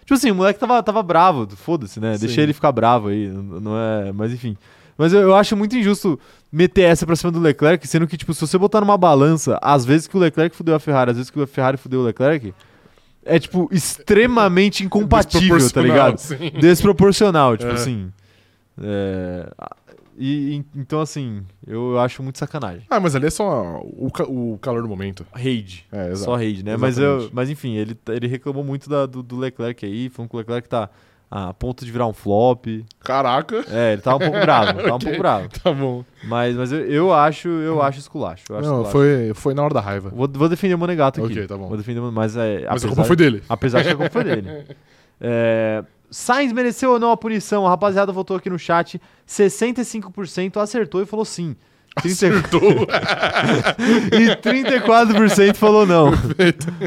S1: Tipo assim, o moleque tava, tava bravo, foda-se, né?
S2: Sim.
S1: Deixei ele ficar bravo aí, n- não é. Mas enfim. Mas eu, eu acho muito injusto meter essa pra cima do Leclerc, sendo que, tipo, se você botar numa balança, às vezes que o Leclerc fudeu a Ferrari, às vezes que a Ferrari fudeu o Leclerc, é, tipo, extremamente incompatível, tá
S2: Desproporcional,
S1: ligado?
S2: sim.
S1: Desproporcional, tipo
S2: É.
S1: assim. É, a- E, e- então, assim, eu acho muito sacanagem.
S2: Ah, mas ali é só o, ca- o calor do momento.
S1: Rage.
S2: É, exato.
S1: Só rage, né? Mas, eu,
S2: Exatamente.
S1: mas enfim, ele, tá- ele reclamou muito da- do, do Leclerc aí, falando que o Leclerc tá a ponto de virar um flop.
S2: Caraca.
S1: É, ele tava um pouco bravo, tava um
S2: Ok.
S1: pouco bravo.
S2: Tá bom.
S1: Mas, mas eu, eu acho, eu acho esculacho. Eu acho
S2: Não,
S1: esculacho.
S2: foi, foi na hora da raiva.
S1: Vou, vou defender o Monegato aqui.
S2: Ok, tá bom.
S1: Vou defender, o Mon- mas é,
S2: Mas
S1: apesar-
S2: a culpa foi dele.
S1: Apesar de que a culpa foi dele. É, Sainz mereceu ou não a punição? A rapaziada votou aqui no chat. 65% acertou e falou sim. 30...
S2: Acertou.
S1: e 34% falou não.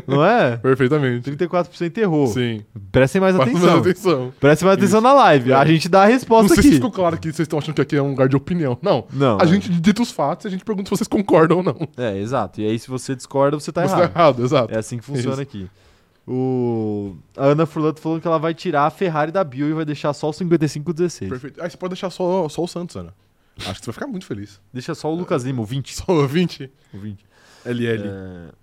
S1: Não é?
S2: Perfeitamente.
S1: 34% errou.
S2: Sim.
S1: Prestem mais
S2: Mas
S1: atenção.
S2: atenção.
S1: Prestem mais atenção na live. A gente dá a
S2: É. não
S1: resposta
S2: sei se
S1: aqui.
S2: ficou claro que vocês estão achando que aqui é um lugar de opinião. Não.
S1: Não.
S2: a
S1: é.
S2: gente dita os fatos e a gente pergunta se vocês concordam ou não.
S1: É, exato. E aí, se você discorda, você tá
S2: Você
S1: errado.
S2: errado, exato.
S1: É assim que funciona aqui. O... A Ana Furlato falou que ela vai tirar a Ferrari da Bill e vai deixar só o 5516.
S2: Perfeito. Aí você pode deixar só, só o Santos, Ana. Acho que você vai ficar muito feliz.
S1: Deixa só o Lucas Lima, o 20.
S2: Só o 20
S1: O 20.
S2: LL.
S1: É.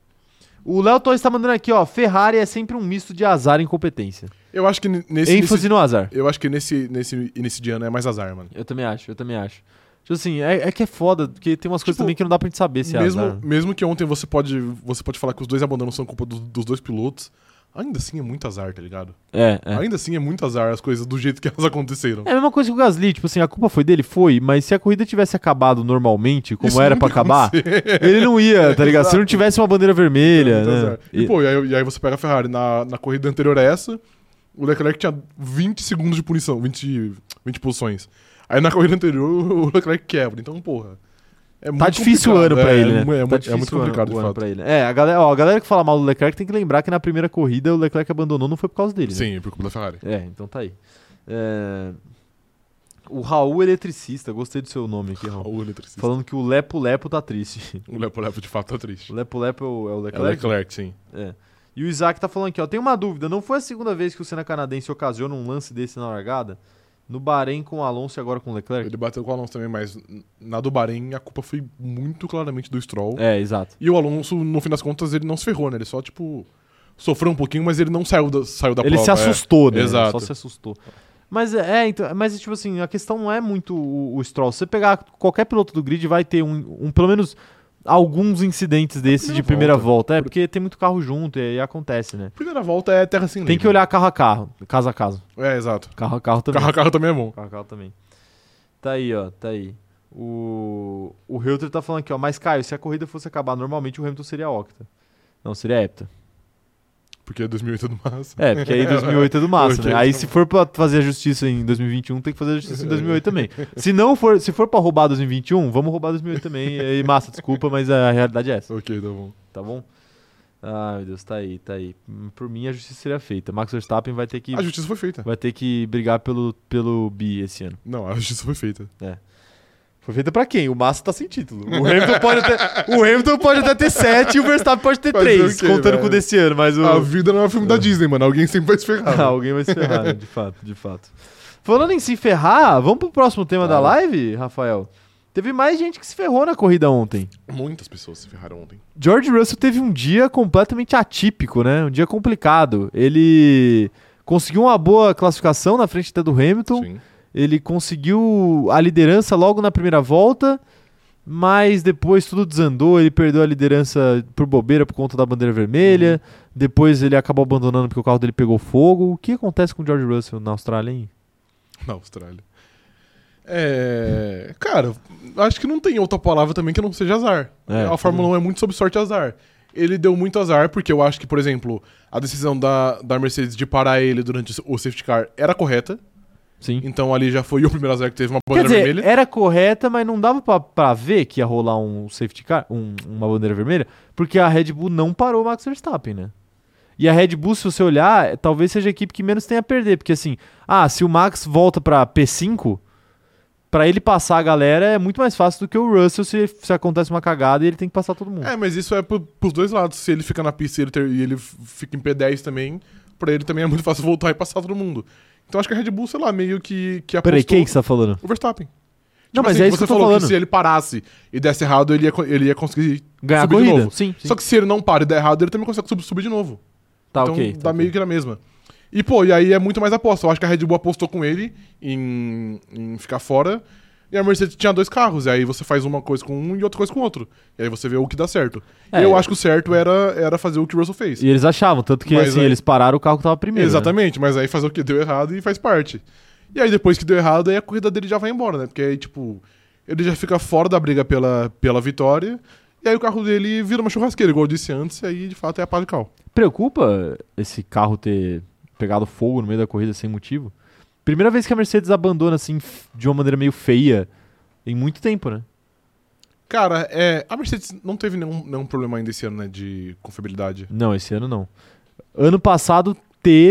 S1: O Léo Torres tá mandando aqui, ó. Ferrari é sempre um misto de azar e incompetência.
S2: Eu acho que n- nesse,
S1: ênfase no azar.
S2: nesse- Eu acho que nesse, nesse início de ano é mais azar, mano.
S1: Eu também acho, eu também acho. Tipo assim, é, é que é foda, porque tem umas coisas
S2: Tipo,
S1: também que não dá pra gente saber se é
S2: mesmo,
S1: azar.
S2: mesmo que ontem você pode, você pode falar que os dois abandonos são culpa do- dos dois pilotos, ainda assim é muito azar, tá ligado?
S1: É, é.
S2: Ainda assim é muito azar as coisas do jeito que elas aconteceram.
S1: É a mesma coisa que o Gasly, tipo assim, a culpa foi dele? Foi, mas se a corrida tivesse acabado normalmente, como
S2: Isso
S1: era
S2: nunca
S1: pra acabar, ele não ia, tá ligado? Se não tivesse uma bandeira vermelha,
S2: muito
S1: né?
S2: azar. Tá é. E,
S1: E-
S2: pô, e aí, e aí você pega a Ferrari na, na corrida anterior a essa, o Leclerc tinha 20 segundos de punição, 20, 20 posições. Aí na corrida anterior o Leclerc quebra. Então, porra. É
S1: tá difícil o ano pra
S2: é,
S1: ele, né?
S2: É, mu- é
S1: Tá
S2: mu- é
S1: difícil
S2: muito
S1: o ano-
S2: complicado,
S1: o
S2: de
S1: ano
S2: fato.
S1: pra ele. É, a galera, ó, a galera que fala mal do Leclerc tem que lembrar que na primeira corrida o Leclerc abandonou, não foi por causa dele, né?
S2: Sim, por culpa da Ferrari.
S1: É, então tá aí. É, O Raul é Eletricista, gostei do seu nome aqui, Raul.
S2: O é eletricista.
S1: Falando que o Lepo Lepo tá triste.
S2: O Lepo Lepo de fato tá triste.
S1: O Lepo Lepo é o, é o
S2: É o
S1: Leclerc?
S2: Leclerc, sim.
S1: É. E o Isaac tá falando aqui, ó. Tem uma dúvida. Não foi a segunda vez que o Senna canadense ocasiona um lance desse na largada? No Bahrein com o Alonso e agora com o Leclerc?
S2: Ele bateu com o Alonso também, mas na do Bahrein a culpa foi muito claramente do Stroll.
S1: É, exato.
S2: E o Alonso, no fim das contas, ele não se ferrou, né? Ele só, tipo, sofreu um pouquinho, mas ele não saiu da, saiu da
S1: Ele
S2: prova.
S1: se
S2: é.
S1: assustou, né?
S2: Exato.
S1: Só se assustou. Mas é, então, mas tipo assim, a questão não é muito o, o Stroll. Se você pegar qualquer piloto do grid, vai ter um, um- pelo menos alguns incidentes desses de
S2: primeira
S1: primeira
S2: volta.
S1: volta. É, porque tem muito carro junto e aí acontece, né?
S2: Primeira volta é terra sem
S1: Tem que
S2: lei,
S1: olhar carro a carro, casa a casa.
S2: né? É, exato.
S1: Carro a carro também.
S2: Carro a carro também é bom.
S1: Cacau também. Tá aí, ó, tá aí. O, o Reuter tá falando aqui, ó. Mas, Caio, se a corrida fosse acabar normalmente, o Hamilton seria octa. Não, seria hepta.
S2: Porque 2008 é do massa.
S1: É, porque aí 2008 é do massa, né?
S2: Ok.
S1: Aí se for pra fazer a justiça em 2021, tem que fazer a justiça em 2008 também. Se não for, se for pra roubar 2021, vamos roubar 2008 também. E aí, massa, desculpa, mas a realidade é essa,
S2: Ok, tá bom.
S1: tá bom? Ah, meu Deus, tá aí, tá aí. Hum, Por mim, a justiça seria feita. Max Verstappen vai ter que,
S2: A justiça foi feita.
S1: vai ter que brigar pelo, pelo bi esse ano.
S2: Não, a justiça foi feita.
S1: Foi feita pra quem? O Massa tá sem título. O Hamilton pode até, o Hamilton pode até ter 7 e o Verstappen pode ter
S2: Mas
S1: 3,
S2: o quê,
S1: contando
S2: velho?
S1: com o desse ano, mas o...
S2: A vida não é um filme da Disney, mano. Alguém sempre vai se ferrar.
S1: Ah, alguém vai se ferrar, né? de fato, de fato. Falando em se ferrar, vamos pro próximo tema da
S2: Claro.
S1: live, Rafael? Teve mais gente que se ferrou na corrida ontem.
S2: Muitas pessoas se ferraram ontem.
S1: George Russell teve um dia completamente atípico, né? Um dia complicado. Ele conseguiu uma boa classificação na frente até do Hamilton.
S2: Sim.
S1: Ele conseguiu a liderança logo na primeira volta. Mas depois tudo desandou, ele perdeu a liderança por bobeira por conta da bandeira vermelha. Depois ele acabou abandonando porque o carro dele pegou fogo. O que acontece com o George Russell na Austrália, hein?
S2: Na Austrália. É. Cara, acho que não tem outra palavra também que não seja azar.
S1: É,
S2: a Fórmula 1 é muito sobre sorte e azar. Ele deu muito azar, porque eu acho que, por exemplo, a decisão da, da Mercedes de parar ele durante o safety car era correta.
S1: Sim.
S2: Então ali já foi o primeiro azar que teve uma
S1: Quer
S2: bandeira
S1: dizer,
S2: vermelha.
S1: era correta, mas não dava pra, pra ver que ia rolar um safety car, um- uma bandeira vermelha, porque a Red Bull não parou o Max Verstappen, né? E a Red Bull, se você olhar, é- talvez seja a equipe que menos tem a perder, porque assim, ah, se o Max volta pra P5, pra ele passar a galera é muito mais fácil do que o Russell se, se acontece uma cagada e ele tem que passar todo mundo.
S2: É, mas isso é pro, pros dois lados. Se ele fica na pista e ele, ter- e ele f- fica em P10 também, pra ele também é muito fácil voltar e passar todo mundo. Então acho que a Red Bull, sei lá, meio que, que
S1: Peraí,
S2: apostou...
S1: quem que você tá falando?
S2: O Verstappen.
S1: não,
S2: Tipo
S1: mas
S2: assim,
S1: é isso que
S2: você
S1: eu tô
S2: falou
S1: falando.
S2: que se ele parasse e desse errado, ele ia, co- ele ia conseguir
S1: Ganhar a
S2: subir de
S1: corrida.
S2: novo.
S1: Sim, sim.
S2: Só que se ele não para e der errado, ele também consegue sub- subir de novo.
S1: tá,
S2: então
S1: ok.
S2: dá
S1: tá ok.
S2: meio que na mesma. E, pô, e aí é muito mais aposta. Eu acho que a Red Bull apostou com ele em, em ficar fora. E a Mercedes tinha dois carros. E aí você faz uma coisa com um e outra coisa com o outro. E aí você vê o que dá certo.
S1: É.
S2: E eu acho que o certo era, era fazer o que o Russell fez.
S1: E eles achavam, tanto que
S2: Mas
S1: assim,
S2: aí-
S1: eles pararam o carro que tava primeiro. né?
S2: Exatamente, mas aí fazer o que deu errado e faz parte. E aí depois que deu errado, aí a corrida dele já vai embora, né? Porque aí, tipo, ele já fica fora da briga pela, pela vitória. E aí o carro dele vira uma churrasqueira, igual eu disse antes, e aí de fato é a pá de cal.
S1: Preocupa esse carro ter pegado fogo no meio da corrida sem motivo? Primeira vez que a Mercedes abandona assim f- de uma maneira meio feia em muito tempo, né?
S2: Cara, é, a Mercedes não teve nenhum, nenhum problema ainda esse ano, né? De confiabilidade.
S1: Não, esse ano não. Ano passado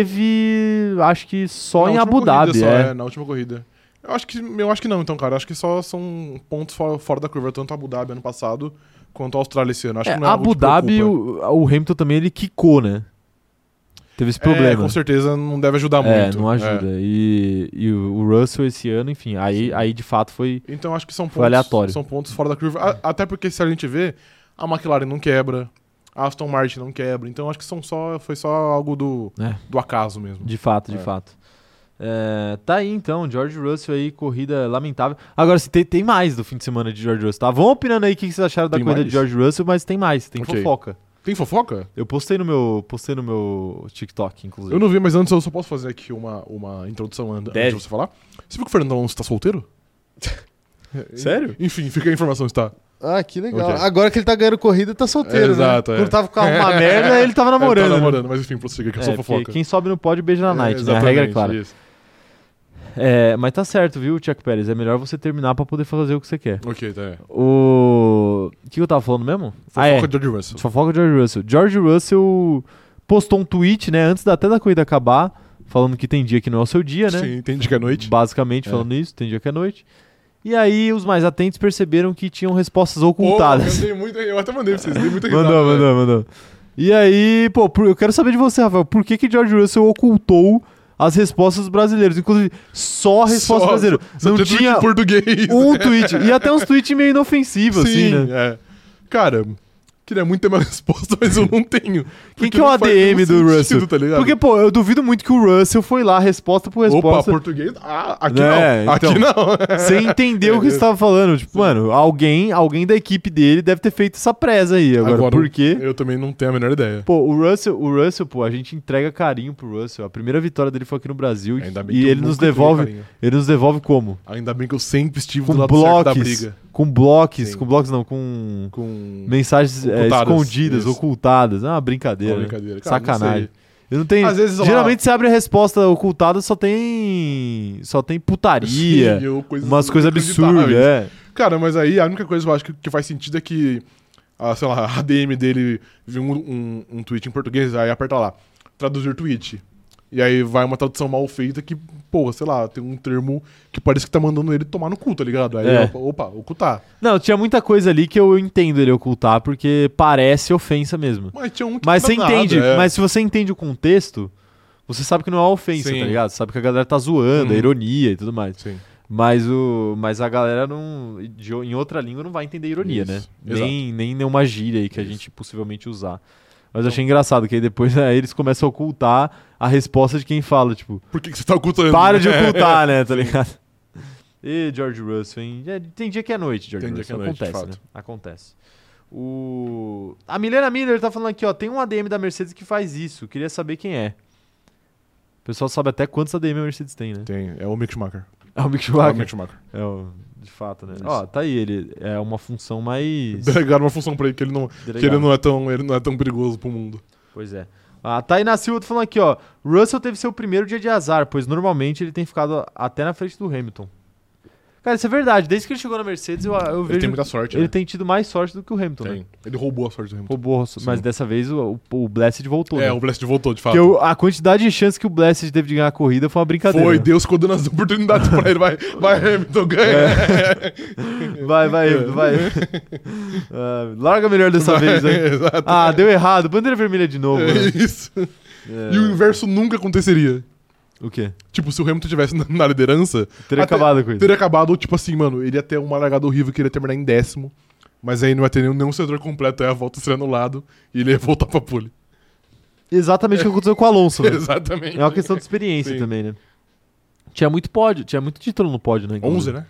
S1: teve, acho que só
S2: Na
S1: em
S2: última
S1: Abu
S2: corrida
S1: Dhabi,
S2: só,
S1: é.
S2: Na última corrida. Eu acho, que, eu acho que não, então, cara. Eu acho que só são pontos fora, fora da curva, tanto a Abu Dhabi ano passado quanto a Austrália esse ano. Acho
S1: É,
S2: que não é algo
S1: Abu
S2: que
S1: Dhabi,
S2: preocupa.
S1: o, o Hamilton também ele quicou, né? Teve esse
S2: É,
S1: problema.
S2: com certeza não deve ajudar
S1: É,
S2: muito.
S1: não ajuda. E, e o o Russell esse ano, enfim, aí, aí de fato foi.
S2: Então acho que são
S1: Foi
S2: pontos,
S1: aleatório.
S2: são pontos fora da curva. A- até porque se a gente vê, a McLaren não quebra, a Aston Martin não quebra. Então acho que são só, foi só algo do,
S1: É.
S2: do acaso mesmo.
S1: De fato, de
S2: É.
S1: fato. É, tá aí então, George Russell aí, corrida lamentável. Agora, se tem, tem mais do fim de semana de George Russell, tá? Vão opinando aí o que que vocês acharam da
S2: Tem
S1: corrida de
S2: mais?
S1: George Russell, mas tem mais, tem
S2: Ok.
S1: fofoca.
S2: Tem fofoca?
S1: Eu postei no meu, postei no meu TikTok, inclusive.
S2: Eu não vi, mas antes eu só posso fazer aqui uma, uma introdução an-
S1: Deve.
S2: antes de você falar. Você viu que o Fernando Alonso tá solteiro? É,
S1: Sério? Tá
S2: Enfim, fica a informação, está.
S4: Ah, que legal.
S2: Ok.
S4: Agora que ele tá ganhando corrida, tá solteiro,
S2: É,
S4: né?
S2: exato, é.
S4: Quando tava com a
S1: Tá Uma merda, ele tava namorando.
S2: É, tá
S1: né?
S2: namorando, mas enfim, prossiga que eu sou
S1: É, porque
S2: fofoca.
S1: quem sobe no pódio beija na
S2: É,
S1: night, né? A regra é
S2: exatamente,
S1: clara.
S2: isso.
S1: É, mas tá certo, viu, Chuck Pérez? É melhor você terminar pra poder fazer o que você quer.
S2: Ok, tá. É.
S1: O. O que eu tava falando mesmo? Ah, é.
S2: Fofoca de George Russell.
S1: Fofoca de George Russell. George Russell postou um tweet, né, antes da, até da corrida acabar, falando que tem dia que não é o seu dia, né?
S2: Sim, entende que é noite.
S1: Basicamente
S2: É.
S1: falando isso, tem dia que é noite. E aí os mais atentos perceberam que tinham respostas
S2: Pô,
S1: ocultadas.
S2: eu, dei muito, eu até mandei pra vocês, dei muita risada.
S1: mandou,
S2: né?
S1: mandou, mandou. E aí, pô, por- eu quero saber de você, Rafael, por que que George Russell ocultou as respostas brasileiras? Inclusive, só a resposta
S2: Só-
S1: brasileira.
S2: só
S1: Não
S2: tem tweet
S1: tinha
S2: em português.
S1: um tweet. E até uns tweets meio inofensivos, assim, né?
S2: é. Cara, queria muito ter uma resposta, mas eu não tenho.
S1: Quem
S2: Porque
S1: que é o
S2: não faz
S1: ADM do
S2: nenhum
S1: Russell?
S2: tá ligado?
S1: Porque, pô, eu duvido muito que o Russell foi lá, resposta por
S2: Opa,
S1: resposta,
S2: português? Ah, aqui
S1: Né,
S2: não. Aqui não.
S1: sem entender o que você tava falando. Tipo, mano, alguém, alguém da equipe dele deve ter feito essa presa aí. Agora, por quê?
S2: Eu também não tenho a menor ideia.
S1: Pô, o Russell, o Russell, pô, a gente entrega carinho pro Russell. A primeira vitória dele foi aqui no Brasil e-
S2: Ainda bem
S1: e
S2: que eu
S1: ele nos
S2: nunca tive
S1: devolve,
S2: carinho.
S1: ele nos devolve como?
S2: Ainda bem que eu sempre estive
S1: Com
S2: do lado certo da
S1: blocos,
S2: briga.
S1: com blocos,
S2: Sim.
S1: com blocos não, com
S2: Com.
S1: mensagens é,
S2: Ocultadas,
S1: escondidas,
S2: isso.
S1: ocultadas. É uma brincadeira.
S2: Uma
S1: né?
S2: brincadeira. Cara, não
S1: Sacanagem.
S2: sei.
S1: Eu não tenho.
S2: Às vezes, sei lá-
S1: Geralmente você abre a resposta ocultada, só tem. Só tem putaria.
S2: Sim, é eu- coisas
S1: umas coisas absurdas,
S2: inacreditáveis.
S1: é.
S2: Cara, mas aí a única coisa que eu acho que, que faz sentido é que, a, sei lá, a DM dele viu um, um, um tweet em português, aí aperta lá, traduzir tweet. E aí vai uma tradução mal feita que, pô, sei lá, tem um termo que parece que tá mandando ele tomar no cu, tá ligado? Aí,
S1: É.
S2: opa, opa, tá. ocultar.
S1: Não, tinha muita coisa ali que eu entendo ele ocultar, porque parece ofensa mesmo.
S2: Mas tinha um que
S1: Mas
S2: não
S1: você
S2: dá nada,
S1: entende,
S2: é.
S1: mas se você entende o contexto, você sabe que não é uma ofensa,
S2: Sim.
S1: tá ligado? Você sabe que a galera tá zoando, é
S2: Uhum.
S1: ironia e tudo mais.
S2: Sim.
S1: Mas, o, mas a galera não, de- em outra língua não vai entender ironia,
S2: Isso,
S1: né?
S2: exato.
S1: Nem, nem nenhuma gíria aí que a gente possivelmente usar. Mas eu achei engraçado que aí depois né, eles começam a ocultar a resposta de quem fala, tipo,
S2: Por que, que você tá ocultando?
S1: para de ocultar, né? Tá ligado? E George Russell, hein? É, Tem dia que é noite, George
S2: Tem dia
S1: Russell.
S2: que é noite, de
S1: Acontece,
S2: fato.
S1: né? Acontece. O... A Milena Miller tá falando aqui, ó. Tem um ADM da Mercedes que faz isso. Queria saber quem é. O pessoal sabe até quantos ADM a Mercedes tem, né?
S2: Tem, é o Mick Schumacher.
S1: É o Mick
S2: É o Mick Schumacher.
S1: É o... De fato, né?
S2: Isso.
S1: Ó, tá aí. Ele é uma função mais...
S2: Delegaram uma função pra ele que ele não, que
S1: delegada.
S2: ele não, é, tão, ele não é tão perigoso pro mundo.
S1: Pois é. A Tainá Silva tá falando aqui, ó. Russell teve seu primeiro dia de azar, pois normalmente ele tem ficado até na frente do Hamilton. Cara, isso é verdade. Desde que ele chegou na Mercedes, eu, eu vejo
S2: Ele tem muita sorte,
S1: ele
S2: né?
S1: tem tido mais sorte do que o Hamilton, né?
S2: Tem. Ele roubou a sorte do Hamilton.
S1: Roubou, mas
S2: Sim.
S1: dessa vez o, o, o Blessed voltou.
S2: É,
S1: né?
S2: o Blast voltou, de fato.
S1: Porque o- a quantidade de chance que o Blessed teve de ganhar a corrida foi uma brincadeira.
S2: Foi, Deus ficou dando as oportunidades pra ele. Vai, vai Hamilton, ganha.
S1: Vai, É. vai,
S2: É.
S1: vai. Ah, larga melhor dessa vez, hein?
S2: Exato.
S1: Ah, deu errado. Bandeira vermelha de novo. né?
S2: É isso.
S1: É.
S2: E o inverso nunca aconteceria.
S1: O quê?
S2: Tipo, se o Hamilton tivesse na, na liderança,
S1: Teria
S2: Até-
S1: acabado com isso.
S2: teria acabado, tipo assim, mano, ele ia ter uma largada horrível que ele ia terminar em décimo. Mas aí não ia ter nenhum, nenhum setor completo, aí a volta seria anulado e ele ia voltar pra pole.
S1: Exatamente o que aconteceu com o Alonso. né?
S2: Exatamente.
S1: É uma questão de experiência
S2: Sim.
S1: também, né? Tinha muito pódio, tinha muito título no pódio, né?
S2: 11,
S1: inclusive?
S2: né?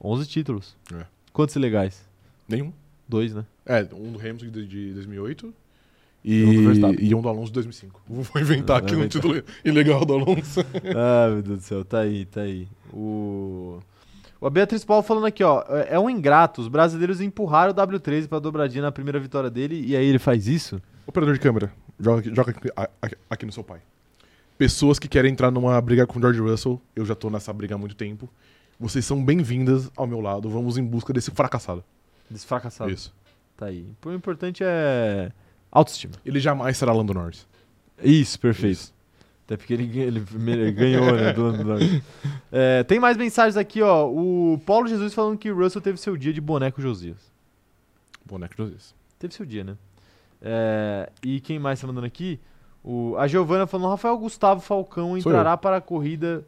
S1: 11 títulos.
S2: É.
S1: Quantos legais?
S2: Nenhum.
S1: Dois, né?
S2: É, um do Hamilton de, de 2008
S1: um do
S2: e,
S1: Verstappen.
S2: e um do Alonso de 2005. Vou inventar
S1: Ah,
S2: aqui
S1: vai
S2: um título ilegal do Alonso.
S1: ah, meu Deus do céu, tá aí, tá aí. O... o Beatriz Paulo falando aqui, ó. É é um ingrato. Os brasileiros empurraram o W13 pra dobradinha na primeira vitória dele e aí ele faz isso?
S2: Operador de câmera, joga, aqui- joga aqui, a- aqui- aqui no seu pai. Pessoas que querem entrar numa briga com o George Russell, eu já tô nessa briga há muito tempo. Vocês são bem-vindas ao meu lado, vamos em busca desse fracassado.
S1: Desfracassado.
S2: Isso.
S1: Tá aí. O importante é autoestima.
S2: Ele jamais será Lando Norris.
S1: Isso, perfeito.
S2: Isso.
S1: Até porque ele, gan- ele me- ganhou, né? Do Lando Norris. É, tem mais mensagens aqui, ó. O Paulo Jesus falando que o Russell teve seu dia de boneco Josias.
S2: Boneco de Jesus.
S1: Teve seu dia, né? É, e quem mais tá mandando aqui? O, a Giovana falando, Rafael Gustavo Falcão
S2: Sou
S1: entrará para a corrida.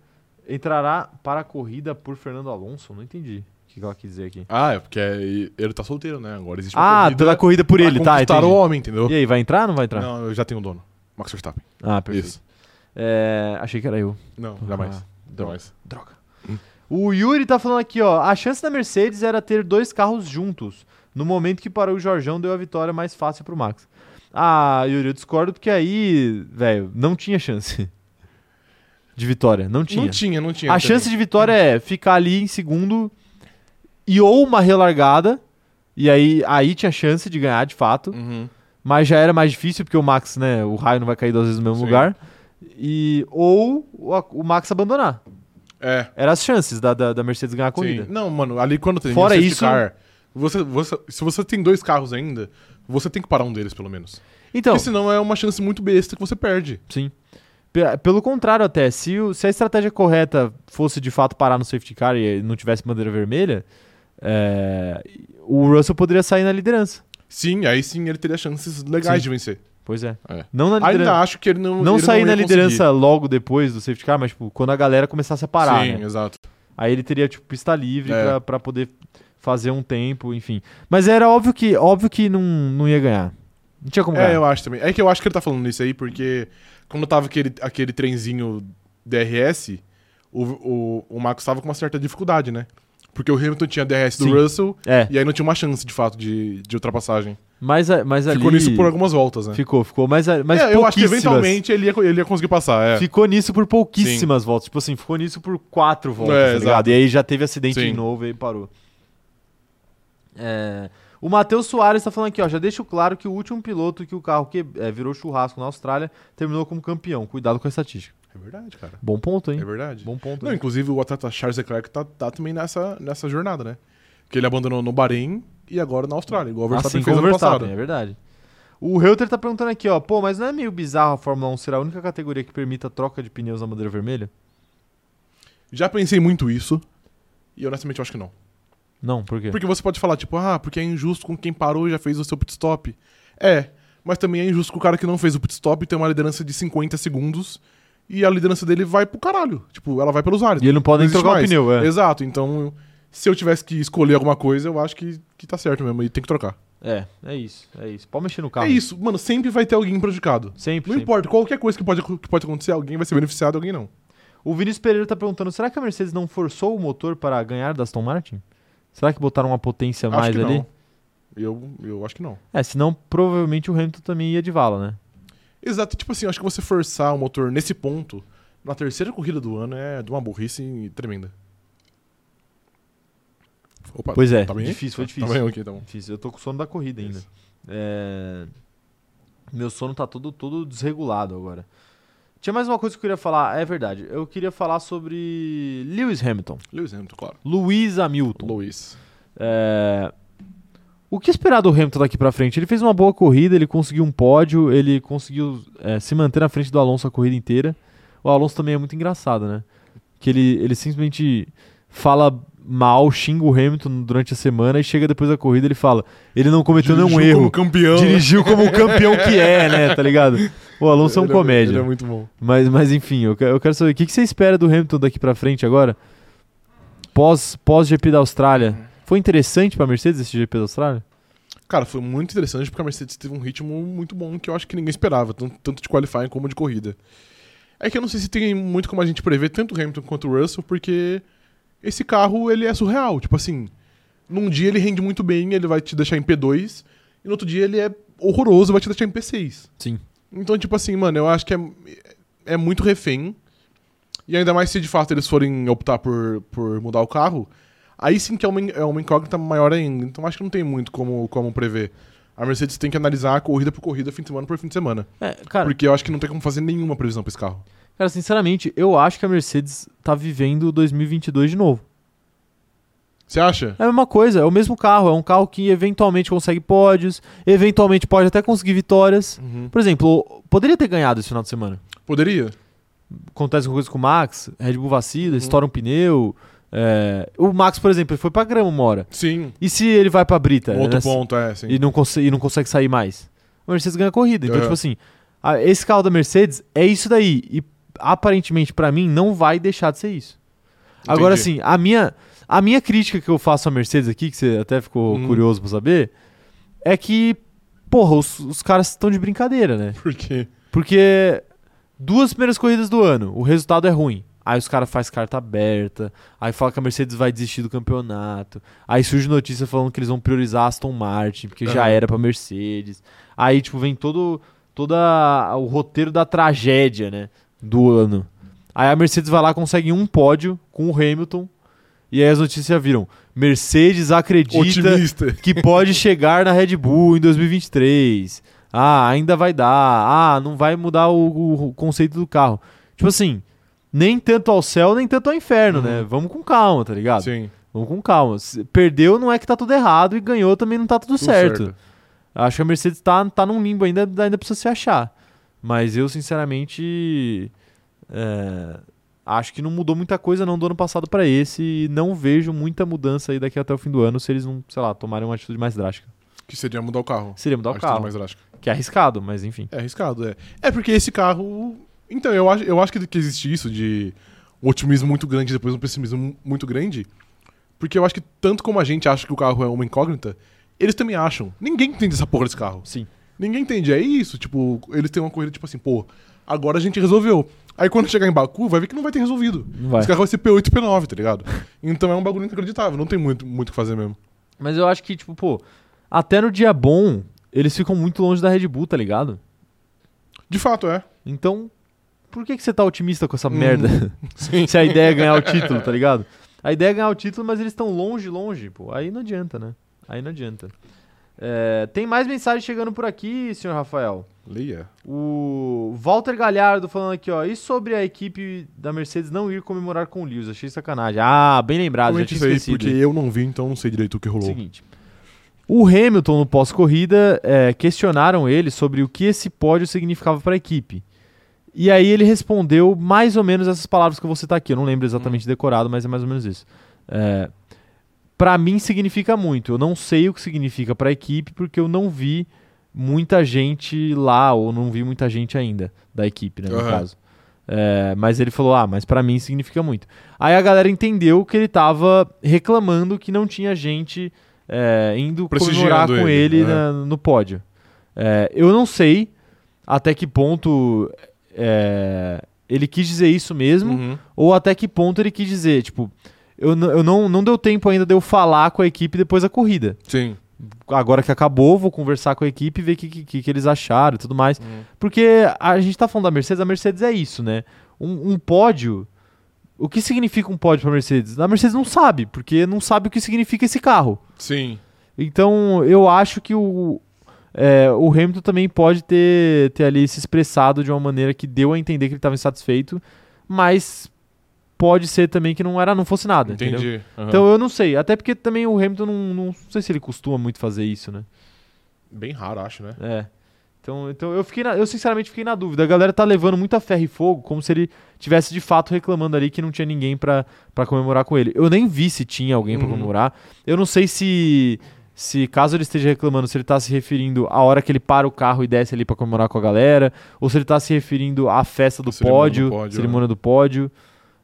S1: Entrará para a corrida por Fernando Alonso? Não entendi o que ela quis dizer aqui.
S2: Ah, é porque é- ele tá solteiro, né? Agora existe uma
S1: Ah,
S2: corrida
S1: pela corrida por
S2: pra
S1: ele, tá?
S2: conquistar o
S1: entendi.
S2: homem, entendeu?
S1: E aí, vai entrar ou não vai entrar?
S2: Não, eu já tenho o dono. Max Verstappen.
S1: Ah, perfeito.
S2: Isso.
S1: É, achei que era eu.
S2: Não, jamais.
S1: Ah,
S2: jamais.
S1: Droga. O Yuri tá falando aqui, ó. A chance da Mercedes era ter dois carros juntos. No momento que parou o Jorgão, deu a vitória mais fácil pro Max. Ah, Yuri, eu discordo porque aí, velho, não tinha chance de vitória. Não tinha.
S2: Não tinha, não tinha.
S1: a chance de vitória é ficar ali em segundo e ou uma relargada. E aí, aí tinha chance de ganhar de fato.
S2: Uhum.
S1: Mas já era mais difícil, porque o Max, né? O raio não vai cair duas vezes no mesmo
S2: Sim.
S1: lugar. E, ou o, o Max abandonar
S2: É.
S1: eram as chances da, da, da Mercedes ganhar a corrida.
S2: Sim. Não, mano, ali quando tem
S1: Fora
S2: um safety
S1: isso-
S2: car, você, você, se você tem dois carros ainda, você tem que parar um deles, pelo menos.
S1: Então,
S2: Porque senão é uma chance muito besta que você perde.
S1: sim. Pe- Pelo contrário, até, se, o- se a estratégia correta fosse de fato parar no safety car e não tivesse bandeira vermelha, é, o Russell poderia sair na liderança.
S2: Sim, aí sim ele teria chances legais
S1: Sim.
S2: de vencer.
S1: Pois é.
S2: É.
S1: Não na
S2: Ainda
S1: liderança.
S2: acho que ele não.
S1: Não
S2: ele
S1: sair
S2: ia
S1: na
S2: conseguir.
S1: liderança logo depois do safety car, mas tipo, quando a galera começasse a parar.
S2: Sim,
S1: né?
S2: exato.
S1: Aí ele teria, tipo, pista livre
S2: É.
S1: pra, pra poder fazer um tempo, enfim. Mas era óbvio que, óbvio que não, não ia ganhar. Não tinha como
S2: É,
S1: ganhar.
S2: eu acho também. É que eu acho que ele tá falando isso aí, porque quando tava aquele, aquele trenzinho DRS, o, o, o Max tava com uma certa dificuldade, né? Porque o Hamilton tinha DRS do
S1: Sim.
S2: Russell
S1: É,
S2: e aí não tinha uma chance, de fato, de, de ultrapassagem.
S1: mas, a- mas ali...
S2: Ficou nisso por algumas voltas, né?
S1: Ficou, ficou. Mas, mas
S2: é, eu acho que
S1: pouquíssimas.
S2: eventualmente ele ia, ele ia conseguir passar, é.
S1: Ficou nisso por pouquíssimas voltas. Tipo assim, ficou nisso por quatro voltas,
S2: É,
S1: tá ligado?
S2: exato.
S1: E aí já teve acidente de
S2: Sim.
S1: novo e aí parou. É, O Matheus Soares tá falando aqui, ó. Já deixo claro que o último piloto que o carro que, é, virou churrasco na Austrália terminou como campeão. Cuidado com a estatística.
S2: É verdade, cara.
S1: Bom ponto, hein?
S2: É verdade.
S1: Bom né? ponto.
S2: Não,
S1: hein?
S2: inclusive o atleta Charles Leclerc tá, tá também nessa, nessa jornada, né? Que ele abandonou no Bahrein e agora na Austrália, igual o Verstappen
S1: assim
S2: fez
S1: como o
S2: ano
S1: Verstappen, é
S2: passado.
S1: verdade. O Reuter tá perguntando aqui, ó. Pô, mas não é meio bizarro a Fórmula 1 ser a única categoria que permita a troca de pneus na bandeira vermelha?
S2: Já pensei muito isso. E honestamente eu acho que não.
S1: Não, por quê?
S2: Porque você pode falar, tipo, ah, porque é injusto com quem parou e já fez o seu pit stop. É, mas também é injusto com o cara que não fez o pit stop e tem uma liderança de 50 segundos e a liderança dele vai pro caralho. Tipo, ela vai pelos ares.
S1: E ele não pode nem
S2: existe
S1: trocar o
S2: mais.
S1: pneu, é.
S2: Exato, então se eu tivesse que escolher alguma coisa, eu acho que, que tá certo mesmo e tem que trocar.
S1: É, é isso, é isso. Pode mexer no carro.
S2: É isso, mano, sempre vai ter alguém prejudicado.
S1: Sempre,
S2: Não
S1: sempre.
S2: importa, qualquer coisa que pode, que pode acontecer, alguém vai ser beneficiado, alguém não.
S1: O Vinícius Pereira tá perguntando: será que a Mercedes não forçou o motor para ganhar da Aston Martin? Será que botaram uma potência
S2: acho
S1: mais
S2: que
S1: ali?
S2: não. Eu, eu acho que não.
S1: É, senão provavelmente o Hamilton também ia de vala, né?
S2: Exato, tipo assim, eu acho que você forçar o motor nesse ponto, na terceira corrida do ano, é de uma burrice tremenda. Opa,
S1: Pois é,
S2: tá bem aí?
S1: difícil, foi
S2: Tá-
S1: difícil.
S2: Tá bem, ok, tá bom.
S1: Difícil. Eu tô com sono da corrida ainda.
S2: Isso.
S1: É, Meu sono tá todo, todo desregulado agora. Tinha mais uma coisa que eu queria falar, é verdade. Eu queria falar sobre Lewis Hamilton,
S2: Lewis Hamilton, claro.
S1: Lewis Hamilton.
S2: Lewis.
S1: É, O que esperar do Hamilton daqui pra frente? Ele fez uma boa corrida, ele conseguiu um pódio, ele conseguiu é, se manter na frente do Alonso a corrida inteira. O Alonso também é muito engraçado, né? Que ele, ele simplesmente fala mal, xinga o Hamilton durante a semana e chega depois da corrida ele fala: ele não cometeu nenhum
S2: Dirigiu
S1: erro.
S2: Como campeão.
S1: Dirigiu como o campeão que é, né? Tá ligado? O Alonso é um
S2: Ele
S1: comédia.
S2: Ele é muito bom.
S1: Mas, mas enfim, eu, que- eu quero saber o que, que você espera do Hamilton daqui pra frente agora? Pós, pós GP da Austrália. Foi interessante pra Mercedes esse GP da Austrália?
S2: Cara, foi muito interessante porque a Mercedes teve um ritmo muito bom que eu acho que ninguém esperava, tan- tanto de qualifying como de corrida. É que eu não sei se tem muito como a gente prever tanto o Hamilton quanto o Russell, porque esse carro ele é surreal. Tipo assim, num dia ele rende muito bem, ele vai te deixar em P2, e no outro dia ele é horroroso, vai te deixar em P6.
S1: Sim.
S2: Então, tipo assim, mano, eu acho que é, é muito refém. E ainda mais se de fato eles forem optar por, por mudar o carro, aí sim que é uma, in- é uma incógnita maior ainda. Então acho que não tem muito como, como prever. A Mercedes tem que analisar corrida por corrida, fim de semana por fim de semana.
S1: É, cara,
S2: Porque eu acho que não tem como fazer nenhuma previsão pra esse carro.
S1: cara, sinceramente, eu acho que a Mercedes tá vivendo 2022 de novo.
S2: Você acha?
S1: É a mesma coisa, é o mesmo carro. É um carro que eventualmente consegue pódios, eventualmente pode até conseguir vitórias.
S2: Uhum.
S1: Por exemplo, poderia ter ganhado esse final de semana.
S2: Poderia?
S1: acontece alguma coisa com o Max, Red Bull
S2: Uhum.
S1: vacila, estoura um pneu. é, O Max, por exemplo, ele foi pra grama uma hora.
S2: Sim.
S1: E se ele vai pra Brita
S2: Um outro
S1: nessa-
S2: ponto, é, sim.
S1: Tá, e, não conse- e não consegue sair mais? A Mercedes ganha a corrida. Então,
S2: É.
S1: tipo assim, a- esse carro da Mercedes é isso daí. E aparentemente, pra mim, não vai deixar de ser isso. Agora,
S2: Entendi.
S1: assim, a minha, a minha crítica que eu faço à Mercedes aqui, que você até ficou
S2: Hum.
S1: curioso pra saber, é que, porra, os- os caras estão de brincadeira, né?
S2: Por quê?
S1: Porque duas primeiras corridas do ano, o resultado é ruim. Aí os caras fazem carta aberta, aí fala que a Mercedes vai desistir do campeonato. Aí surge notícia falando que eles vão priorizar a Aston Martin, porque já
S2: Aham.
S1: era pra Mercedes. Aí, tipo, vem todo toda o roteiro da tragédia, né, do ano. Aí a Mercedes vai lá, consegue um pódio com o Hamilton. E aí as notícias viram: Mercedes acredita
S2: Otimista.
S1: que pode chegar na Red Bull em 2023. Ah, ainda vai dar. Ah, não vai mudar o, o- o conceito do carro. Tipo assim, nem tanto ao céu, nem tanto ao inferno, né? Vamos com calma, tá ligado?
S2: Sim.
S1: Vamos com calma. Se perdeu não é que tá tudo errado e ganhou também não tá tudo,
S2: Tudo
S1: certo. Acho que a Mercedes tá, tá num limbo ainda, ainda precisa se achar. Mas eu, sinceramente, é, acho que não mudou muita coisa não do ano passado pra esse. E não vejo muita mudança aí daqui até o fim do ano se eles não, sei lá, tomarem uma atitude mais drástica.
S2: Que seria mudar o carro.
S1: Seria mudar o
S2: Atitude
S1: carro,
S2: mais drástica.
S1: que é arriscado, mas enfim.
S2: É arriscado, é. É porque esse carro. Então, eu acho, eu acho que, que existe isso de um otimismo muito grande e depois um pessimismo mu- muito grande. Porque eu acho que tanto como a gente acha que o carro é uma incógnita, eles também acham. Ninguém entende essa porra desse carro.
S1: Sim.
S2: Ninguém entende. É isso. Tipo, eles têm uma corrida tipo assim, pô, agora a gente resolveu. Aí quando chegar em Baku, vai ver que não vai ter resolvido.
S1: Não vai.
S2: Esse carro vai ser P8 e P9, tá ligado? Então é um bagulho inacreditável. Não tem muito muito o que fazer mesmo.
S1: Mas eu acho que, tipo, pô, até no dia bom, eles ficam muito longe da Red Bull, tá ligado?
S2: De fato, é.
S1: Então, por que, que você tá otimista com essa
S2: Hum.
S1: merda?
S2: Sim.
S1: Se a ideia é ganhar o título, tá ligado? A ideia é ganhar o título, mas eles estão longe, longe, pô. Aí não adianta, né? Aí não adianta. É, tem mais mensagem chegando por aqui, senhor Rafael.
S2: Leia.
S1: O Walter Galhardo falando aqui, ó. E sobre a equipe da Mercedes não ir comemorar com o Lewis? Achei sacanagem. Ah, bem lembrado, já
S2: Comente
S1: tinha
S2: isso aí,
S1: esquecido.
S2: porque eu não vi, então não sei direito o que rolou.
S1: Seguinte. O Hamilton, no pós-corrida, é, questionaram ele sobre o que esse pódio significava para a equipe. E aí ele respondeu mais ou menos essas palavras que eu vou citar aqui. Eu não lembro exatamente
S2: Hum.
S1: decorado, mas é mais ou menos isso. É, para mim significa muito. Eu não sei o que significa para a equipe porque eu não vi muita gente lá ou não vi muita gente ainda da equipe, né, no
S2: Aham.
S1: caso. É, mas ele falou, ah, mas para mim significa muito. Aí a galera entendeu que ele tava reclamando que não tinha gente é, indo comemorar
S2: Prestigiando
S1: com ele,
S2: ele, né?
S1: na- no pódio. É, eu não sei até que ponto é, ele quis dizer isso mesmo,
S2: Uhum.
S1: ou até que ponto ele quis dizer, tipo, eu, n- eu não, não deu tempo ainda de eu falar com a equipe depois da corrida.
S2: Sim.
S1: Agora que acabou, vou conversar com a equipe e ver o que, que, que eles acharam e tudo mais.
S2: Uhum.
S1: Porque a gente tá falando da Mercedes, a Mercedes é isso, né? Um, um pódio. O que significa um pódio pra Mercedes? A Mercedes não sabe, porque não sabe o que significa esse carro.
S2: Sim.
S1: Então eu acho que o, é, o Hamilton também pode ter, ter ali se expressado de uma maneira que deu a entender que ele estava insatisfeito, mas pode ser também que não era, não fosse nada. entendeu?
S2: Entendi. Aham.
S1: Então eu não sei, até porque também o Hamilton não, não sei se ele costuma muito fazer isso, né?
S2: Bem raro, acho, né?
S1: É. Então, então eu fiquei na- eu sinceramente fiquei na dúvida. A galera tá levando muito a ferro e fogo, como se ele tivesse de fato reclamando ali que não tinha ninguém pra pra comemorar com ele. Eu nem vi se tinha alguém pra
S2: Uhum.
S1: comemorar. Eu não sei se se caso ele esteja reclamando, se ele tá se referindo à hora que ele para o carro e desce ali pra comemorar com a galera, ou se ele tá se referindo à festa do
S2: A cerimônia
S1: pódio,
S2: do pódio, né?
S1: cerimônia do pódio.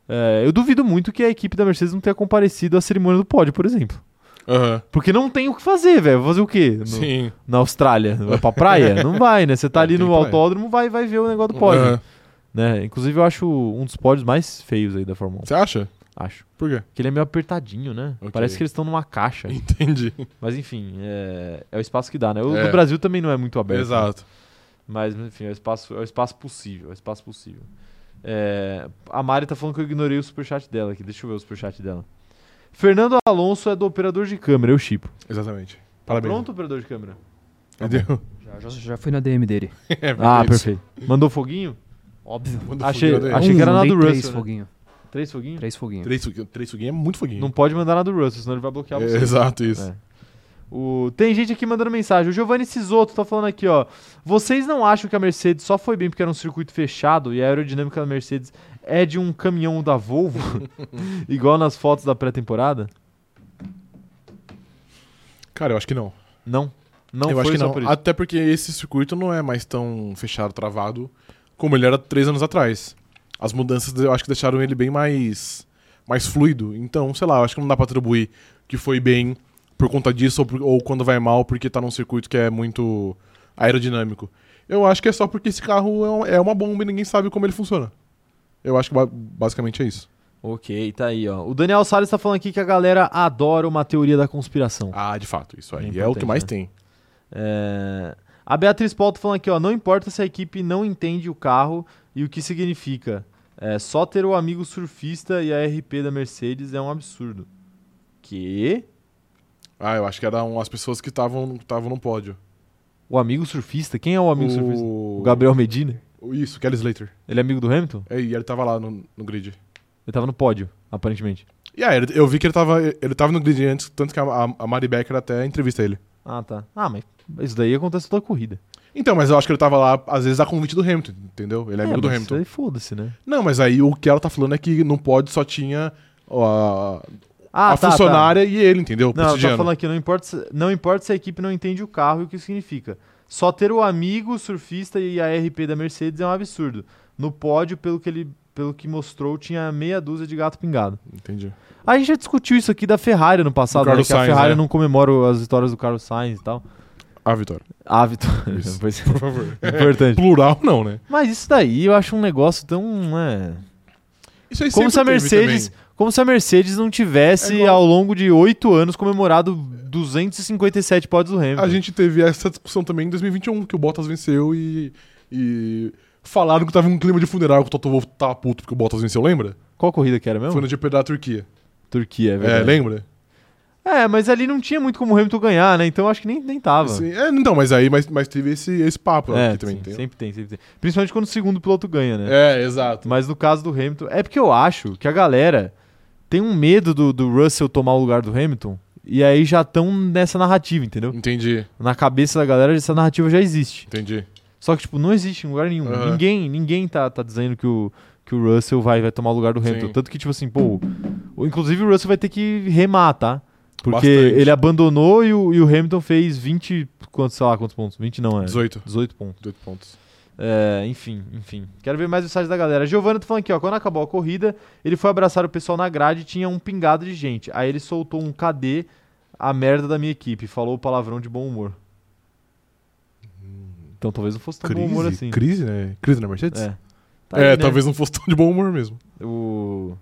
S1: É, eu duvido muito que a equipe da Mercedes não tenha comparecido à cerimônia do pódio, por exemplo.
S2: Aham.
S1: Porque não tem o que fazer, velho. Fazer o quê? No-
S2: Sim.
S1: na Austrália, vai pra praia? Não vai, né? Você tá
S2: Não,
S1: ali
S2: É. tem
S1: no
S2: praia.
S1: autódromo, vai, vai ver o negócio do pódio,
S2: Aham.
S1: né? Inclusive eu acho um dos pódios mais feios aí da Fórmula 1,
S2: Você acha?
S1: acho.
S2: Por quê?
S1: Que ele é meio apertadinho, né?
S2: Ok.
S1: Parece que eles estão numa caixa.
S2: Entendi.
S1: Mas enfim, é, é o espaço que dá, né? O
S2: É.
S1: do Brasil também não é muito aberto. né?
S2: Exato.
S1: Mas enfim, é o espaço, é o espaço possível, é o espaço possível. É, a Mari tá falando que eu ignorei o superchat dela aqui. Deixa eu ver o superchat dela. Fernando Alonso é do operador de câmera, eu chipo.
S2: Exatamente. Parabéns.
S1: Tá Pronto, operador de câmera?
S2: Entendeu?
S3: Já, já, já fui na DM dele.
S2: É,
S1: Ah,
S2: isso.
S1: perfeito. Mandou foguinho?
S3: Óbvio.
S2: Quando
S1: Achei-
S2: fogueira daí.
S1: achei- que era
S3: não,
S1: na
S3: dei
S1: do
S3: três
S1: Russell, né?
S3: foguinho.
S1: Três foguinhos?
S3: Três foguinhos.
S2: Três foguinhos três foguinhos é muito foguinho.
S1: tá. Não pode mandar nada do Russell, senão ele vai bloquear
S2: É,
S1: você.
S2: exato, isso.
S1: É. O... Tem gente aqui mandando mensagem. O Giovanni Sisoto tá falando aqui, ó. Vocês não acham que a Mercedes só foi bem porque era um circuito fechado e a aerodinâmica da Mercedes é de um caminhão da Volvo? Igual nas fotos da pré-temporada?
S2: Cara, eu acho que não.
S1: Não. Não
S2: eu
S1: foi
S2: acho que
S1: só
S2: não.
S1: por isso.
S2: Até porque esse circuito não é mais tão fechado, travado, como ele era três anos atrás. As mudanças eu acho que deixaram ele bem mais, mais fluido. Então, sei lá, eu acho que não dá pra atribuir que foi bem por conta disso ou, por- ou quando vai mal porque tá num circuito que é muito aerodinâmico. Eu acho que é só porque esse carro é um- é uma bomba e ninguém sabe como ele funciona. Eu acho que ba- basicamente é isso.
S1: Ok, tá aí, ó. O Daniel Salles tá falando aqui que a galera adora uma teoria da conspiração.
S2: Ah, de fato, isso
S1: É
S2: aí. É, o que
S1: importante,
S2: mais
S1: né?
S2: tem.
S1: É, A Beatriz Paulo tá falando aqui, ó. Não importa se a equipe não entende o carro e o que significa. É, só ter o amigo surfista e a RP da Mercedes é um absurdo. Que?
S2: Ah, eu acho que eram as pessoas que estavam estavam no pódio.
S1: O amigo surfista? Quem é o amigo surfista? O Gabriel Medina?
S2: Isso, Kelly Slater.
S1: Ele é amigo do Hamilton?
S2: É, E ele tava lá no, no grid.
S1: Ele tava no pódio, aparentemente.
S2: E aí, ele- eu vi que ele tava, ele tava no grid antes, tanto que a, a- a Mari Becker até entrevista ele.
S1: Ah, tá. Ah, mas isso daí acontece toda corrida.
S2: Então, mas eu acho que ele tava lá, às vezes, a convite do Hamilton, entendeu? Ele é amigo do
S1: mas
S2: Hamilton.
S1: isso aí Foda-se, né?
S2: Não, mas aí o que ela tá falando é que no pódio só tinha ó, a,
S1: Ah,
S2: a funcionária e ele, entendeu?
S1: Não, ela tá
S2: Prestigiano.
S1: falando aqui, não importa, se, não importa se a equipe não entende o carro e o que isso significa. Só ter o amigo surfista e a RP da Mercedes é um absurdo. No pódio, pelo que ele pelo que mostrou, tinha meia dúzia de gato pingado.
S2: Entendi.
S1: A gente já discutiu isso aqui da Ferrari no passado,
S2: Do Carlos
S1: né? Que a
S2: Sainz,
S1: Ferrari
S2: né?
S1: não comemora as vitórias do Carlos Sainz e tal.
S2: A vitória,
S1: Ah, vitória.
S2: Isso.
S1: pois
S2: por favor.
S1: é, importante.
S2: Plural, não, né?
S1: Mas isso daí eu acho um negócio tão. né?
S2: Isso aí
S1: Como
S2: sempre
S1: se a
S2: teve
S1: Mercedes.
S2: também.
S1: Como se a Mercedes não tivesse,
S2: É igual-
S1: ao longo de oito anos, comemorado 257 pódios do Hamilton.
S2: A gente teve essa discussão também em 2021, que o Bottas venceu e. e falaram que tava um clima de funeral que o Toto Wolff tava puto porque o Bottas venceu, lembra?
S1: Qual corrida que era mesmo?
S2: Foi no GP da Turquia.
S1: Turquia, é
S2: É,
S1: verdade.
S2: lembra?
S1: É, mas ali não tinha muito como o Hamilton ganhar, né? Então acho que nem, nem tava.
S2: Sim, é, então, mas aí mas, mas teve esse, esse papo
S1: é,
S2: aqui também.
S1: sim,
S2: entendeu?
S1: sempre tem, sempre tem. Principalmente quando o segundo piloto ganha, né?
S2: É, exato.
S1: Mas no caso do Hamilton, é porque eu acho que a galera tem um medo do, do Russell tomar o lugar do Hamilton e aí já estão nessa narrativa, entendeu?
S2: Entendi,
S1: Na cabeça da galera essa narrativa já existe.
S2: entendi.
S1: Só que, tipo, não existe em lugar nenhum.
S2: Aham.
S1: Ninguém, ninguém tá, tá dizendo que o, que o Russell vai, vai tomar o lugar do Hamilton.
S2: Sim.
S1: Tanto que, tipo assim, pô, o- inclusive o Russell vai ter que remar, tá? Porque
S2: Bastante.
S1: ele abandonou e o, e o Hamilton fez 20, quantos, sei lá, quantos pontos? 20 não, é.
S2: 18.
S1: 18 pontos.
S2: 18 pontos.
S1: É, enfim, enfim. Quero ver mais mensagens da galera. Giovanna tá falando aqui, ó. Quando acabou a corrida, ele foi abraçar o pessoal na grade e tinha um pingado de gente. Aí ele soltou um cadê a merda da minha equipe. Falou o palavrão de bom humor.
S2: Hum.
S1: Então talvez não fosse tão bom humor assim.
S2: Crise, né? Crise na Mercedes?
S1: É. Tá
S2: é,
S1: aí, né?
S2: talvez não fosse tão de bom humor mesmo.
S1: O,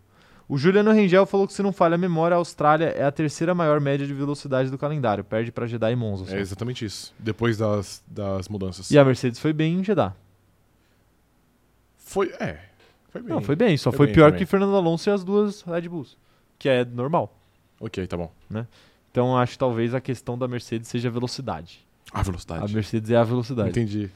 S1: o Juliano Rengel falou que se não falha a memória, a Austrália é a terceira maior média de velocidade do calendário. Perde pra Jeddah e Monza. só.
S2: É exatamente isso. Depois das, das mudanças.
S1: E a Mercedes foi bem em Jeddah.
S2: Foi, é. Foi bem.
S1: Não, foi bem. Só
S2: Foi
S1: foi,
S2: bem,
S1: pior
S2: foi
S1: que
S2: bem.
S1: Fernando Alonso e as duas Red Bulls, que é normal.
S2: Ok, tá bom.
S1: Então acho que talvez a questão da Mercedes seja a velocidade.
S2: A velocidade.
S1: A Mercedes é a velocidade.
S2: Entendi.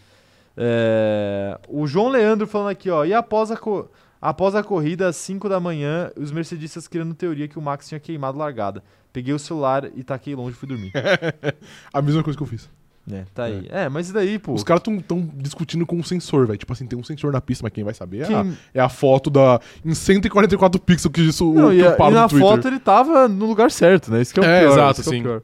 S1: É, o João Leandro falando aqui, ó. E após a, co- após a corrida, às 5 da manhã, os mercedistas criando teoria que o Max tinha queimado largada. Peguei o celular e taquei longe e fui dormir.
S2: A mesma coisa que eu fiz.
S1: é, tá aí. É, mas isso daí, pô.
S2: Os caras tão, tão discutindo com um sensor, velho. Tipo assim, tem um sensor na pista, mas quem vai saber é,
S1: Quem-
S2: a, é a foto da. Em 144 pixels que isso
S1: Não,
S2: o
S1: e,
S2: que
S1: a-
S2: eu paro
S1: e
S2: no
S1: na
S2: Twitter.
S1: foto é ele tava no lugar certo, né? Isso que é o
S2: É,
S1: pior.
S2: exato,
S1: isso que é o
S2: sim.
S1: pior.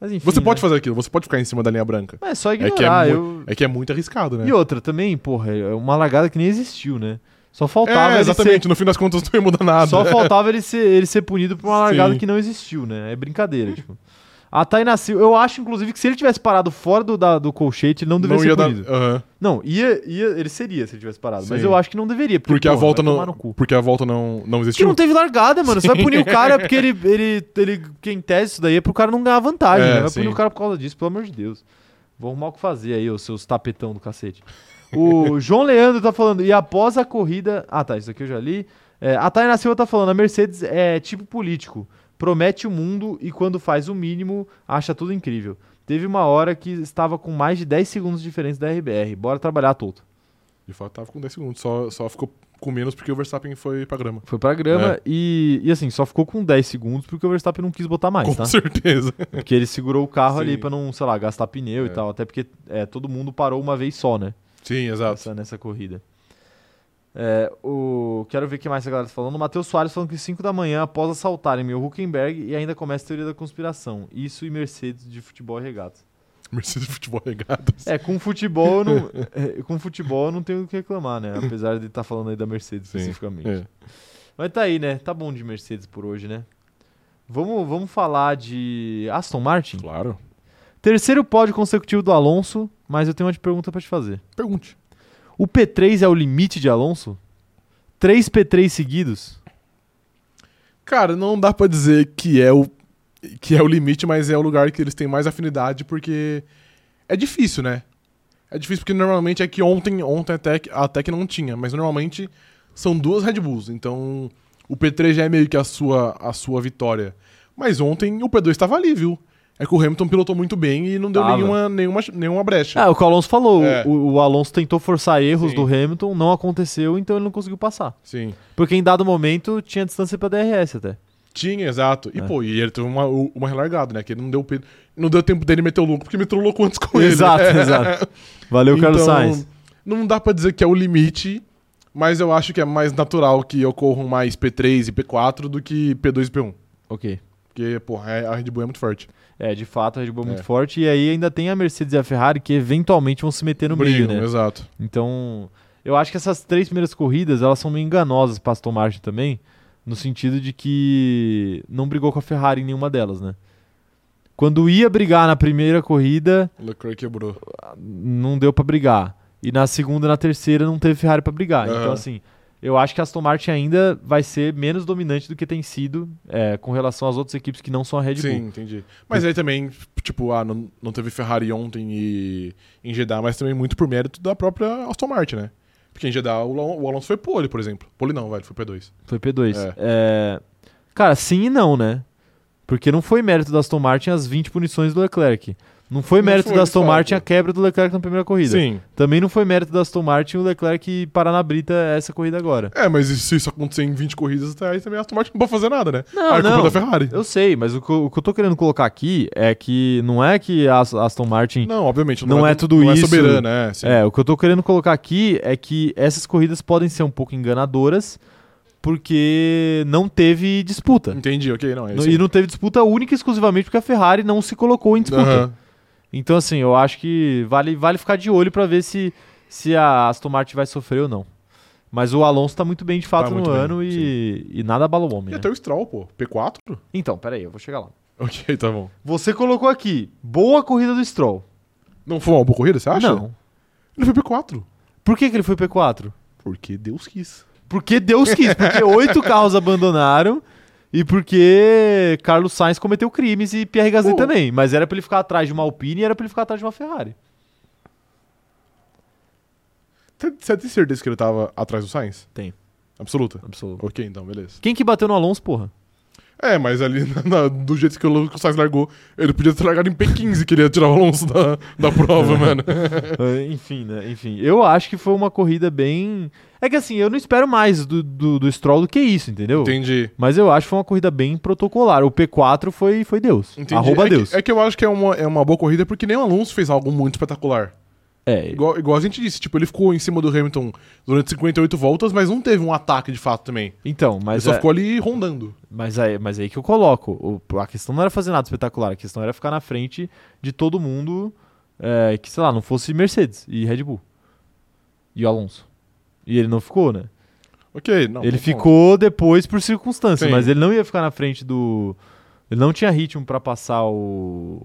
S1: Mas enfim.
S2: Você pode
S1: né?
S2: fazer aquilo, você pode ficar em cima da linha branca.
S1: É só
S2: que é
S1: ignorar.
S2: mu-
S1: eu-
S2: É que é muito arriscado, né?
S1: E outra também, porra, é uma largada que nem existiu, né? Só faltava ele
S2: É, exatamente. No fim das contas não ia mudar nada.
S1: Só faltava ele ser, ele ser punido por uma largada
S2: Sim.
S1: que não existiu, né? É brincadeira, tipo. A Tainá Silva, eu acho, inclusive, que se ele tivesse parado fora do, da- do colchete, ele não
S2: não
S1: deveria
S2: ia
S1: ser
S2: dar.
S1: punido.
S2: Aham.
S1: Não, ia, ia, ele seria se ele tivesse parado, mas
S2: Sim.
S1: eu acho que não deveria.
S2: Porque, a
S1: porra,
S2: volta
S1: vai tomar no
S2: não.
S1: cu.
S2: Porque a volta não, não
S1: Porque
S2: existiu.
S1: não teve largada, mano. Você vai punir o cara porque ele, ele, ele. Quem tese isso daí é pro cara não ganhar vantagem,
S2: É,
S1: né? Vai
S2: sim.
S1: punir o cara por causa disso, pelo amor de Deus. Vou arrumar o que fazer aí, os seus tapetão do cacete. O João Leandro tá falando, e após a corrida. Ah, tá, isso aqui eu já li. É, a Tainá Silva tá falando, a Mercedes é tipo político. Promete o mundo e quando faz o mínimo, acha tudo incrível. Teve uma hora que estava com mais de 10 segundos de diferença da RBR. Bora trabalhar, Toto.
S2: De fato, tava com 10 segundos. Só, só ficou com menos porque o Verstappen foi pra grama.
S1: Foi pra grama
S2: É.
S1: e, e assim, só ficou com 10 segundos porque o Verstappen não quis botar mais,
S2: com
S1: tá?
S2: certeza.
S1: Porque ele segurou o carro ali
S2: Sim.
S1: pra não, sei lá, gastar pneu e
S2: É.
S1: tal. Até porque é, todo mundo parou uma vez só, né?
S2: Sim, exato.
S1: Nessa, nessa corrida. É, o... Quero ver o que mais a galera tá falando. O Matheus Soares falando que 5 da manhã, após assaltarem meu Huckenberg, e ainda começa a teoria da conspiração. Isso e Mercedes de futebol e regatas.
S2: Mercedes Futebol Regatas.
S1: É, com futebol eu não, é, com futebol eu não tenho o que reclamar, né? Apesar de estar falando aí da Mercedes
S2: Sim,
S1: especificamente.
S2: é.
S1: Mas tá aí, né? Tá bom de Mercedes por hoje, né? Vamos, vamos falar de Aston Martin?
S2: Claro.
S1: Terceiro pódio consecutivo do Alonso, mas eu tenho uma de pergunta pra te fazer.
S2: Pergunte.
S1: O P3 é o limite de Alonso? Três P3 seguidos?
S2: Cara, não dá pra dizer que é o que é o limite, mas é o lugar que eles têm mais afinidade porque é difícil, né? É difícil porque normalmente é que ontem, ontem até que, até que não tinha, mas normalmente são duas Red Bulls, então o P3 já é meio que a sua a sua vitória. Mas ontem o P2 estava ali, viu? É que o Hamilton pilotou muito bem e não deu
S1: Tava.
S2: nenhuma, nenhuma, nenhuma brecha.
S1: Ah, o que o Alonso falou.
S2: É.
S1: O, o Alonso tentou forçar erros
S2: Sim.
S1: do Hamilton, não aconteceu, então ele não conseguiu passar.
S2: Sim.
S1: Porque em dado momento tinha distância pra DRS até.
S2: Tinha, exato. E
S1: É.
S2: pô, e ele teve uma, uma relargada, né? Que ele não deu, pe- não deu tempo dele meter o louco, porque meteu o louco antes com ele. né? Então,
S1: Exato, exato. Valeu, Carlos Sainz.
S2: Não dá pra dizer que é o limite, mas eu acho que é mais natural que ocorram mais P3 e P4 do que P2 e P1.
S1: Ok.
S2: Porque, porra, é- a Red Bull é muito forte.
S1: É, de fato, a Red Bull é muito
S2: É.
S1: forte. E aí ainda tem a Mercedes e a Ferrari que eventualmente vão se meter no meio,
S2: Brigam,
S1: né?
S2: Exato.
S1: Então, eu acho que essas três primeiras corridas, elas são meio enganosas para Aston Martin também, no sentido de que não brigou com a Ferrari em nenhuma delas, né? Quando ia brigar na primeira corrida,
S2: O Leclerc quebrou.
S1: não deu para brigar. E na segunda e na terceira não teve Ferrari para brigar.
S2: Aham.
S1: Então, assim, eu acho que a Aston Martin ainda vai ser menos dominante do que tem sido é, com relação às outras equipes que não são a Red
S2: Sim,
S1: Bull.
S2: entendi. Mas aí também, tipo, ah, não, não teve Ferrari ontem e em Jeddah, mas também muito por mérito da própria Aston Martin, né? Porque em Jeddah o, Alon- o Alonso foi pole, por exemplo. Pole não, velho, foi P2.
S1: Foi P2.
S2: É.
S1: É, Cara, sim e não, né? Porque não foi mérito da Aston Martin as 20 punições do Leclerc. Não foi
S2: Não
S1: mérito
S2: foi,
S1: da
S2: de
S1: Aston
S2: fato.
S1: Martin a quebra do Leclerc na primeira corrida.
S2: Sim.
S1: Também não foi mérito da Aston Martin o Leclerc parar na brita essa corrida agora.
S2: É, mas e se isso acontecer em 20 corridas, até aí também a Aston Martin não pode fazer nada, né?
S1: Não,
S2: ah, é
S1: não.
S2: culpa da Ferrari.
S1: Eu sei, mas o que, eu- o que eu tô querendo colocar aqui é que não é que a As- Aston Martin.
S2: Não, obviamente.
S1: Não é
S2: tu-
S1: tudo
S2: não
S1: isso.
S2: é soberana, é. sim.
S1: É, o que eu tô querendo colocar aqui é que essas corridas podem ser um pouco enganadoras porque não teve disputa.
S2: Entendi, ok, não. É
S1: No-
S2: isso.
S1: E não teve disputa única e exclusivamente porque a Ferrari não se colocou em disputa.
S2: Aham.
S1: Então, assim, eu acho que vale, vale ficar de olho pra ver se, se a Aston Martin vai sofrer ou não. Mas o Alonso tá muito bem de fato
S2: Tá
S1: no
S2: muito bem,
S1: ano e, e nada abala o homem.
S2: E
S1: né?
S2: até o É Stroll, pô. P4?
S1: Então, peraí, eu vou chegar lá.
S2: Ok, tá bom.
S1: Você colocou aqui, boa corrida do Stroll.
S2: Tá Não foi uma boa corrida, um você acha?
S1: Não.
S2: Ele foi P4.
S1: Por que, que ele foi P4?
S2: Por Porque Deus quis.
S1: Porque Deus quis, porque oito carros abandonaram e porque Carlos Sainz cometeu crimes e Pierre Gasly
S2: Pô.
S1: também. Mas era pra ele ficar atrás de uma Alpine e era pra ele ficar atrás de uma Ferrari.
S2: Você- Você tem certeza que ele tava atrás do Sainz?
S1: Tenho.
S2: Absoluta?
S1: Absoluto.
S2: Ok, então, beleza.
S1: Quem que bateu no Alonso, porra?
S2: É, mas ali, na- na- do jeito que o, que o Sainz largou, ele podia ter largado em P15, que ele ia tirar o Alonso da, da prova, mano.
S1: É, enfim, né? Enfim, eu acho que foi uma corrida bem. É que assim, eu não espero mais do, do, do Stroll do que isso, entendeu?
S2: Entendi.
S1: Mas eu acho que foi uma corrida bem protocolar. O P4 foi, foi Deus.
S2: Entendi.
S1: Arroba
S2: é
S1: Deus.
S2: Que, é que eu acho que é uma, é uma boa corrida porque nem o Alonso fez algo muito espetacular.
S1: É,
S2: Igual, igual a gente disse, tipo, ele ficou em cima do Hamilton durante 58 voltas, mas não teve um ataque de fato também.
S1: então,
S2: Ele
S1: mas,
S2: só
S1: é-
S2: ficou ali rondando.
S1: mas, aí, mas é aí que eu coloco. O- a questão não era fazer nada espetacular, a questão era ficar na frente de todo mundo é, que, sei lá, não fosse Mercedes e Red Bull. E o Alonso. E ele não ficou, né?
S2: Ok, não.
S1: ele
S2: bom
S1: ficou depois por circunstâncias,
S2: Sim.
S1: mas ele não ia ficar na frente do. Ele não tinha ritmo pra passar o.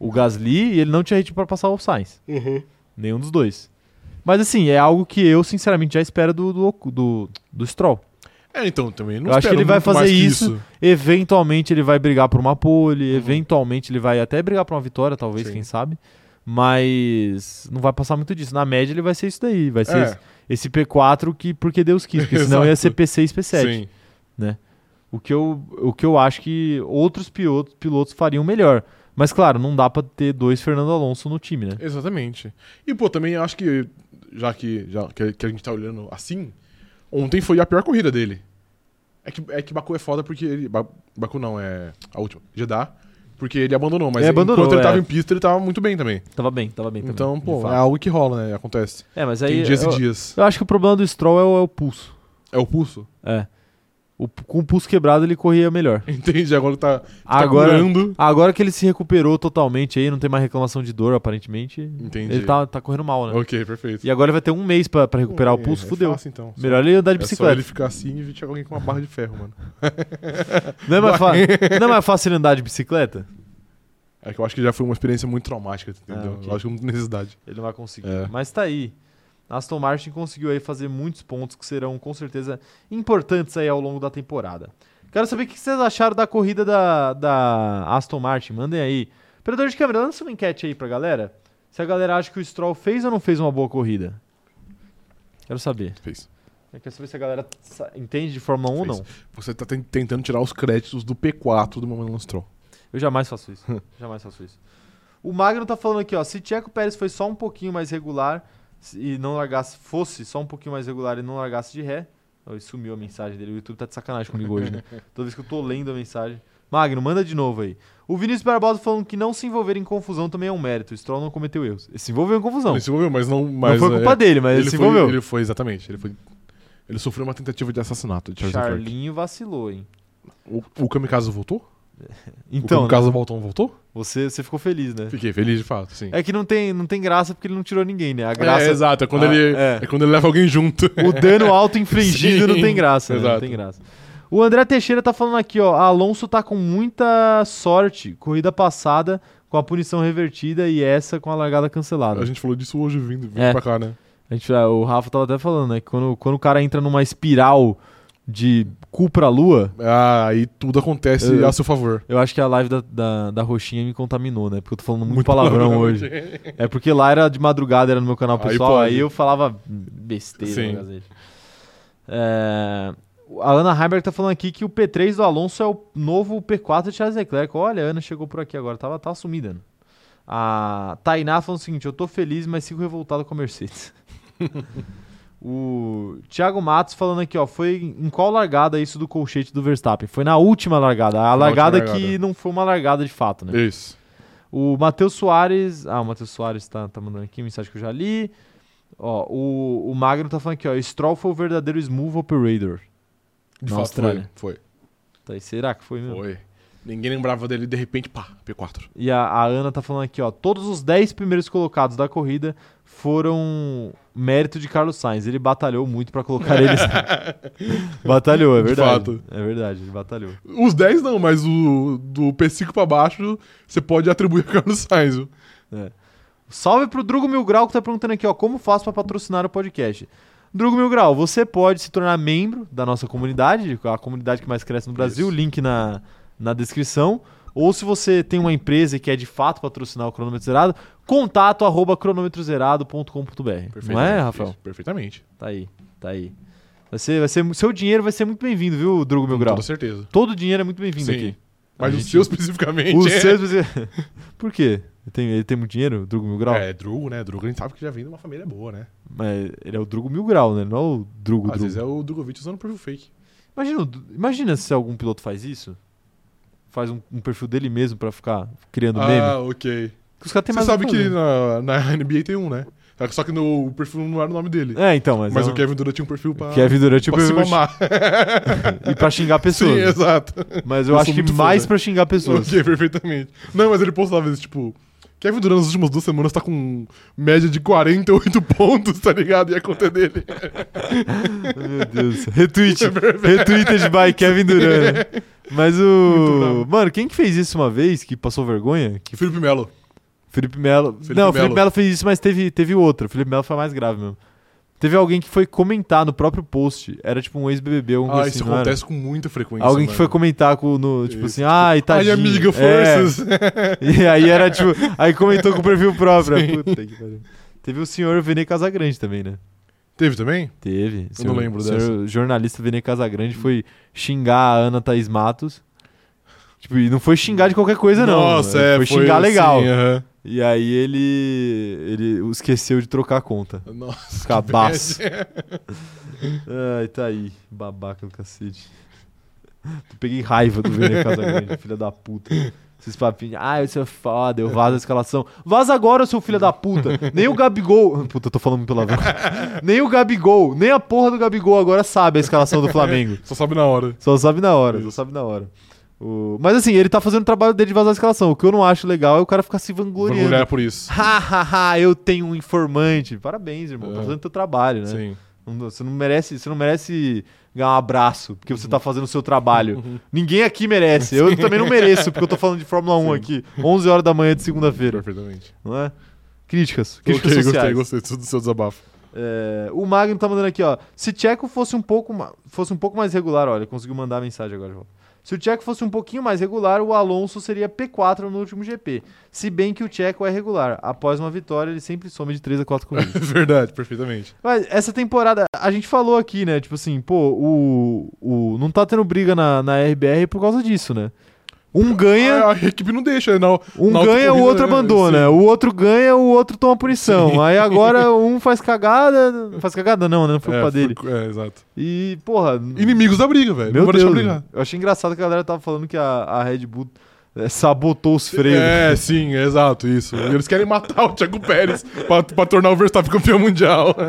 S1: O Gasly e ele não tinha ritmo pra passar o Sainz.
S2: ponto. Uhum.
S1: Nenhum dos dois. Mas assim, é algo que eu, sinceramente, já espero do, do, Ocu- do, do Stroll.
S2: É, então, também não
S1: Eu acho
S2: espero
S1: que ele vai
S2: muito
S1: fazer
S2: mais que
S1: isso. Eventualmente ele vai brigar por uma pole, eventualmente ele vai até brigar por uma vitória, talvez,
S2: Uhum. Sim.
S1: quem sabe. Mas não vai passar muito disso. Na média ele vai ser isso daí. Vai ser
S2: É,
S1: esse P4 que porque Deus quis, porque senão ia ser
S2: Exato.
S1: P6, P7.
S2: sim.
S1: O que eu, o que eu acho que outros pilotos, pilotos fariam melhor. Mas claro, não dá pra ter dois Fernando Alonso no time, né?
S2: Exatamente. E, pô, também acho que, já que, já que, que a gente tá olhando assim, ontem foi a pior corrida dele. É que, é que Baku é foda porque ele. Ba- Baku não, é a última. Jeddah. Porque ele abandonou, mas
S1: Ele abandonou,
S2: enquanto ele tava
S1: é.
S2: em pista, ele tava muito bem também.
S1: Tava bem, tava bem.
S2: então,
S1: também, de
S2: pô, é
S1: fato.
S2: algo que rola, né? Acontece.
S1: é, mas aí
S2: Tem dias
S1: eu,
S2: e dias.
S1: eu acho que o problema do Stroll é o, é o pulso.
S2: É o pulso?
S1: É. O- com o pulso quebrado ele corria melhor.
S2: Entendi, agora tá, tá
S1: Agora-
S2: curando.
S1: Agora que ele se recuperou totalmente aí, não tem mais reclamação de dor, aparentemente,
S2: Entendi.
S1: ele tá, tá correndo mal, né?
S2: Ok, perfeito.
S1: E agora ele vai ter um mês pra pra recuperar o
S2: É,
S1: pulso,
S2: é
S1: fudeu.
S2: fácil, então. Só-
S1: Melhor ele andar de
S2: É só
S1: bicicleta.
S2: ele ficar assim e chegar alguém com uma barra de ferro, mano.
S1: Não, é mais fa- não é mais fácil ele andar de bicicleta?
S2: É que eu acho que já foi uma experiência muito traumática, entendeu?
S1: Ah, ok.
S2: Eu acho que não tem necessidade.
S1: Ele não vai conseguir.
S2: É.
S1: Mas tá aí. Aston Martin conseguiu aí fazer muitos pontos que serão com certeza importantes aí ao longo da temporada. Quero saber o que vocês acharam da corrida da, da Aston Martin. Mandem aí. Operador de câmera, lança uma enquete aí pra galera. Se a galera acha que o Stroll fez ou não fez uma boa corrida. Quero saber.
S2: Fez.
S1: Eu quero saber se a galera sa- entende de Fórmula 1 ou
S2: Fez.
S1: não.
S2: Você tá ten- tentando tirar os créditos do P4 do Mamãe Lanstrol.
S1: Eu jamais faço isso. jamais faço isso. O Magno tá falando aqui, ó. Se Tcheco Pérez foi só um pouquinho mais regular se- e não largasse, fosse só um pouquinho mais regular e não largasse de ré. Ó, ele sumiu a mensagem dele. O YouTube tá de sacanagem comigo hoje, né? Toda vez que eu tô lendo a mensagem. Magno, manda de novo aí. O Vinícius Barbosa falando que não se envolver em confusão também é um mérito. O Stroll não cometeu erros. Ele se envolveu em confusão.
S2: Ele se envolveu, mas não. Mas,
S1: não foi culpa
S2: é,
S1: dele, mas ele, se
S2: foi,
S1: envolveu.
S2: Ele foi, exatamente. Ele foi. Ele sofreu uma tentativa de assassinato de Charles Leclerc.
S1: Charlinho vacilou, hein?
S2: O, o Kamikaze voltou? o
S1: Então, né?
S2: Kamikaze Valton voltou?
S1: você, você ficou feliz, né?
S2: Fiquei feliz de fato, sim.
S1: É que não tem, não tem graça porque ele não tirou ninguém, né? A graça
S2: É, exato, é quando,
S1: Ah,
S2: ele,
S1: é.
S2: é. quando ele leva alguém junto.
S1: O dano auto-infligido não tem graça, né? Não
S2: exato.
S1: tem graça. O André Teixeira tá falando aqui, ó. Alonso tá com muita sorte. Corrida passada com a punição revertida e essa com a largada cancelada.
S2: A gente falou disso hoje vindo, vindo
S1: Ah, É.
S2: pra cá, né?
S1: A gente, ah, o Rafa tava até falando, né? Que quando, quando o cara entra numa espiral de cu pra lua,
S2: Ah, aí tudo acontece
S1: É.
S2: a seu favor.
S1: eu acho que a live da, da, da Roxinha me contaminou, né? Porque eu tô falando muito,
S2: Muito
S1: palavrão,
S2: palavrão
S1: hoje. É porque lá era de madrugada, era no meu canal
S2: Aí
S1: pessoal, aí,
S2: pode.
S1: eu falava besteira
S2: Sim.
S1: no Gazete. É, A Ana Heimberg tá falando aqui que o P3 do Alonso é o novo P4 de Charles Leclerc. Olha, a Ana chegou por aqui agora, tava, tava sumida. Ana. A Tainá falando o seguinte: eu tô feliz, mas sigo revoltado com a Mercedes. o Thiago Matos falando aqui, ó, foi em qual largada isso do colchete do Verstappen? Foi na última largada, a
S2: última
S1: largada que
S2: largada.
S1: não foi uma largada de fato, né?
S2: Isso.
S1: O Matheus Soares. Ah, o Matheus Soares tá, tá mandando aqui mensagem que eu já li. Ó, o, o Magno tá falando aqui, ó. Stroll foi o verdadeiro smooth operator. Na
S2: De fato,
S1: Austrália.
S2: foi.
S1: Tá, e será que foi
S2: Foi.
S1: mesmo?
S2: Foi. Ninguém lembrava dele, de repente, pá, P4.
S1: E a, a Ana tá falando aqui, ó. Todos os 10 primeiros colocados da corrida foram mérito de Carlos Sainz. Ele batalhou muito pra colocar eles. batalhou, é
S2: De
S1: verdade.
S2: fato.
S1: É verdade, ele batalhou.
S2: Os 10 não, mas o do P5 pra baixo, você pode atribuir a Carlos Sainz. viu?
S1: é, Salve pro Drugo Mil Grau que tá perguntando aqui, ó, como faço pra patrocinar o podcast? Drugo Mil Grau, você pode se tornar membro da nossa comunidade, a comunidade que mais cresce no Brasil,
S2: Isso.
S1: link na, na descrição. Ou se você tem uma empresa e quer de fato patrocinar o cronômetro zerado, contato arroba cronometrozerado.com.br. Não é, Rafael?
S2: isso, perfeitamente.
S1: Tá aí, tá aí. Vai ser, vai ser, seu dinheiro vai ser muito bem-vindo, viu, Drugo Mil
S2: Com
S1: Grau?
S2: toda certeza.
S1: Todo dinheiro é muito bem-vindo
S2: Sim.
S1: aqui.
S2: Mas
S1: A
S2: o
S1: gente-
S2: seu especificamente
S1: Os
S2: é...
S1: seus. você- Por quê? Ele tem, ele tem muito dinheiro, o Drugo Mil Grau?
S2: É, Drugo, né? Drugo a gente sabe que já vem de uma família boa, né?
S1: Mas ele é o Drugo Mil Grau, né? Não é o Drugo
S2: Às
S1: Drugo.
S2: vezes é o Drogovic usando perfil fake.
S1: Imagina, o- imagina se algum piloto faz isso. Faz um, um perfil dele mesmo pra ficar criando meme.
S2: ah, ok.
S1: Os caras têm
S2: Você
S1: mais um o
S2: sabe que
S1: fazer.
S2: na, na NBA tem um, né? Só que no, o perfil não era o nome dele.
S1: É, então, mas.
S2: Mas
S1: é
S2: o
S1: um-
S2: Kevin Durant tinha um perfil pra,
S1: Kevin Durant tipo,
S2: pra se mamar.
S1: e pra xingar
S2: Sim,
S1: pessoas.
S2: exato.
S1: mas eu,
S2: eu
S1: acho
S2: sou
S1: que
S2: muito fã,
S1: mais
S2: né?
S1: pra xingar pessoas.
S2: Ok, perfeitamente. Não, mas ele postava isso, tipo... Kevin Durant nas últimas duas semanas tá com média de 48 pontos, tá ligado? E a conta dele.
S1: Meu Deus. Retweet.
S2: É
S1: Retweeted by Kevin Durant. né? Mas
S2: Muito
S1: o.
S2: bravo.
S1: Mano, quem que fez isso uma vez que passou vergonha? Que
S2: Felipe Melo.
S1: Felipe Melo.
S2: Felipe
S1: não, o
S2: Melo.
S1: Felipe Melo fez isso, mas teve, teve outra. Felipe Melo foi mais grave mesmo. Teve alguém que foi comentar no próprio post. Era tipo um ex-BBB, algum
S2: Ah,
S1: assim,
S2: isso
S1: não era?
S2: acontece com muita frequência,
S1: Alguém que
S2: mano.
S1: foi comentar com, no, tipo
S2: Isso,
S1: assim, ah, e
S2: Ai,
S1: tadinho.
S2: amiga,
S1: É.
S2: forças.
S1: E aí era tipo, aí comentou com o perfil próprio. Puta que pariu. Teve o senhor Vene Casagrande também, né?
S2: Teve também?
S1: Teve. O senhor-
S2: não lembro
S1: o senhor jornalista Vene Casagrande foi xingar a Ana Thaís Matos. Tipo, e não foi xingar de qualquer coisa, não. né?
S2: Nossa, é,
S1: Foi xingar legal.
S2: assim, aham.
S1: E aí ele. ele esqueceu de trocar a conta.
S2: Nossa, que
S1: Cabaço.
S2: bad.
S1: Ai, tá aí. Babaca do cacete. Eu peguei raiva do Vene Casagrande, filha da puta. Esses papinhos. Ah, isso é foda, eu vazo a escalação. Vaza agora, seu filho da puta. Nem o Gabigol. Puta, eu tô falando muito palavrão. Nem o Gabigol, nem a porra do Gabigol agora sabe a escalação do Flamengo.
S2: Só sabe na hora.
S1: Só sabe na hora, só sabe na hora. O- Mas assim, ele tá fazendo o trabalho dele de vazar a escalação. O que eu não acho legal é o cara ficar se vangloriando.
S2: Mergulhar por isso.
S1: Ha, ha, ha, eu tenho um informante. Parabéns, irmão. Tá
S2: É.
S1: fazendo teu trabalho, né?
S2: Sim.
S1: Não- Você não merece, você não merece ganhar um abraço porque você tá fazendo o seu trabalho. Ninguém aqui merece. Eu também não mereço porque eu tô falando de Fórmula 1 aqui, 11 horas da manhã de segunda-feira,
S2: Perfeitamente.
S1: não é? Críticas, críticas
S2: Gostei, gostei,
S1: sociais.
S2: gostei do seu desabafo.
S1: É, o Magno tá mandando aqui, ó. Se Tcheco fosse um pouco ma- fosse um pouco mais regular, olha, conseguiu mandar a mensagem agora, de volta. Se o Tcheco fosse um pouquinho mais regular, o Alonso seria P4 no último GP. Se bem que o Tcheco é regular. Após uma vitória, ele sempre soma de 3 a 4 corridas.
S2: Verdade, perfeitamente.
S1: Mas essa temporada, a gente falou aqui, né? Tipo assim, pô, o. o não tá tendo briga na, na RBR por causa disso, né? Um ganha,
S2: Ah, A, a equipe não deixa, né? não.
S1: um
S2: na outra
S1: ganha, o
S2: corrida,
S1: outro
S2: né?
S1: abandona. é O outro ganha, o outro toma punição. Aí agora um faz cagada. Faz cagada não, né? Não foi
S2: É,
S1: culpa dele.
S2: foi- É, exato.
S1: E, porra.
S2: Inimigos da briga, velho.
S1: meu
S2: não vou
S1: Deus.
S2: deixar brigar.
S1: Eu achei engraçado que a galera tava falando que a, a Red Bull eh, sabotou os freios.
S2: É, sim, é exato, isso. E eles querem matar o Thiago Pérez pra, pra tornar o Verstappen campeão mundial.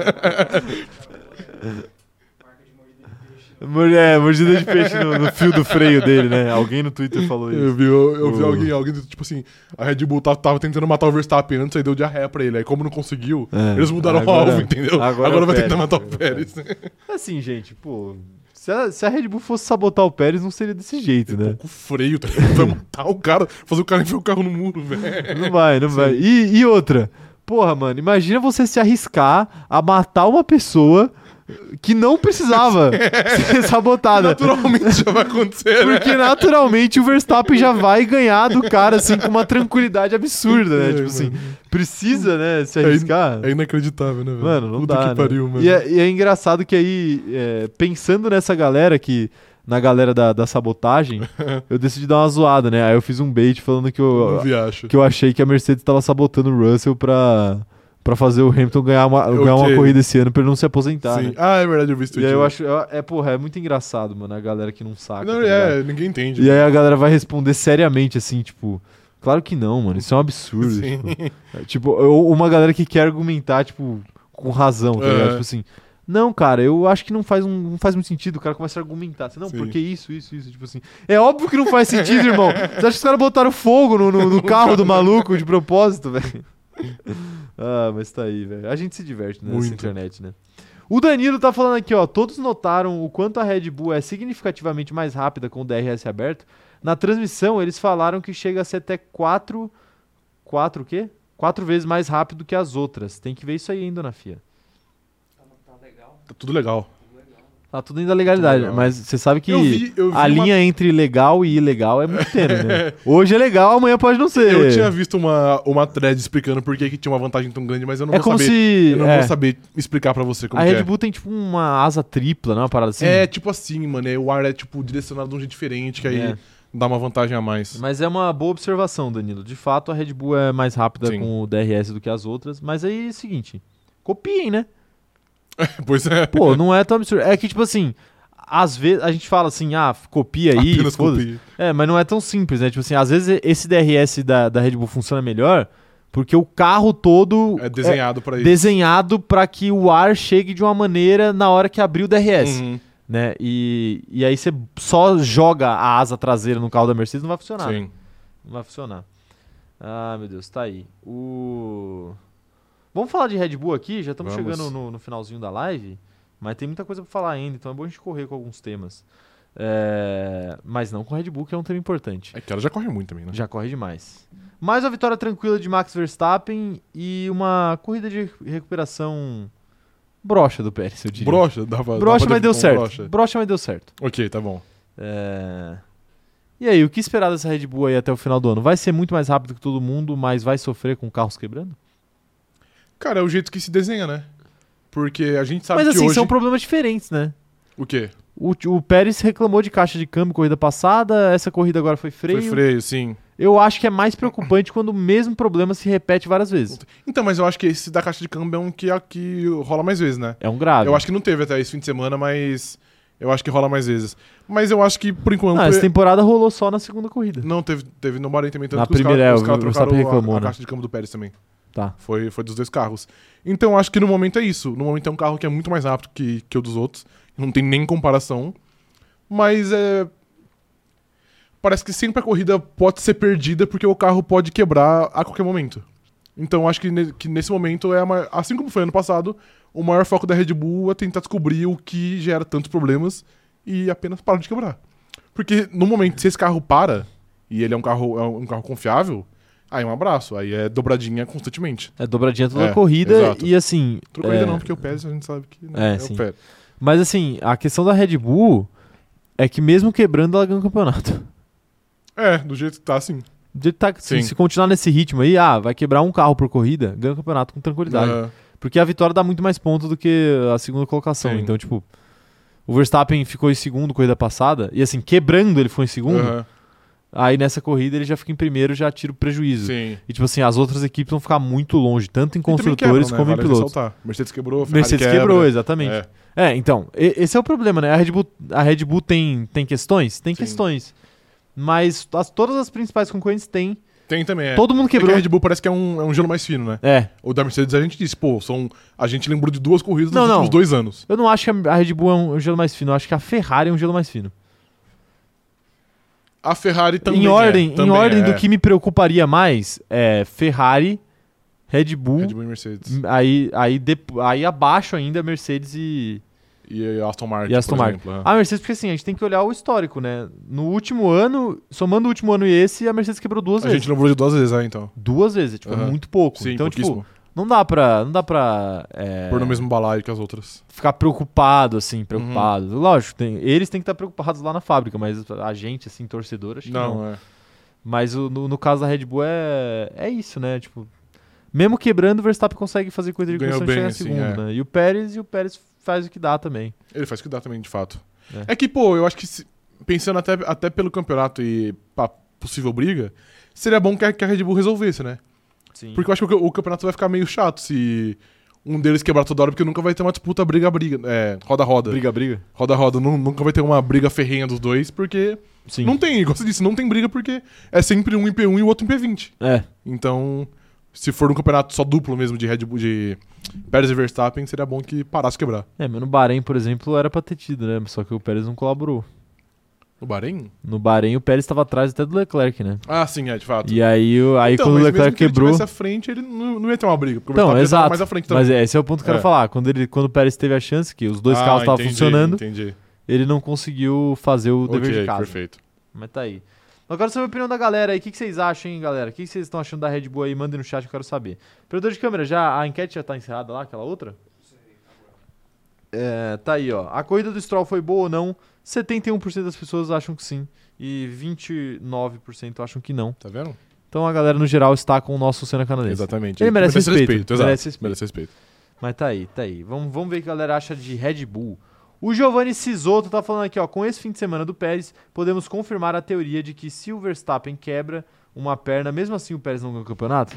S1: Mor- É, mordida de peixe no, no fio do freio dele, né? Alguém no Twitter falou isso.
S2: Eu vi, eu, eu vi
S1: O-
S2: alguém, alguém, tipo assim, a Red Bull tava, tava tentando matar o Verstappen antes, aí deu diarreia pra ele. Aí como não conseguiu,
S1: É,
S2: eles mudaram
S1: agora-
S2: o alvo, entendeu?
S1: agora
S2: Agora,
S1: é o
S2: vai tentar
S1: Pérez,
S2: matar o
S1: agora é o
S2: Pérez. né?
S1: Assim, gente, pô. Se a, se a Red Bull fosse sabotar o Pérez, não seria desse jeito, né?
S2: Pouco freio, tá ligado? Vai matar o cara, fazer o cara enfiar o carro no muro, velho.
S1: Não vai, não vai. E, e outra. Porra, mano, imagina você se arriscar a matar uma pessoa que não precisava ser sabotada.
S2: Naturalmente já vai acontecer, né?
S1: Porque naturalmente o Verstappen já vai ganhar do cara, assim, com uma tranquilidade absurda, né?
S2: É,
S1: Tipo
S2: mano.
S1: assim, precisa, né, se
S2: É in-
S1: arriscar.
S2: É inacreditável, né, velho?
S1: Mano, não
S2: Puta
S1: dá.
S2: que
S1: né?
S2: pariu, mano.
S1: E, é, e é engraçado que aí, é, pensando nessa galera que. Na galera da, da sabotagem, eu decidi dar uma zoada, né? Aí eu fiz um bait falando que eu,
S2: Não vi, acho.
S1: que eu achei que a Mercedes tava sabotando o Russell pra, pra fazer o Hamilton ganhar uma,
S2: Ok.
S1: ganhar uma corrida esse ano pra ele não se aposentar,
S2: Sim.
S1: né?
S2: Ah, é verdade, eu vi isso
S1: E aí eu acho. eu- É, porra, é muito engraçado, mano, a galera que não saca.
S2: Não,
S1: tá ligado?
S2: é, ninguém entende.
S1: E aí a galera vai responder seriamente, assim, tipo. Claro que não, mano. Isso é um absurdo.
S2: Sim.
S1: Tipo, É, tipo, eu- uma galera que quer argumentar, tipo, com razão, tá
S2: É.
S1: ligado? Tipo assim. Não, cara, eu acho que não faz, um, não faz muito sentido. O cara começa a argumentar. Assim, não,
S2: Sim.
S1: porque isso, isso, isso. Tipo assim. É óbvio que não faz sentido, irmão. Você acha que os caras botaram fogo no, no- no carro do maluco de propósito, velho? ah, mas tá aí, velho. A gente se diverte né, nessa
S2: Muito.
S1: internet, né? O Danilo tá falando aqui, ó. Todos notaram o quanto a Red Bull é significativamente mais rápida com o DRS aberto. Na transmissão, eles falaram que chega a ser até 4. 4 o quê? Quatro vezes mais rápido que as outras. Tem que ver isso aí ainda, na FIA. é-
S2: Tá tudo legal.
S1: Tá tudo indo da legalidade,
S2: Legal.
S1: mas você sabe que
S2: Eu vi- eu vi
S1: a
S2: uma-
S1: linha entre legal e ilegal é muito tênue, né? Hoje é legal, amanhã pode não ser.
S2: Eu tinha visto uma, uma thread explicando por que, que tinha uma vantagem tão grande, mas eu não
S1: é
S2: vou
S1: como
S2: saber.
S1: se
S2: Eu não
S1: é,
S2: vou saber explicar pra você como
S1: a
S2: que
S1: Red
S2: é.
S1: Bull tem tipo uma asa tripla, né? Uma parada assim.
S2: É tipo assim, mano. é, O ar é tipo direcionado de um jeito diferente, que aí
S1: É.
S2: dá uma vantagem a mais.
S1: Mas é uma boa observação, Danilo. De fato, a Red Bull é mais rápida
S2: Sim.
S1: com o DRS do que as outras. Mas aí é o seguinte: copiem, né?
S2: Pois é.
S1: Pô, não é tão absurdo. É que, tipo assim, às vezes a gente fala assim, ah, copia aí.
S2: Apenas
S1: foda-se.
S2: copia.
S1: É, mas não é tão simples, né? Tipo assim, às vezes esse DRS da, da Red Bull funciona melhor porque o carro todo
S2: É desenhado pra isso.
S1: desenhado para que o ar chegue de uma maneira na hora que abrir o DRS,
S2: Uhum,
S1: né? E, e aí você só joga a asa traseira no carro da Mercedes, não vai funcionar. né?
S2: Sim.
S1: Não vai funcionar. Ah, meu Deus, tá aí. O... Vamos falar de Red Bull aqui, já estamos
S2: Vamos.
S1: chegando no, no finalzinho da live, mas tem muita coisa pra falar ainda, então é bom a gente correr com alguns temas. É, Mas não com Red Bull, que é um tema importante.
S2: É que ela já corre muito também, né?
S1: Já corre demais. Mais uma vitória tranquila de Max Verstappen e uma corrida de recuperação brocha do Pérez, eu diria.
S2: Brocha, dá pra.
S1: brocha,
S2: dá pra
S1: mas deu
S2: definir como
S1: certo. Brocha.
S2: brocha.
S1: mas deu certo.
S2: Ok, tá bom.
S1: É, E aí, o que esperar dessa Red Bull aí até o final do ano? Vai ser muito mais rápido que todo mundo, mas vai sofrer com carros quebrando?
S2: Cara, é o jeito que se desenha, né? Porque a gente sabe
S1: Mas
S2: que
S1: assim,
S2: hoje...
S1: são problemas diferentes, né?
S2: O quê?
S1: O, o Pérez reclamou de caixa de câmbio corrida passada, essa corrida agora foi freio.
S2: Foi freio, sim.
S1: Eu acho que é mais preocupante quando o mesmo problema se repete várias vezes.
S2: Então, mas eu acho que esse da caixa de câmbio é um que, a- que rola mais vezes, né?
S1: É um grave.
S2: Eu acho que não teve até esse fim de semana, mas eu acho que rola mais vezes. Mas eu acho que, por enquanto...
S1: Ah, essa
S2: é-
S1: temporada rolou só na segunda corrida.
S2: Não, teve, teve no Bahrein também, tanto
S1: Na
S2: que os
S1: primeira, é,
S2: caras os
S1: o
S2: caras
S1: Verstappen
S2: trocaram a-
S1: reclamou,
S2: a,
S1: né?
S2: caixa de câmbio do Pérez também.
S1: Tá.
S2: Foi, foi dos dois carros. Então, eu acho que no momento é isso. No momento é um carro que é muito mais rápido que, que o dos outros. Não tem nem comparação. Mas é... Parece que sempre a corrida pode ser perdida porque o carro pode quebrar a qualquer momento. Então, eu acho que, ne- que nesse momento, é a ma- assim como foi ano passado, o maior foco da Red Bull é tentar descobrir o que gera tantos problemas e apenas parar de quebrar. Porque no momento, se esse carro para, e ele é um carro, é um carro confiável, aí é um abraço, aí é dobradinha constantemente.
S1: É dobradinha toda
S2: É,
S1: a corrida
S2: exato.
S1: e assim.
S2: Trocou ainda
S1: é,
S2: não, porque o Pérez a gente sabe que
S1: É,
S2: né,
S1: sim.
S2: o Pérez.
S1: Mas assim, a questão da Red Bull é que mesmo quebrando, ela ganha o campeonato.
S2: É, do jeito que tá, sim.
S1: Do jeito que tá, se,
S2: Sim.
S1: se continuar nesse ritmo aí, ah, vai quebrar um carro por corrida, ganha o campeonato com tranquilidade.
S2: É,
S1: Porque a vitória dá muito mais ponto do que a segunda colocação.
S2: Sim.
S1: Então, tipo, o Verstappen ficou em segundo corrida passada, e assim, quebrando ele foi em segundo.
S2: aham,
S1: Aí nessa corrida ele já fica em primeiro já tira o prejuízo.
S2: sim.
S1: E tipo assim, as outras equipes vão ficar muito longe, tanto em
S2: E também
S1: construtores
S2: quebram, né,
S1: como em
S2: vale
S1: pilotos.
S2: ressaltar. Mercedes quebrou, Ferrari
S1: Mercedes
S2: quebra.
S1: quebrou, exatamente.
S2: É.
S1: É, então, e- esse é o problema, né? A Red Bull, a Red Bull tem, tem questões? Tem
S2: Sim.
S1: questões. Mas as- todas as principais concorrentes têm.
S2: Tem também, é.
S1: Todo mundo
S2: É que
S1: quebrou.
S2: a Red Bull parece que é um, é um gelo mais fino, né?
S1: É.
S2: O da Mercedes a gente disse, pô, são, a gente lembrou de duas corridas
S1: Não,
S2: nos
S1: não.
S2: últimos dois anos.
S1: Eu não acho que a Red Bull é um gelo mais fino. Eu acho que a Ferrari é um gelo mais fino.
S2: A Ferrari também
S1: em ordem,
S2: é,
S1: em
S2: também
S1: ordem
S2: é,
S1: do
S2: é.
S1: que me preocuparia mais é Ferrari, Red Bull,
S2: Red Bull e Mercedes.
S1: Aí, aí, depo- aí abaixo ainda Mercedes e,
S2: E Aston Martin,
S1: e Aston
S2: por
S1: Martin.
S2: exemplo. é.
S1: A Mercedes, porque assim, a gente tem que olhar o histórico, né? No último ano, somando o último ano e esse, a Mercedes quebrou duas
S2: A
S1: vezes.
S2: gente lembrou de duas vezes, é, então.
S1: Duas vezes, tipo, é
S2: Aham.
S1: muito pouco.
S2: Sim,
S1: então,
S2: pouquíssimo.
S1: tipo, não dá pra, não dá pra é,
S2: Por no mesmo balaio que as outras.
S1: ficar preocupado, assim, preocupado.
S2: Uhum.
S1: Lógico, tem- eles têm que estar preocupados lá na fábrica, mas a gente, assim, torcedor, acho que não.
S2: Não, é.
S1: Mas o- no, no caso da Red Bull é, é isso, né? Tipo, mesmo quebrando, o Verstappen consegue fazer coisa de
S2: Ganhou
S1: recuperação e
S2: bem,
S1: chegar em
S2: assim,
S1: segundo, né? E o Pérez, e o Pérez faz o que dá também.
S2: Ele faz o que dá também, de fato.
S1: É.
S2: É, que, pô, eu acho que, se- pensando até, até pelo campeonato e pra possível briga, seria bom que a, que a Red Bull resolvesse, né?
S1: Sim.
S2: Porque eu acho que o, o campeonato vai ficar meio chato se um deles quebrar toda hora, porque nunca vai ter uma disputa briga-briga. É, roda-roda.
S1: briga, briga.
S2: Roda-roda. Nu- Nunca vai ter uma briga ferrenha dos dois, porque
S1: Sim.
S2: não tem, igual você disse, não tem briga porque é sempre um em P1 e o outro em P20.
S1: É.
S2: Então, se for um campeonato só duplo mesmo de Red Bull, de Pérez e Verstappen, seria bom que parasse de quebrar.
S1: É, mas no Bahrein, por exemplo, era pra ter tido, né? Só que o Pérez não colaborou.
S2: No Bahrein?
S1: No Bahrein, o Pérez estava atrás até do Leclerc, né?
S2: Ah, sim, é, de fato.
S1: E aí, o- aí
S2: Então,
S1: quando o
S2: mas
S1: Leclerc
S2: mesmo que
S1: quebrou.
S2: Ele tivesse à frente, ele não, não ia ter uma briga. Porque o
S1: Então,
S2: Verstappen tava
S1: exato.
S2: Mais à frente também.
S1: Mas é, esse é o ponto que eu quero
S2: É.
S1: falar. Quando, ele, quando o Pérez teve a chance, que os dois
S2: Ah,
S1: carros estavam
S2: entendi,
S1: funcionando,
S2: Entendi.
S1: ele não conseguiu fazer o dever
S2: Ok,
S1: de casa.
S2: perfeito.
S1: Mas tá aí. Eu quero saber a opinião da galera aí. O que, que vocês acham, hein, galera? O que, que vocês estão achando da Red Bull aí? Mandem no chat, eu quero saber. Operador de câmera, já, a enquete já tá encerrada lá, aquela outra? É, tá aí, ó. A corrida do Stroll foi boa ou não? 71% das pessoas acham que sim e 29% acham que não.
S2: Tá vendo?
S1: Então a galera no geral está com o nosso Senna canadense.
S2: Exatamente.
S1: Ele merece respeito,
S2: exato.
S1: merece respeito.
S2: Merece respeito.
S1: Mas tá aí, tá aí. Vamos, vamos ver o que a galera acha de Red Bull. O Giovanni Sisoto tá falando aqui, ó. Com esse fim de semana do Pérez, podemos confirmar a teoria de que se o Verstappen quebra uma perna, mesmo assim o Pérez não ganha o campeonato?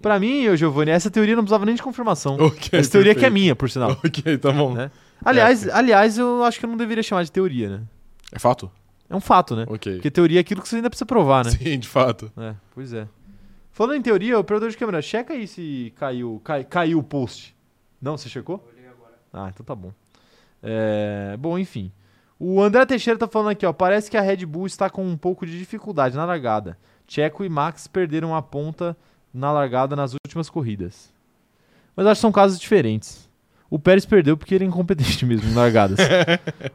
S1: Pra mim, ô Giovanni, essa teoria não precisava nem de confirmação.
S2: Ok,
S1: essa teoria que é
S2: perfeito.
S1: minha, por sinal.
S2: Ok, tá bom.
S1: Né? Aliás, aliás, eu acho que eu não deveria chamar de teoria, né?
S2: É fato?
S1: É um fato, né?
S2: Ok.
S1: Porque teoria é aquilo que você ainda precisa provar, né?
S2: Sim, de fato.
S1: É, pois é. Falando em teoria, operador de câmera, checa aí se caiu, cai- caiu o post. Não, você checou? Ah, então tá bom. É, bom, enfim. O André Teixeira tá falando aqui, ó. Parece que a Red Bull está com um pouco de dificuldade na largada. Checo e Max perderam a ponta na largada nas últimas corridas. Mas acho que são casos diferentes. O Pérez perdeu porque ele é incompetente mesmo em largadas.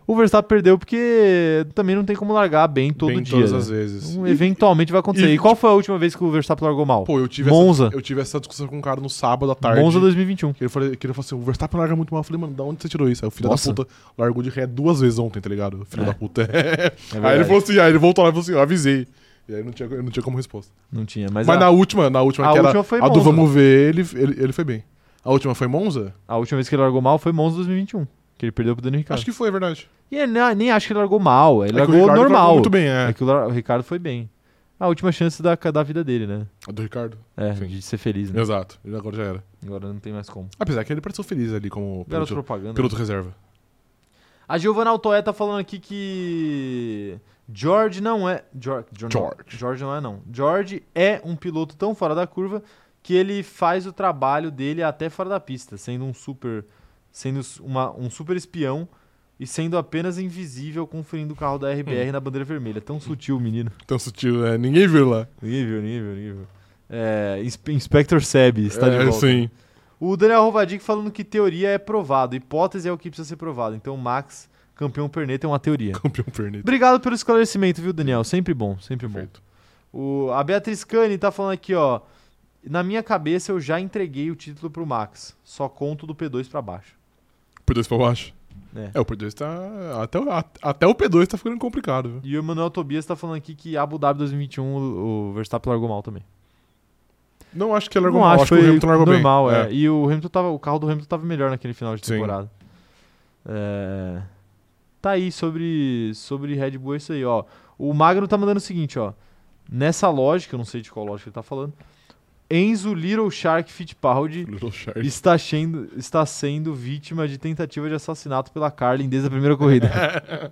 S1: o Verstappen perdeu porque também não tem como largar bem todo
S2: Bem
S1: dia.
S2: todas
S1: né?
S2: as vezes.
S1: Então, eventualmente vai acontecer. E,
S2: e-
S1: qual foi a última vez que o Verstappen largou mal?
S2: Pô, eu tive,
S1: Monza.
S2: Essa, eu tive essa discussão com um cara no sábado à tarde.
S1: Monza 2021.
S2: Que ele falou, que ele falou assim, o Verstappen larga muito mal. Eu falei, mano, da onde você tirou isso? Aí o filho
S1: Nossa.
S2: da puta largou de ré duas vezes ontem, tá ligado? Filho
S1: É.
S2: da puta. aí
S1: verdade.
S2: ele falou assim, aí ele voltou lá e falou assim, eu avisei. E aí não tinha, eu não tinha como resposta.
S1: Não tinha, mas, é
S2: Mas,
S1: a,
S2: na última, na última
S1: a
S2: que era
S1: última foi
S2: a do
S1: Monza.
S2: Vamos Ver, ele, ele, ele foi bem. A última foi Monza?
S1: a última vez que ele largou mal foi Monza 2021. Que ele perdeu pro Daniel Ricardo.
S2: Acho que foi, é verdade.
S1: E ele nem, nem acho que ele largou mal. Ele
S2: É que o
S1: largou
S2: Ricardo
S1: normal.
S2: largou Muito bem, é.
S1: É que o, Lar- o Ricardo foi bem. A última chance da, da vida dele, né?
S2: A do Ricardo.
S1: É,
S2: Sim.
S1: de ser feliz, né?
S2: Exato. Ele agora já era.
S1: Agora não tem mais como.
S2: Apesar que ele pareceu feliz ali como
S1: Garoto
S2: piloto,
S1: propaganda.
S2: piloto reserva.
S1: A Giovanna Altoé tá falando aqui que. George não é. George. George. não-
S2: George.
S1: George não é, não. George é um piloto tão fora da curva que ele faz o trabalho dele até fora da pista, sendo um super. sendo s- uma- um super espião e sendo apenas invisível conferindo o carro da RBR
S2: Hum.
S1: na bandeira vermelha. Tão sutil, menino.
S2: Tão sutil, né? Ninguém viu lá.
S1: Nível, nível, nível. É, Inspe- Inspector Seb está tá de
S2: É,
S1: volta.
S2: Sim.
S1: O Daniel Rovadic falando que teoria é provado, hipótese é o que precisa ser provado. Então, Max, campeão perneta, é uma teoria.
S2: Campeão pernito.
S1: Obrigado pelo esclarecimento, viu, Daniel? Sempre bom, sempre bom.
S2: Perfeito.
S1: O, a Beatriz Cani tá falando aqui, ó. Na minha cabeça eu já entreguei o título pro Max. Só conto do P2 pra baixo.
S2: Por dois pra baixo.
S1: É.
S2: É, o P2 tá. Até, o- a- até o P2 tá ficando complicado, viu?
S1: E o Emanuel Tobias tá falando aqui que Abu Dhabi 2021 o, o Verstappen largou mal também.
S2: Não acho que ele largou
S1: Não
S2: mal, acho, que o
S1: foi
S2: Hamilton largou
S1: normal,
S2: bem.
S1: é. E o Hamilton tava, o carro do Hamilton tava melhor naquele final de
S2: Sim.
S1: temporada. É, Tá aí sobre sobre Red Bull é isso aí, ó. O Magno tá mandando o seguinte, ó. Nessa lógica, eu não sei de qual lógica ele tá falando. Enzo Little Shark Fittipaldi
S2: É. Little Shark.
S1: está sendo, está sendo vítima de tentativa de assassinato pela Carlin desde a primeira corrida.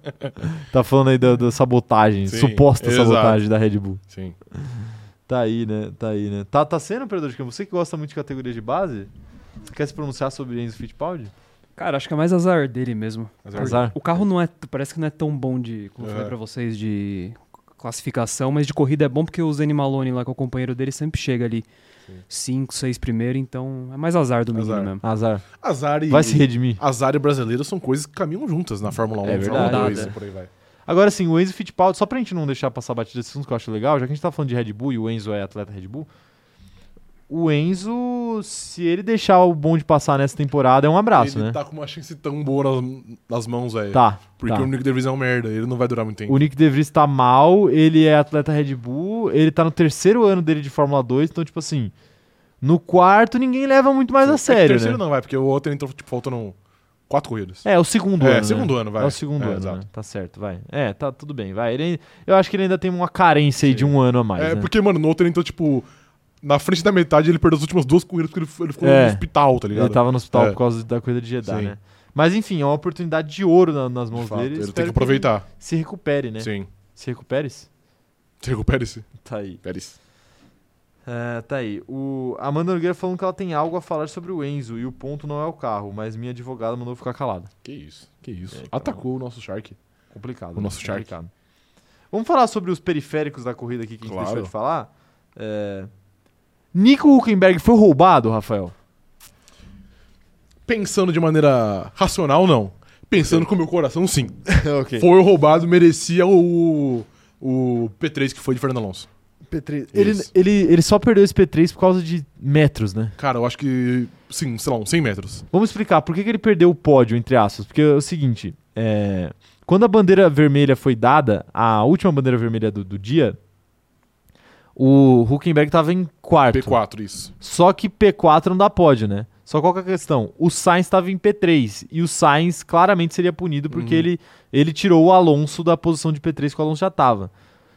S1: tá falando aí da, da sabotagem,
S2: Sim,
S1: suposta
S2: exato.
S1: sabotagem da Red Bull.
S2: Sim.
S1: Tá aí, né? Tá aí, né? Tá, tá sendo, operador de campo? Você que gosta muito de categoria de base, você quer se pronunciar sobre Enzo Fittipaldi?
S3: Cara, acho que é mais azar dele mesmo.
S2: Azar.
S1: Azar.
S3: O carro não é. Parece que não é tão bom de. Como eu falei
S2: É.
S3: pra vocês, de classificação, mas de corrida é bom porque o Zeni Malone lá, que é o companheiro dele, sempre chega ali. 5, 6 primeiro, então é mais azar do menino
S2: Azar.
S3: mesmo.
S1: Azar.
S2: Azar e.
S1: Vai se redimir.
S2: Azar e brasileiro são coisas que caminham juntas na Fórmula 1,
S1: É
S2: Fórmula
S1: verdade.
S2: 2 e por aí vai.
S1: Agora sim, o Enzo Fittipaldi, só pra gente não deixar passar batida esse assunto que eu acho legal, já que a gente tá falando de Red Bull e o Enzo é atleta Red Bull, o Enzo, se ele deixar o bonde passar nessa temporada, é um abraço,
S2: ele
S1: né?
S2: tá com uma chance tão boa nas, nas mãos, velho.
S1: Tá.
S2: Porque
S1: tá.
S2: o Nick DeVries é um merda, ele não vai durar muito tempo.
S1: O Nick DeVries tá mal, ele é atleta Red Bull, ele tá no terceiro ano dele de Fórmula 2, então, tipo assim, no quarto ninguém leva muito mais
S2: É
S1: a
S2: que
S1: sério,
S2: terceiro
S1: né?
S2: não vai, porque o outro entrou, tipo, faltando quatro corridas.
S1: É, o segundo
S2: É,
S1: ano. né?
S2: segundo ano, vai.
S1: É o segundo
S2: É,
S1: ano,
S2: exato.
S1: né? Tá certo, vai. É, tá tudo bem, vai. Ele- eu acho que ele ainda tem uma carência aí de um ano a mais. né?
S2: É, porque, mano, no outro ele entrou, tipo, na frente da metade ele perdeu as últimas duas corridas porque ele, f- ele ficou
S1: É.
S2: no hospital, tá ligado?
S1: Ele tava no hospital
S2: É.
S1: por causa da coisa de Jedi,
S2: Sim.
S1: né? Mas enfim, é uma oportunidade de ouro na- nas
S2: De
S1: mãos
S2: fato,
S1: dele.
S2: ele tem
S1: Espero
S2: que aproveitar.
S1: ele se recupere, né?
S2: Sim.
S1: Se recupere-se.
S2: Se recupere-se.
S1: Tá aí.
S2: Pérez.
S1: É, tá aí. O a Amanda Nogueira falando que ela tem algo a falar sobre o Enzo e o ponto não é o carro, mas minha advogada mandou ficar calada.
S2: Que isso, que isso.
S1: É, então-
S2: Atacou o nosso Shark.
S1: Complicado.
S2: O
S1: né?
S2: nosso Shark.
S1: Complicado. Vamos falar sobre os periféricos da corrida aqui que a gente
S2: Claro.
S1: deixou de falar. É, Nico Huckenberg foi roubado, Rafael.
S2: Pensando de maneira racional, não. Pensando com o meu coração, sim.
S1: ok.
S2: Foi roubado, merecia o, o P3 que foi de Fernando Alonso.
S4: P3.
S1: Ele,
S2: Isso.
S1: ele, ele só perdeu esse P3 por causa de metros, né?
S2: Cara, eu acho que. Sim, sei lá, uns 100 metros.
S1: Vamos explicar por que, que ele perdeu o pódio, entre aspas. Porque é o seguinte: é, quando a bandeira vermelha foi dada, a última bandeira vermelha do, do dia, o Huckenberg tava em quarto.
S2: P4, isso.
S1: Só que P4 não dá pódio, né? Só qual que é a questão? O Sainz estava em P3 e o Sainz claramente seria punido porque
S2: Uhum.
S1: ele, ele tirou o Alonso da posição de P3 que o Alonso já estava.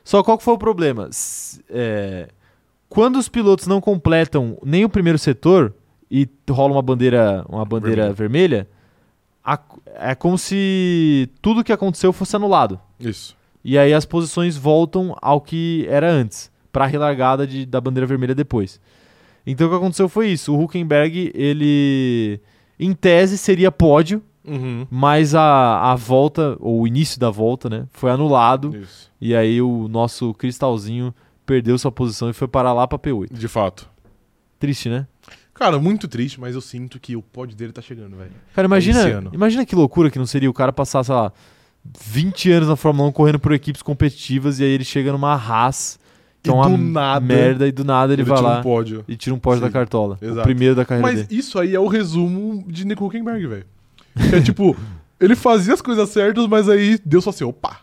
S1: Só qual que foi o problema? S- é, quando os pilotos não completam nem o primeiro setor e rola uma bandeira, uma bandeira vermelha, a- é como se tudo que aconteceu fosse anulado.
S2: Isso.
S1: E aí as posições voltam ao que era antes, para a relargada de- da bandeira vermelha depois. Então o que aconteceu foi isso. O Huckenberg, ele em tese seria pódio,
S2: Uhum.
S1: mas a, a volta, ou o início da volta, né, foi anulado.
S2: Isso.
S1: E aí o nosso cristalzinho perdeu sua posição e foi parar lá para P8.
S2: De fato.
S1: Triste, né?
S2: Cara, muito triste, mas eu sinto que o pódio dele tá chegando, velho.
S1: Cara,
S2: esse
S1: imagina,
S2: ano.
S1: imagina que loucura que não seria o cara passar, sei lá, 20 anos na Fórmula 1 correndo por equipes competitivas e aí ele chega numa Haas, que é
S2: E
S1: uma
S2: do nada,
S1: merda, e do nada ele, vai
S2: tira
S1: lá
S2: um pódio.
S1: e tira um pódio
S2: Sim,
S1: da cartola. O
S2: exato.
S1: primeiro da carreira
S2: Mas
S1: dele.
S2: isso aí é o resumo de Nico Huckenberg, velho. Que é tipo, ele fazia as coisas certas, mas aí deu só assim, opa.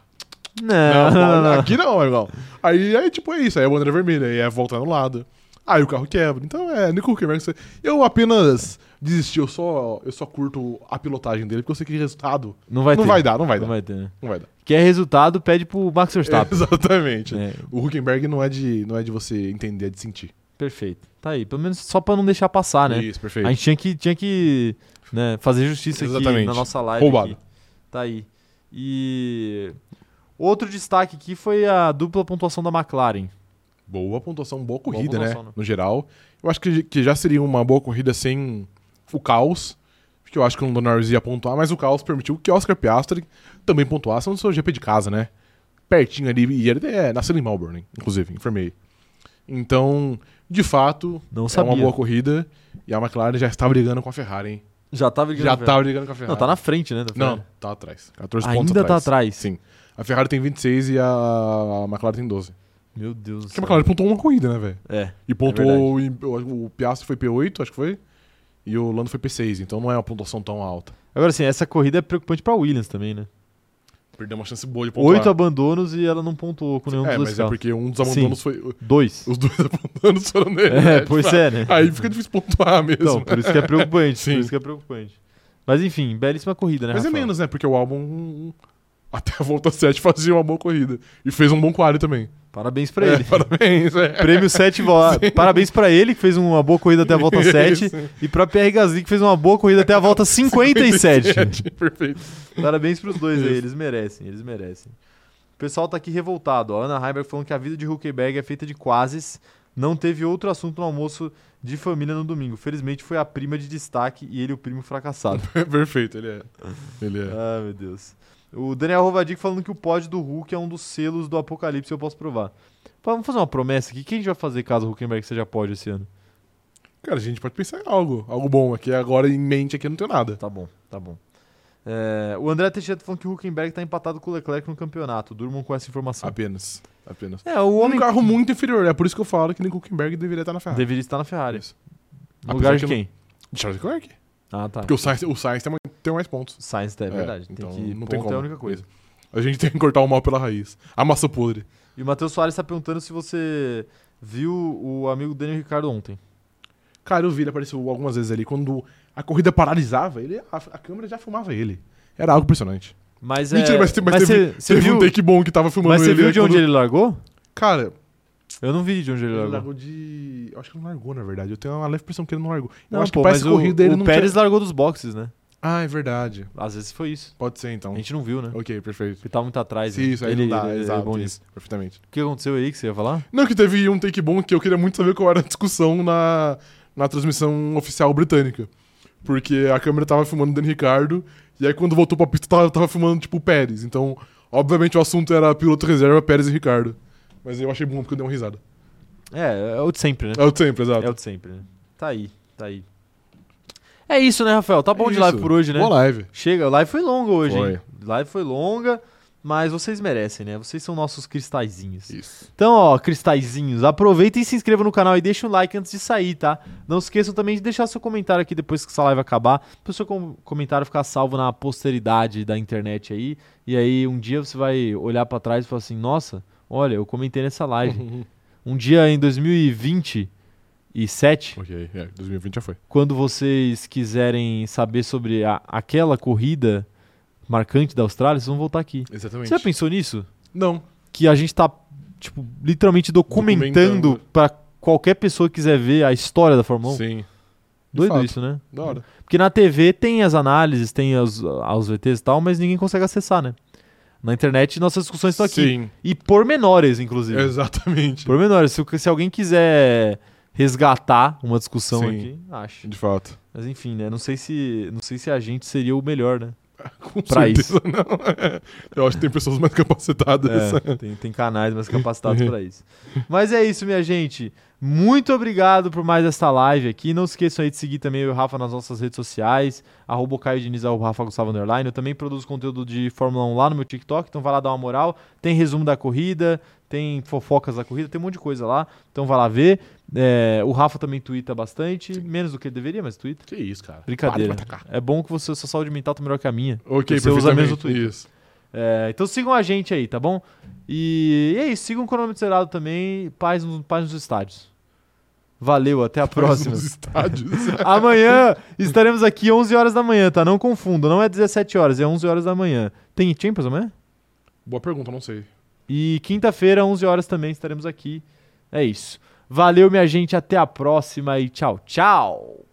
S1: Não,
S2: não,
S1: não, não.
S2: Aqui não, irmão. Aí, aí, tipo, é isso. Aí a bandeira vermelha, aí é volta anulada. Aí o carro quebra. Então é, Nico Huckenberg. você- Eu apenas desisti, eu só, eu só curto a pilotagem dele, porque eu sei que resultado
S1: Não vai
S2: não
S1: ter.
S2: vai dar, não vai
S1: Não
S2: dar.
S1: vai ter, né?
S2: Não vai dar.
S1: Quer resultado, pede pro Max Verstappen.
S2: Exatamente.
S1: É,
S2: O Huckenberg não é, de, não é de você entender, é de sentir.
S1: perfeito. Tá aí. Pelo menos só pra não deixar passar, né?
S2: Isso, perfeito.
S1: A gente tinha que, tinha que né, fazer justiça aqui
S2: Exatamente.
S1: na nossa live.
S2: Roubado.
S1: aqui. Tá aí. E outro destaque aqui foi a dupla pontuação da McLaren.
S2: Boa pontuação,
S1: Boa
S2: boa corrida,
S1: pontuação,
S2: né?
S1: né?
S2: No geral. Eu acho que, que já seria uma boa corrida sem o caos. Porque eu acho que o Lando Norris ia pontuar, mas o caos permitiu que Oscar Piastri também pontuasse no seu GP de casa, né? Pertinho ali. E ele é nasceu em Melbourne, inclusive, enfermei. Então, de fato,
S1: Não
S2: é
S1: sabia.
S2: uma boa corrida. E a McLaren já está brigando com a Ferrari, hein?
S1: Já tava ligando.
S2: Já
S1: a Ferrari.
S2: tá brigando com a Ferrari.
S1: Não, tá na frente, né? da
S2: Não,
S1: Ferrari.
S2: tá atrás. 14 pontos
S1: Ainda tá atrás.
S2: Sim. A Ferrari tem 26 e a a McLaren tem 12.
S1: Meu Deus. do
S2: Porque a
S1: céu.
S2: McLaren pontuou uma corrida, né, velho?
S1: É.
S2: E pontuou. em- o, o Piastri foi P8, acho que foi. E o Lando foi P6, então não é uma pontuação tão alta.
S1: Agora sim, essa corrida é preocupante pra Williams também, né?
S2: Perdeu uma chance boa de pontuar.
S1: Oito abandonos e ela não pontuou com nenhum
S2: É,
S1: dos
S2: mas
S1: dois
S2: é
S1: carros.
S2: porque um dos abandonos foi.
S1: Dois.
S2: Os dois abandonos foram nele.
S1: É,
S2: né?
S1: pois
S2: Tipo,
S1: é, né?
S2: Aí fica difícil pontuar mesmo.
S1: Então, por isso que é preocupante.
S2: Sim.
S1: Por isso que é preocupante. Mas enfim, belíssima corrida, né?
S2: mas é
S1: Rafael?
S2: menos, né? Porque o álbum. Até a volta 7 fazia uma boa corrida. E fez um bom quali também.
S1: Parabéns pra
S2: É,
S1: ele.
S2: Parabéns, é.
S1: Prêmio 7, parabéns pra ele que fez uma boa corrida até a volta 7 e pra PR Gasly que fez uma boa corrida até a volta 57.
S2: Perfeito.
S1: Parabéns pros dois aí, eles merecem, eles merecem. O pessoal tá aqui revoltado. ó. A Ana Heiberg falando que a vida de Huckenberg é feita de quases. Não teve outro assunto no almoço de família no domingo. Felizmente foi a prima de destaque e ele o primo fracassado.
S2: Perfeito, ele é. Ele é.
S1: ah, meu Deus. O Daniel Rovadic falando que o pódio do Hulk é um dos selos do apocalipse, eu posso provar. Pô, Vamos fazer uma promessa aqui. Quem a gente vai fazer caso o Huckenberg seja pódio esse ano?
S2: Cara, a gente pode pensar em algo. Algo bom aqui. Agora em mente aqui eu não tenho nada.
S1: Tá bom, tá bom. É, o André Teixeira tá falando que o Huckenberg tá empatado com o Leclerc no campeonato. Durmam com essa informação.
S2: Apenas. Apenas.
S1: É, o
S2: Um carro muito inferior. É por isso que eu falo que Nico Huckenberg deveria estar na Ferrari.
S1: Deveria estar na Ferrari.
S2: Isso.
S1: No lugar de
S2: Apesar que
S1: quem?
S2: De Charles Leclerc.
S1: Ah, tá.
S2: Porque o Sainz, o Sainz tem, mais, tem mais pontos.
S1: Sainz é, verdade. Tem
S2: então
S1: que,
S2: não
S1: ponto
S2: tem como.
S1: é a única coisa.
S2: A gente tem que cortar o mal pela raiz. A massa podre.
S1: E o Matheus Soares tá perguntando se você viu o amigo Daniel Ricardo ontem.
S2: Cara, eu vi, ele apareceu algumas vezes ali. Quando a corrida paralisava, ele, a, a câmera já filmava ele. Era algo impressionante.
S1: Mas
S2: Mentira,
S1: é...
S2: mas, te- mas teve,
S1: você, você
S2: teve
S1: viu,
S2: um take bom que tava filmando
S1: mas você
S2: ele.
S1: viu de onde
S2: quando-
S1: ele largou?
S2: Cara,
S1: Eu não vi de onde ele
S2: ele
S1: largou.
S2: largou de... Eu acho que ele não largou, na verdade. Eu tenho uma leve impressão que ele não largou. Eu
S1: Não,
S2: acho
S1: pô,
S2: que pra essa
S1: mas o,
S2: corrida ele
S1: o
S2: não
S1: Pérez
S2: tinha-
S1: largou dos boxes, né?
S2: Ah, é verdade.
S1: Às vezes foi isso.
S2: Pode ser,
S1: A
S2: então.
S1: gente não viu, né?
S2: Ok, perfeito.
S1: Porque tava muito atrás.
S2: Sim,
S1: né?
S2: isso aí
S1: ele,
S2: não dá,
S1: ele- ele é
S2: exato,
S1: bom nisso.
S2: isso, perfeitamente.
S1: O que aconteceu aí que você ia falar?
S2: Não, que teve um take bom que eu queria muito saber qual era a discussão na, na transmissão oficial britânica. Porque a câmera tava filmando o Dani Ricardo, e aí quando voltou pra pista tava, tava filmando, tipo, o Pérez. Então, obviamente o assunto era piloto reserva, Pérez e Ricardo. Mas eu achei bom porque eu dei uma risada.
S1: É, é o de sempre, né?
S2: É o de sempre, exato.
S1: É o de sempre, né? Tá aí, tá aí. É isso, né, Rafael? Tá bom de live
S2: Isso.
S1: por hoje, né?
S2: Boa live.
S1: Chega, a live foi longa hoje,
S2: Foi.
S1: hein? Live foi longa. Mas vocês merecem, né? Vocês são nossos cristalzinhos.
S2: Isso.
S1: Então, ó, cristalzinhos, aproveitem e se inscrevam no canal e deixem um like antes de sair, tá? Não se esqueçam também de deixar seu comentário aqui depois que essa live acabar, para o seu com- comentário ficar salvo na posteridade da internet aí. E aí um dia você vai olhar para trás e falar assim: "Nossa, olha, eu comentei nessa live". um dia em 2027,
S2: ok, é, 2020 já foi.
S1: quando vocês quiserem saber sobre a- aquela corrida marcante da Austrália, vocês vão voltar aqui.
S2: Exatamente.
S1: Você já pensou nisso?
S2: Não.
S1: que a gente tá, tipo, literalmente documentando
S2: Documentando.
S1: pra qualquer pessoa que quiser ver a história da Fórmula 1.
S2: Sim.
S1: Doido
S2: fato.
S1: isso, né?
S2: Da hora.
S1: Porque na TV tem as análises, tem as, as VTs e tal, mas ninguém consegue acessar, né? Na internet nossas discussões estão aqui.
S2: Sim,
S1: E pormenores, inclusive.
S2: exatamente.
S1: Pormenores. Se, se alguém quiser resgatar uma discussão
S2: Sim.
S1: aqui, acho.
S2: De fato.
S1: Mas enfim, né? Não sei se, não sei se a gente seria o melhor, né?
S2: Com
S1: Pra
S2: certeza não. Eu acho que tem pessoas mais capacitadas.
S1: É, tem, tem canais mais capacitados para isso. Mas é isso, minha gente. Muito obrigado por mais esta live aqui. Não esqueçam aí de seguir também eu e o Rafa nas nossas redes sociais. Arroba o Caio Diniz, arroba o Rafa Gustavo Underline. Eu também produzo conteúdo de Fórmula 1 lá no meu TikTok, então vai lá dar uma moral. Tem resumo da corrida, tem fofocas da corrida, tem um monte de coisa lá. Então vai lá ver. É, o Rafa também twitta bastante, menos do que ele deveria, mas twitta.
S2: Que isso, cara.
S1: Brincadeira.
S2: Para de me atacar.
S1: É bom que você, sua saúde mental tá melhor que a minha.
S2: Ok,
S1: Você usa
S2: perfeitamente.
S1: mesmo Twitter.
S2: Isso.
S1: É, então sigam a gente aí, tá bom? E, e é isso, sigam o cronômetro zerado também, paz, no- paz nos estádios. Valeu, até a próxima.
S2: Nos estádios.
S1: Amanhã estaremos aqui 11 horas da manhã, tá? Não confunda, não é 17 horas, é 11 horas da manhã. Tem Champions amanhã?
S2: Boa pergunta, não sei.
S1: E quinta-feira, 11 horas também estaremos aqui. É isso. Valeu, minha gente, até a próxima e tchau, tchau.